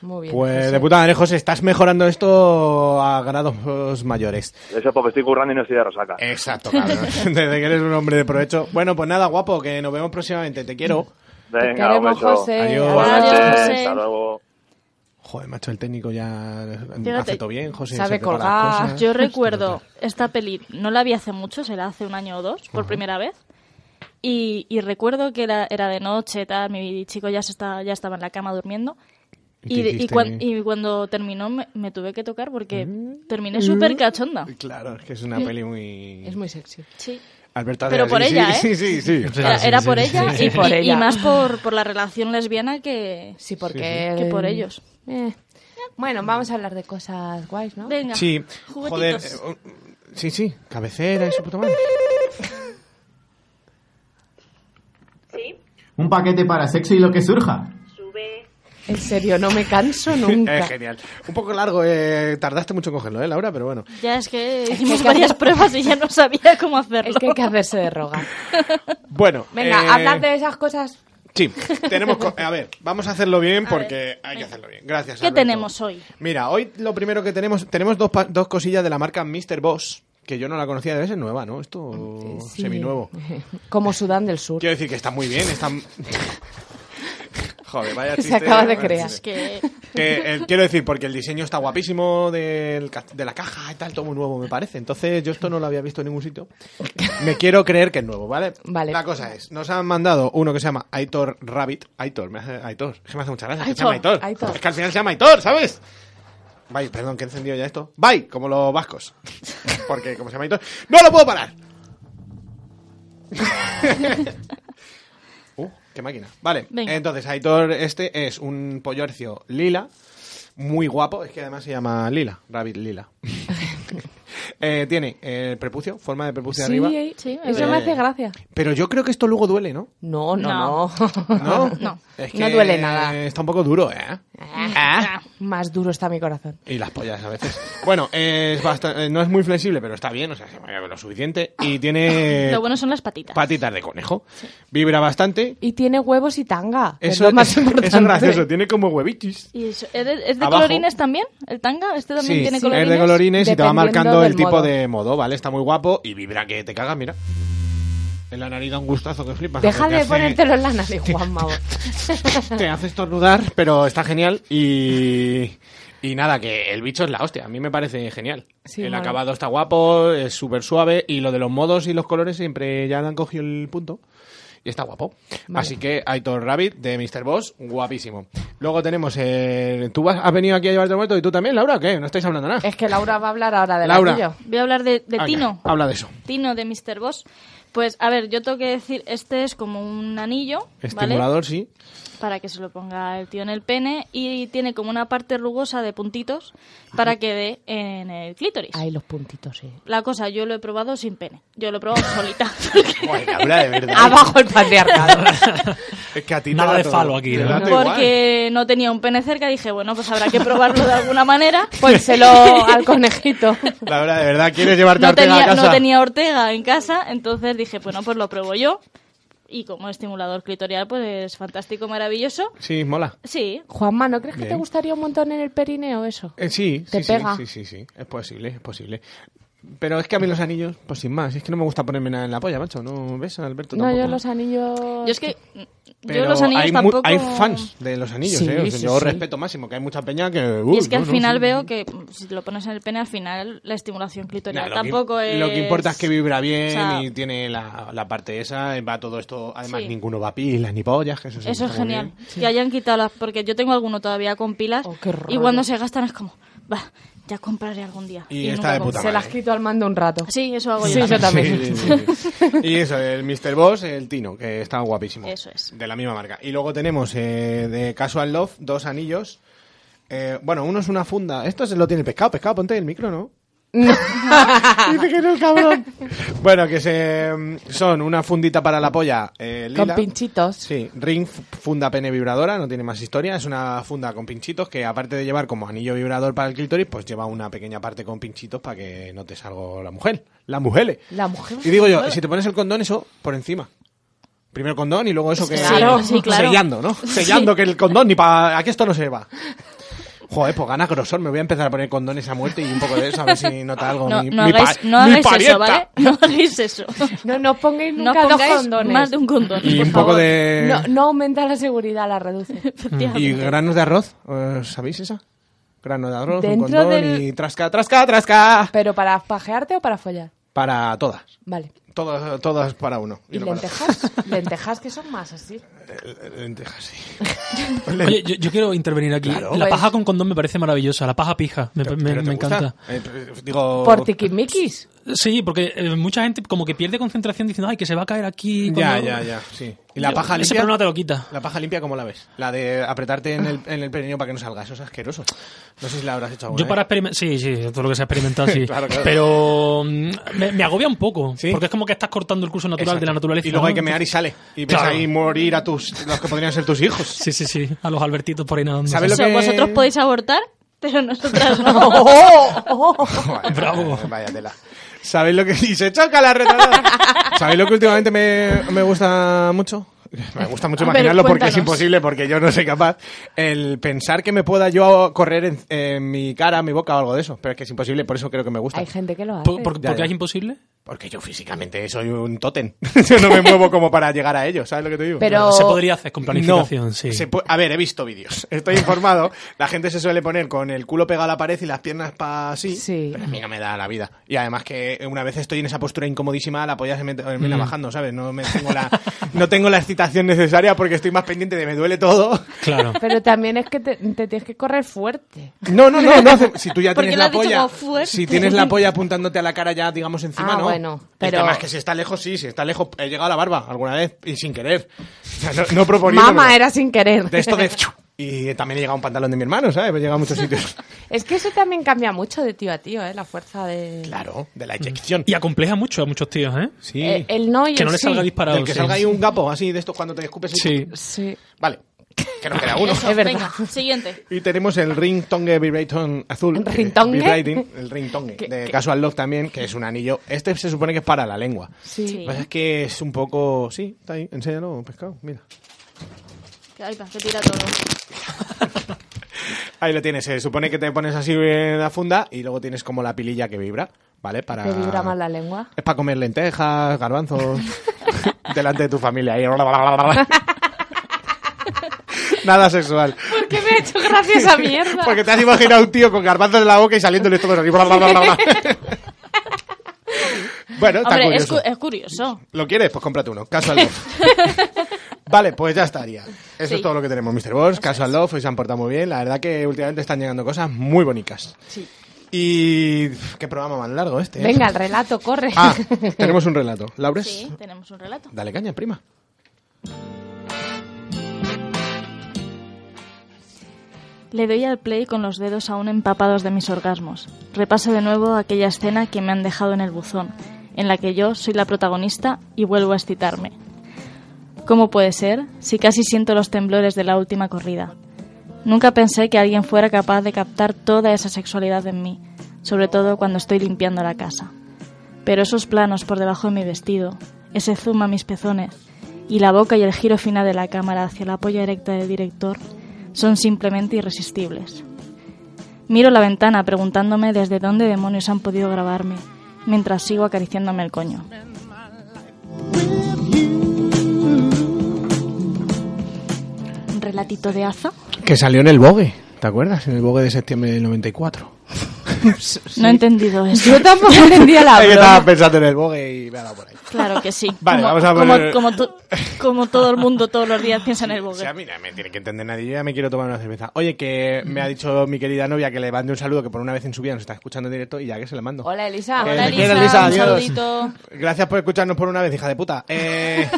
Speaker 7: Muy bien.
Speaker 6: Pues
Speaker 7: José.
Speaker 6: de puta madre, José, estás mejorando esto a grados mayores.
Speaker 12: Eso es porque estoy currando y no estoy de resaca.
Speaker 6: Exacto, cabrón. Desde que eres un hombre de provecho. Bueno, pues nada, guapo, que nos vemos próximamente. Te quiero.
Speaker 7: Te
Speaker 12: Venga, un
Speaker 7: queremos,
Speaker 12: beso.
Speaker 7: José.
Speaker 6: Adiós.
Speaker 12: Buenas
Speaker 8: Adiós,
Speaker 12: noches,
Speaker 8: José.
Speaker 12: hasta luego.
Speaker 6: Joder, macho, el técnico ya hace
Speaker 8: Fíjate,
Speaker 6: todo bien, José.
Speaker 7: sabe
Speaker 6: prepara
Speaker 7: colgar.
Speaker 6: las cosas.
Speaker 8: Yo recuerdo esta peli, no la vi hace mucho, será hace un año o dos, por primera vez. Y, y recuerdo que era, era de noche, tal, mi chico ya, se está, ya estaba en la cama durmiendo.
Speaker 6: ¿Y qué
Speaker 8: Y, de- y
Speaker 6: hiciste?
Speaker 8: cuan- y cuando terminó me, me tuve que tocar porque terminé súper cachonda.
Speaker 6: Claro, es que es una peli muy...
Speaker 7: Es muy sexy.
Speaker 8: Sí.
Speaker 6: Alberto
Speaker 8: Pero
Speaker 6: Adrià,
Speaker 8: por
Speaker 6: sí,
Speaker 8: ella,
Speaker 6: sí,
Speaker 8: ¿eh?
Speaker 6: Sí, sí, sí.
Speaker 8: Era, era por ella
Speaker 7: sí, sí.
Speaker 8: y,
Speaker 7: Por
Speaker 8: y- y
Speaker 7: ella.
Speaker 8: más por, por la relación lesbiana que...
Speaker 7: Sí, porque...
Speaker 8: Que por ellos.
Speaker 7: Eh. Bueno, vamos a hablar de cosas guays, ¿no?
Speaker 8: Venga,
Speaker 6: Sí, joder.
Speaker 8: juguetitos.
Speaker 6: eh, eh, sí, sí, cabecera y su puta madre.
Speaker 11: Un paquete para sexo y lo que surja.
Speaker 7: En serio, no me canso nunca.
Speaker 6: Es genial. Un poco largo, eh, tardaste mucho en cogerlo, ¿eh, Laura? Pero bueno.
Speaker 8: Ya es que hicimos varias pruebas y ya no sabía cómo hacerlo.
Speaker 7: Es que hay que hacerse de rogar.
Speaker 6: Bueno.
Speaker 7: Venga,
Speaker 6: eh,
Speaker 7: hablar de esas cosas
Speaker 6: Sí, tenemos. co- A ver, vamos a hacerlo bien porque hay que hacerlo bien. Gracias.
Speaker 8: ¿Qué
Speaker 6: Alberto.
Speaker 8: tenemos hoy?
Speaker 6: Mira, hoy lo primero que tenemos, tenemos dos, pa- dos cosillas de la marca Mr. Boss, que yo no la conocía, debe ser nueva, ¿no? Esto
Speaker 7: Sí.
Speaker 6: seminuevo.
Speaker 7: Como Sudán del Sur.
Speaker 6: Quiero decir que está muy bien, está... Joder, vaya
Speaker 7: Se
Speaker 6: chiste, ¿eh?
Speaker 7: acaba de
Speaker 6: vaya
Speaker 7: crear.
Speaker 6: chiste.
Speaker 7: Es que-
Speaker 6: Que, eh, quiero decir, porque el diseño está guapísimo del ca- de la caja y tal, todo muy nuevo, me parece. Entonces, yo esto no lo había visto en ningún sitio. Me quiero creer que es nuevo, ¿vale? Vale. La cosa es, nos han mandado uno que se llama Aitor Rabbit. Aitor, me hace, Aitor. Es que me hace mucha gracia. que se llama
Speaker 7: Aitor,
Speaker 6: Aitor.
Speaker 7: Aitor.
Speaker 6: Es que al final se llama Aitor, ¿sabes? Bye, perdón, que he encendido ya esto. Bye, como los vascos. Porque, como se llama Aitor, ¡no lo puedo parar! Uh, qué máquina. Vale,
Speaker 13: Venga.
Speaker 6: entonces Aitor este es un pollorcio lila, muy guapo, es que además se llama lila, rabbit lila. Eh, tiene eh, prepucio, forma de prepucio
Speaker 7: Sí,
Speaker 6: arriba.
Speaker 7: eh, sí, eso
Speaker 6: Eh,
Speaker 7: me hace gracia.
Speaker 6: Pero yo creo que esto luego duele, ¿no?
Speaker 7: No, no,
Speaker 6: no. ¿No?
Speaker 7: No.
Speaker 6: Es
Speaker 7: No
Speaker 6: que
Speaker 7: duele nada.
Speaker 6: Está un poco duro, ¿eh?
Speaker 7: Más duro está mi corazón.
Speaker 6: Y las pollas a veces. Bueno, eh, es bastan- eh, no es muy flexible, pero está bien, o sea, se mueve lo suficiente. Y tiene
Speaker 8: Lo bueno son las patitas.
Speaker 6: patitas de conejo. Vibra bastante.
Speaker 7: Y tiene huevos y tanga. que
Speaker 6: Eso
Speaker 7: es Pues lo más
Speaker 6: eso
Speaker 7: importante.
Speaker 6: es gracioso, tiene como huevitis.
Speaker 8: ¿Y eso- ¿Es de, es de
Speaker 6: Abajo.
Speaker 8: colorines también? ¿El tanga? ¿Este también tiene colorines?
Speaker 6: es de colorines y te va
Speaker 7: Dependiendo
Speaker 6: marcando
Speaker 7: del
Speaker 6: el tipo
Speaker 7: modo.
Speaker 6: de modo, ¿vale? Está muy guapo y vibra que te cagas, mira. En la nariz da un gustazo que flipas.
Speaker 7: Deja
Speaker 6: Te
Speaker 7: de
Speaker 6: hace-
Speaker 7: ponértelo en la nariz, Juanma.
Speaker 6: Te hace estornudar, pero está genial y... Y nada, que el bicho es la hostia, a mí me parece genial.
Speaker 7: Sí,
Speaker 6: el
Speaker 7: mola.
Speaker 6: acabado está guapo, es súper suave y lo de los modos y los colores siempre ya le han cogido el punto. Y está guapo.
Speaker 13: Vale.
Speaker 6: Así que Aitor Rabbit de Mr. Boss, guapísimo. Luego tenemos el... ¿Tú vas- has venido aquí a llevarte el muerto y tú también, Laura? o ¿Qué? ¿No estáis hablando nada?
Speaker 7: Es que Laura va a hablar ahora de
Speaker 6: Laura.
Speaker 7: la
Speaker 8: Voy a hablar de, de
Speaker 6: Venga,
Speaker 8: Tino.
Speaker 6: Habla de eso.
Speaker 8: Tino de Mr. Boss. Pues, a ver, yo tengo que decir, este es como un anillo, ¿vale?
Speaker 6: Estimulador, sí.
Speaker 8: Para que se lo ponga el tío en el pene y tiene como una parte rugosa de puntitos para que dé en el clítoris.
Speaker 7: Ahí los puntitos, sí.
Speaker 8: La cosa, yo lo he probado sin pene. Yo lo he probado solita.
Speaker 6: Laura, de verdad.
Speaker 7: Abajo el patriarcado.
Speaker 6: Es que a ti te
Speaker 9: Nada
Speaker 6: da
Speaker 9: de
Speaker 6: todo-
Speaker 9: falo aquí,
Speaker 6: te
Speaker 9: ¿no?
Speaker 6: da todo igual.
Speaker 8: Porque no tenía un pene cerca, dije, bueno, pues habrá que probarlo de alguna manera.
Speaker 7: Pónselo Pues al conejito.
Speaker 6: Laura, de verdad, ¿quieres llevarte a
Speaker 8: no
Speaker 6: Ortega
Speaker 8: tenía,
Speaker 6: a casa?
Speaker 8: no tenía Ortega en casa, entonces dije, bueno, pues lo pruebo yo. Y como estimulador clitorial, pues es fantástico, maravilloso.
Speaker 6: Sí, mola.
Speaker 8: Sí.
Speaker 7: Juanma, ¿no crees que te
Speaker 6: Bien.
Speaker 7: gustaría un montón en el perineo eso?
Speaker 6: Eh, sí,
Speaker 7: Te
Speaker 6: sí, sí,
Speaker 7: pega.
Speaker 6: sí, sí, sí. Es posible, es posible. Pero es que a mí los anillos, pues sin más, es que no me gusta ponerme nada en la polla, macho. ¿No ves, Alberto?
Speaker 7: No,
Speaker 6: Tampoco.
Speaker 7: yo los anillos... Yo
Speaker 8: es que...
Speaker 6: Pero
Speaker 8: yo los anillos
Speaker 6: hay, mu-
Speaker 8: tampoco...
Speaker 6: hay fans de los anillos,
Speaker 13: Sí,
Speaker 6: ¿eh? O sea,
Speaker 13: sí,
Speaker 6: yo
Speaker 13: sí.
Speaker 6: respeto máximo, que hay mucha peña que...
Speaker 8: Y
Speaker 6: uy,
Speaker 8: es que
Speaker 6: no,
Speaker 8: al
Speaker 6: no,
Speaker 8: final
Speaker 6: sí.
Speaker 8: veo que mm, si te lo pones en el pene, al final la estimulación clitorial
Speaker 6: Nah, lo que-
Speaker 8: tampoco es...
Speaker 6: Lo que importa es que vibra bien
Speaker 8: o sea,
Speaker 6: y tiene la, la parte esa, y va todo esto... Además,
Speaker 8: Sí.
Speaker 6: ninguno va a pilas ni pollas, que eso, sí
Speaker 8: Eso es
Speaker 6: está muy
Speaker 8: genial.
Speaker 6: bien.
Speaker 8: Que hayan quitado las... Porque yo tengo alguno todavía con pilas y cuando se gastan es como, va, ya compraré algún día.
Speaker 6: Y está
Speaker 8: nunca
Speaker 6: de
Speaker 8: compro.
Speaker 6: puta
Speaker 7: Se las quito al mando un rato.
Speaker 8: Sí, eso hago yo.
Speaker 7: Sí, yo también.
Speaker 6: Sí, sí, sí. y eso, el Mr. Boss, el Tino, que está guapísimo.
Speaker 8: Eso es.
Speaker 6: De la misma marca. Y luego tenemos eh, de Casual Love dos anillos. Eh, bueno, uno es una funda. Esto se lo tiene pescado. Pescado, ponte el micro, ¿no? Dice que no el cabrón. Bueno, que se, mm, son una fundita para la polla eh,
Speaker 7: Con
Speaker 6: lila.
Speaker 7: pinchitos.
Speaker 6: Sí, ring f- funda pene vibradora, no tiene más historia. Es una funda con pinchitos que aparte de llevar como anillo vibrador para el clítoris, pues lleva una pequeña parte con pinchitos para que no te salga la mujer. Las mujeres.
Speaker 7: La mujer...
Speaker 6: Y digo yo, si te pones el condón, eso por encima. Primero el condón y luego eso que...
Speaker 7: Claro, sí, claro.
Speaker 6: Sellando, ¿no? Sellando que el condón ni para... Aquí esto no se va. Joder, pues ganas grosor. Me voy a empezar a poner condones a muerte y un poco de eso a ver si nota algo.
Speaker 8: No,
Speaker 6: mi,
Speaker 8: no
Speaker 6: mi
Speaker 8: hagáis,
Speaker 6: pa-
Speaker 8: no
Speaker 6: mi
Speaker 8: hagáis
Speaker 6: parienta.
Speaker 8: eso, ¿vale? No hagáis eso.
Speaker 7: No, no pongáis
Speaker 8: No
Speaker 7: nunca dos
Speaker 8: pongáis
Speaker 7: condones.
Speaker 8: más de un condón,
Speaker 6: Y
Speaker 8: por
Speaker 6: un poco
Speaker 8: favor.
Speaker 6: de...
Speaker 7: No, no aumenta la seguridad, la reduce.
Speaker 6: ¿Y granos de arroz? ¿Os ¿Sabéis esa? Grano de arroz, un
Speaker 7: Dentro
Speaker 6: condón
Speaker 7: del-
Speaker 6: y trasca, trasca, trasca.
Speaker 7: ¿Pero para pajearte o para follar?
Speaker 6: Para todas.
Speaker 7: Vale.
Speaker 6: Todas, todas para uno.
Speaker 7: ¿Y
Speaker 6: no para
Speaker 7: lentejas? lentejas que son más así.
Speaker 6: otro. Lentejas, sí.
Speaker 9: Oye, yo, yo quiero intervenir aquí.
Speaker 6: Claro.
Speaker 9: La
Speaker 6: Pues-
Speaker 9: paja con condón me parece maravillosa. La paja pija. Me, me-
Speaker 6: ¿Pero te
Speaker 9: me
Speaker 6: gusta?
Speaker 9: encanta.
Speaker 6: Eh, pero, digo...
Speaker 7: ¿Por tiquismiquis?
Speaker 9: Sí, porque eh, mucha gente como que pierde concentración diciendo, ay, que se va a caer aquí.
Speaker 6: Ya,
Speaker 9: cuando-".
Speaker 6: ya, ya, sí. ¿Y la
Speaker 9: Yo-
Speaker 6: paja
Speaker 9: ese
Speaker 6: limpia?
Speaker 9: problema te lo quita.
Speaker 6: ¿La paja limpia cómo la ves? La de apretarte en el, en el perineo para que no salga, eso es asqueroso. No sé si la habrás hecho alguna
Speaker 9: Yo para
Speaker 6: vez.
Speaker 9: experimentar, sí, sí, todo lo que sea experimentar, sí.
Speaker 6: eh. Claro, claro.
Speaker 9: Pero mm, me, me agobia un poco, porque es como que estás cortando el curso natural
Speaker 6: Exacto.
Speaker 9: de la naturaleza.
Speaker 6: Y luego
Speaker 9: ¿no?
Speaker 6: hay que mear y sale. Y ves
Speaker 9: Claro.
Speaker 6: ahí morir a tus, los que podrían ser tus hijos.
Speaker 9: Sí, sí, sí, a los Albertitos por ahí nadando.
Speaker 6: ¿Sabes lo
Speaker 8: Eso,
Speaker 6: que-
Speaker 8: Vosotros podéis abortar, pero nosotras no.
Speaker 6: Bravo. Vaya tela. ¿Sabéis lo que.? Y se choca la retadora. ¿Sabéis lo que últimamente me, me gusta mucho? Me gusta mucho
Speaker 13: A ver,
Speaker 6: imaginarlo porque es
Speaker 13: cuéntanos.
Speaker 6: imposible, porque yo no soy capaz. El pensar que me pueda yo correr en, en mi cara, mi boca o algo de eso. Pero es que es imposible, por eso creo que me gusta.
Speaker 7: Hay gente que lo hace.
Speaker 6: ¿Por- por-
Speaker 9: ¿Por
Speaker 6: Ya,
Speaker 9: qué
Speaker 6: ya.
Speaker 9: es imposible?
Speaker 6: Porque yo físicamente soy un tótem. yo no me muevo como para llegar a ello, ¿sabes lo que te digo?
Speaker 9: Pero- Se podría hacer con planificación,
Speaker 6: No,
Speaker 9: sí.
Speaker 6: se pu- a ver, he visto vídeos. Estoy informado. La gente se suele poner con el culo pegado a la pared y las piernas para así. Pero a mí no me da la vida. Y además que una vez estoy en esa postura incomodísima, la polla se me termina
Speaker 9: Mm.
Speaker 6: bajando, ¿sabes? No, me tengo la, no tengo la excitación necesaria porque estoy más pendiente de me duele todo.
Speaker 9: Claro.
Speaker 7: Pero también es que te, te tienes que correr fuerte.
Speaker 6: No, no, no, no. hace- Si tú ya
Speaker 7: Porque
Speaker 6: tienes
Speaker 7: lo
Speaker 6: la
Speaker 7: has dicho
Speaker 6: polla.
Speaker 7: como fuerte.
Speaker 6: Si tienes la polla apuntándote a la cara ya, digamos, encima,
Speaker 7: Ah,
Speaker 6: ¿no?
Speaker 7: bueno,
Speaker 6: El
Speaker 7: pero-
Speaker 6: tema es que si está lejos, sí. Si está lejos, he llegado a la barba alguna vez y sin querer. O sea, no, no proponiéndomelo.
Speaker 7: Mama, era sin querer.
Speaker 6: De esto de. Y también he llegado a un pantalón de mi hermano, ¿sabes? He llegado a muchos sitios.
Speaker 7: Es que eso también cambia mucho de tío a tío, ¿eh? La fuerza de...
Speaker 6: Claro, de la eyección.
Speaker 9: Y acompleja mucho a muchos tíos, ¿eh?
Speaker 6: Sí.
Speaker 7: Eh, el no y
Speaker 9: Que
Speaker 7: el
Speaker 9: no le
Speaker 7: sí.
Speaker 9: salga disparado.
Speaker 6: Del que
Speaker 9: sí.
Speaker 6: salga ahí un gapo así de estos cuando te escupes. y-
Speaker 9: Sí.
Speaker 7: Sí.
Speaker 6: Vale. Que nos queda uno.
Speaker 8: Eso, Venga, siguiente.
Speaker 6: Y tenemos el ringtongue vibraton azul. eh,
Speaker 8: ¿Ringtongue?
Speaker 6: vibrating, el ringtongue. de Casual Lock también, que es un anillo. Este se supone que es para la lengua.
Speaker 8: Sí.
Speaker 6: Lo que
Speaker 7: Pues,
Speaker 6: pasa es que es un poco... Sí, está ahí. Enséñalo, pescado. Mira.
Speaker 8: Ahí va, que tira todo.
Speaker 6: Ahí lo tienes. Se supone que te pones así en la funda y luego tienes como la pililla que vibra, ¿vale? Para...
Speaker 7: Te vibra más la lengua.
Speaker 6: Es para comer lentejas, garbanzos, delante de tu familia. Ahí, bla, bla, bla, bla, bla. Nada sexual.
Speaker 7: ¿Por qué me ha hecho gracia esa mierda?
Speaker 6: Porque te has imaginado a un tío con garbanzos en la boca y saliéndole todo así. bla, bla, bla, bla, bla. bueno, está
Speaker 8: Hombre, es,
Speaker 6: curioso.
Speaker 8: cu- es curioso.
Speaker 6: ¿Lo quieres? Pues cómprate uno. Casual Love. vale, pues ya estaría. Eso
Speaker 8: Sí.
Speaker 6: es todo lo que tenemos, Mr. Boss. Casual Love, hoy se han portado muy bien. La verdad que últimamente están llegando cosas muy bonitas.
Speaker 8: Sí.
Speaker 6: Y... ¿Qué programa más largo este? eh?
Speaker 7: Venga, el relato, corre.
Speaker 6: Ah, tenemos un relato. ¿Laures?
Speaker 8: Sí, tenemos un relato.
Speaker 6: Dale caña, prima.
Speaker 8: Le doy al play con los dedos aún empapados de mis orgasmos. Repaso de nuevo aquella escena que me han dejado en el buzón, en la que yo soy la protagonista y vuelvo a excitarme. ¿Cómo puede ser si casi siento los temblores de la última corrida? Nunca pensé que alguien fuera capaz de captar toda esa sexualidad en mí, sobre todo cuando estoy limpiando la casa. Pero esos planos por debajo de mi vestido, ese zoom a mis pezones, y la boca y el giro final de la cámara hacia la polla erecta del director son simplemente irresistibles. Miro la ventana preguntándome desde dónde demonios han podido grabarme, mientras sigo acariciándome el coño. Un relatito de Aza.
Speaker 6: Que salió en el Vogue, ¿te acuerdas? En el Vogue de septiembre del 94.
Speaker 8: No he entendido eso.
Speaker 7: Yo tampoco entendía la
Speaker 6: Yo
Speaker 7: broma.
Speaker 6: estaba pensando en el Vogue y me ha dado por ahí.
Speaker 8: Claro que sí.
Speaker 6: Vale,
Speaker 8: como,
Speaker 6: vamos a
Speaker 8: como-
Speaker 6: poner-
Speaker 8: como, to- como todo el mundo todos los días piensa en el bogue.
Speaker 6: Mira, me tiene que entender nadie. Yo ya me quiero tomar una cerveza. Oye, que me ha dicho mi querida novia que le mande un saludo que por una vez en su vida nos está escuchando en directo y ya que se le mando.
Speaker 7: Hola, Elisa.
Speaker 6: Que te quiero, Elisa,
Speaker 8: un
Speaker 6: adiós.
Speaker 8: saludito.
Speaker 6: Gracias por escucharnos por una vez, hija de puta. Eh,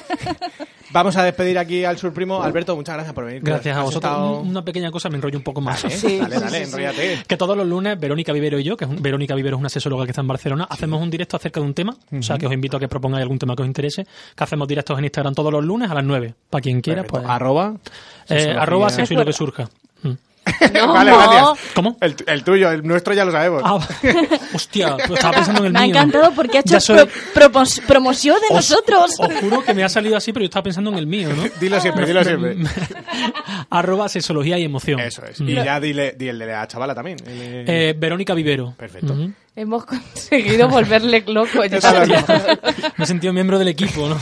Speaker 6: vamos a despedir aquí al surprimo. Alberto, muchas gracias por venir.
Speaker 9: Gracias a
Speaker 6: Has
Speaker 9: vosotros.
Speaker 6: estado-
Speaker 9: Un- Una pequeña cosa, me enrollo un poco más.
Speaker 6: Dale, Sí, dale, sí, dale, sí, sí. enróllate.
Speaker 9: Que todos los lunes Verónica Vivero y yo, que es un- Verónica Vivero es una sexóloga que está en Barcelona, hacemos un directo acerca de un tema. O sea,
Speaker 6: Ujú.
Speaker 9: que os invito a que propongáis algún tema que os interese. Que hacemos directos en Instagram todos los lunes a las 9. Para quien quiera,
Speaker 6: Perfecto.
Speaker 9: pues.
Speaker 6: Arroba.
Speaker 9: Eh,
Speaker 6: sexología.
Speaker 9: arroba sexo y lo que surja.
Speaker 6: vale, gracias.
Speaker 9: ¿Cómo?
Speaker 6: El, el tuyo, el nuestro ya lo sabemos.
Speaker 9: Ah, Hostia, pues estaba pensando en el
Speaker 8: Me ha
Speaker 9: mío.
Speaker 8: encantado porque ha hecho
Speaker 9: Ya soy-
Speaker 8: pro- propos- promoción de
Speaker 9: Os-
Speaker 8: nosotros.
Speaker 9: Os juro que me ha salido así, pero yo estaba pensando en el mío, ¿no?
Speaker 6: Dilo siempre, dilo siempre.
Speaker 9: Arroba sexología y emoción. Mm.
Speaker 6: Eso es. Y ya dile, di el de la chavala también. El de-
Speaker 9: Eh, Verónica Vivero.
Speaker 6: Perfecto.
Speaker 9: Ujú.
Speaker 7: Hemos conseguido volverle loco. ya.
Speaker 9: Me he sentido miembro del equipo, ¿no?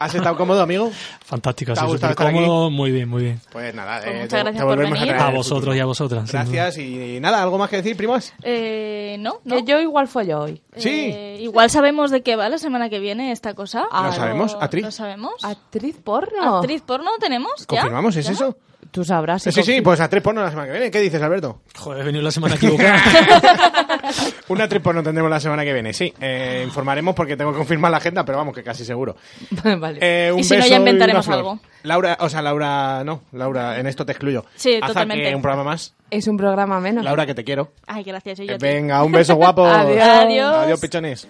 Speaker 6: ¿Has estado cómodo, amigo?
Speaker 9: Fantástico,
Speaker 6: ¿Te ha
Speaker 9: sí,
Speaker 6: gustado estar
Speaker 9: supercómodo. Muy bien, muy bien.
Speaker 6: Pues nada,
Speaker 8: Pues
Speaker 6: eh,
Speaker 8: muchas
Speaker 6: te-
Speaker 8: gracias
Speaker 6: te
Speaker 8: por
Speaker 6: volvemos
Speaker 8: venir.
Speaker 6: a traer
Speaker 9: A
Speaker 6: en el
Speaker 9: vosotros
Speaker 6: futuro.
Speaker 9: y a vosotras. sin duda.
Speaker 6: Gracias y nada, ¿algo más que decir, primas?
Speaker 8: Eh, no, no.
Speaker 7: Que yo igual fue yo hoy.
Speaker 6: Sí.
Speaker 8: Eh, igual sabemos de qué va la semana que viene esta cosa.
Speaker 6: Ah, sabemos,
Speaker 8: ¿Lo-
Speaker 6: actriz.
Speaker 8: ¿Lo sabemos?
Speaker 7: ¿Actriz porno?
Speaker 8: ¿Actriz porno tenemos? ¿Ya?
Speaker 6: ¿Confirmamos? ¿Es
Speaker 8: ¿Ya?
Speaker 6: eso?
Speaker 7: Tú sabrás. si
Speaker 6: Sí, sí, sí,
Speaker 7: confirmo.
Speaker 6: pues a tres porno la semana que viene. ¿Qué dices, Alberto?
Speaker 9: Joder, he venido la semana equivocada.
Speaker 6: Una tres porno tendremos la semana que viene, sí. Eh, informaremos porque tengo que confirmar la agenda, pero vamos, que casi seguro.
Speaker 7: vale.
Speaker 6: Eh, un
Speaker 8: Y si no,
Speaker 6: beso
Speaker 8: ya
Speaker 6: y una
Speaker 8: inventaremos
Speaker 6: flor.
Speaker 8: algo.
Speaker 6: Laura, o sea, Laura, no, Laura, en esto te excluyo.
Speaker 8: Sí,
Speaker 6: Haz
Speaker 8: totalmente.
Speaker 6: que un programa más.
Speaker 7: Es un programa menos.
Speaker 6: Laura, que te quiero. Eh,
Speaker 8: Ay, gracias. yo ya te-
Speaker 6: Venga, un beso guapo.
Speaker 7: Adiós.
Speaker 8: Adiós.
Speaker 6: Adiós, pichones.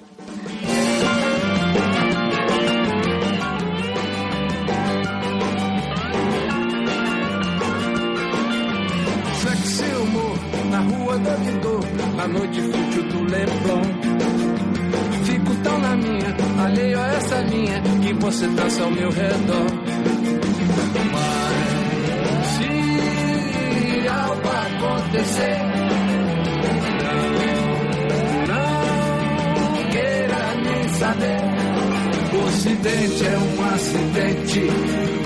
Speaker 10: Sexy humor na rua da Vidor, na noite fútil do Leblon. Fico tão na minha, alheio a essa linha que você traça ao meu redor.
Speaker 9: to say. Não queira nem saber. O ocidente é um acidente,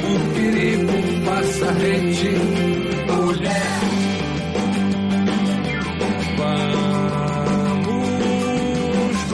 Speaker 9: o perigo passa rente. Mulher, vamos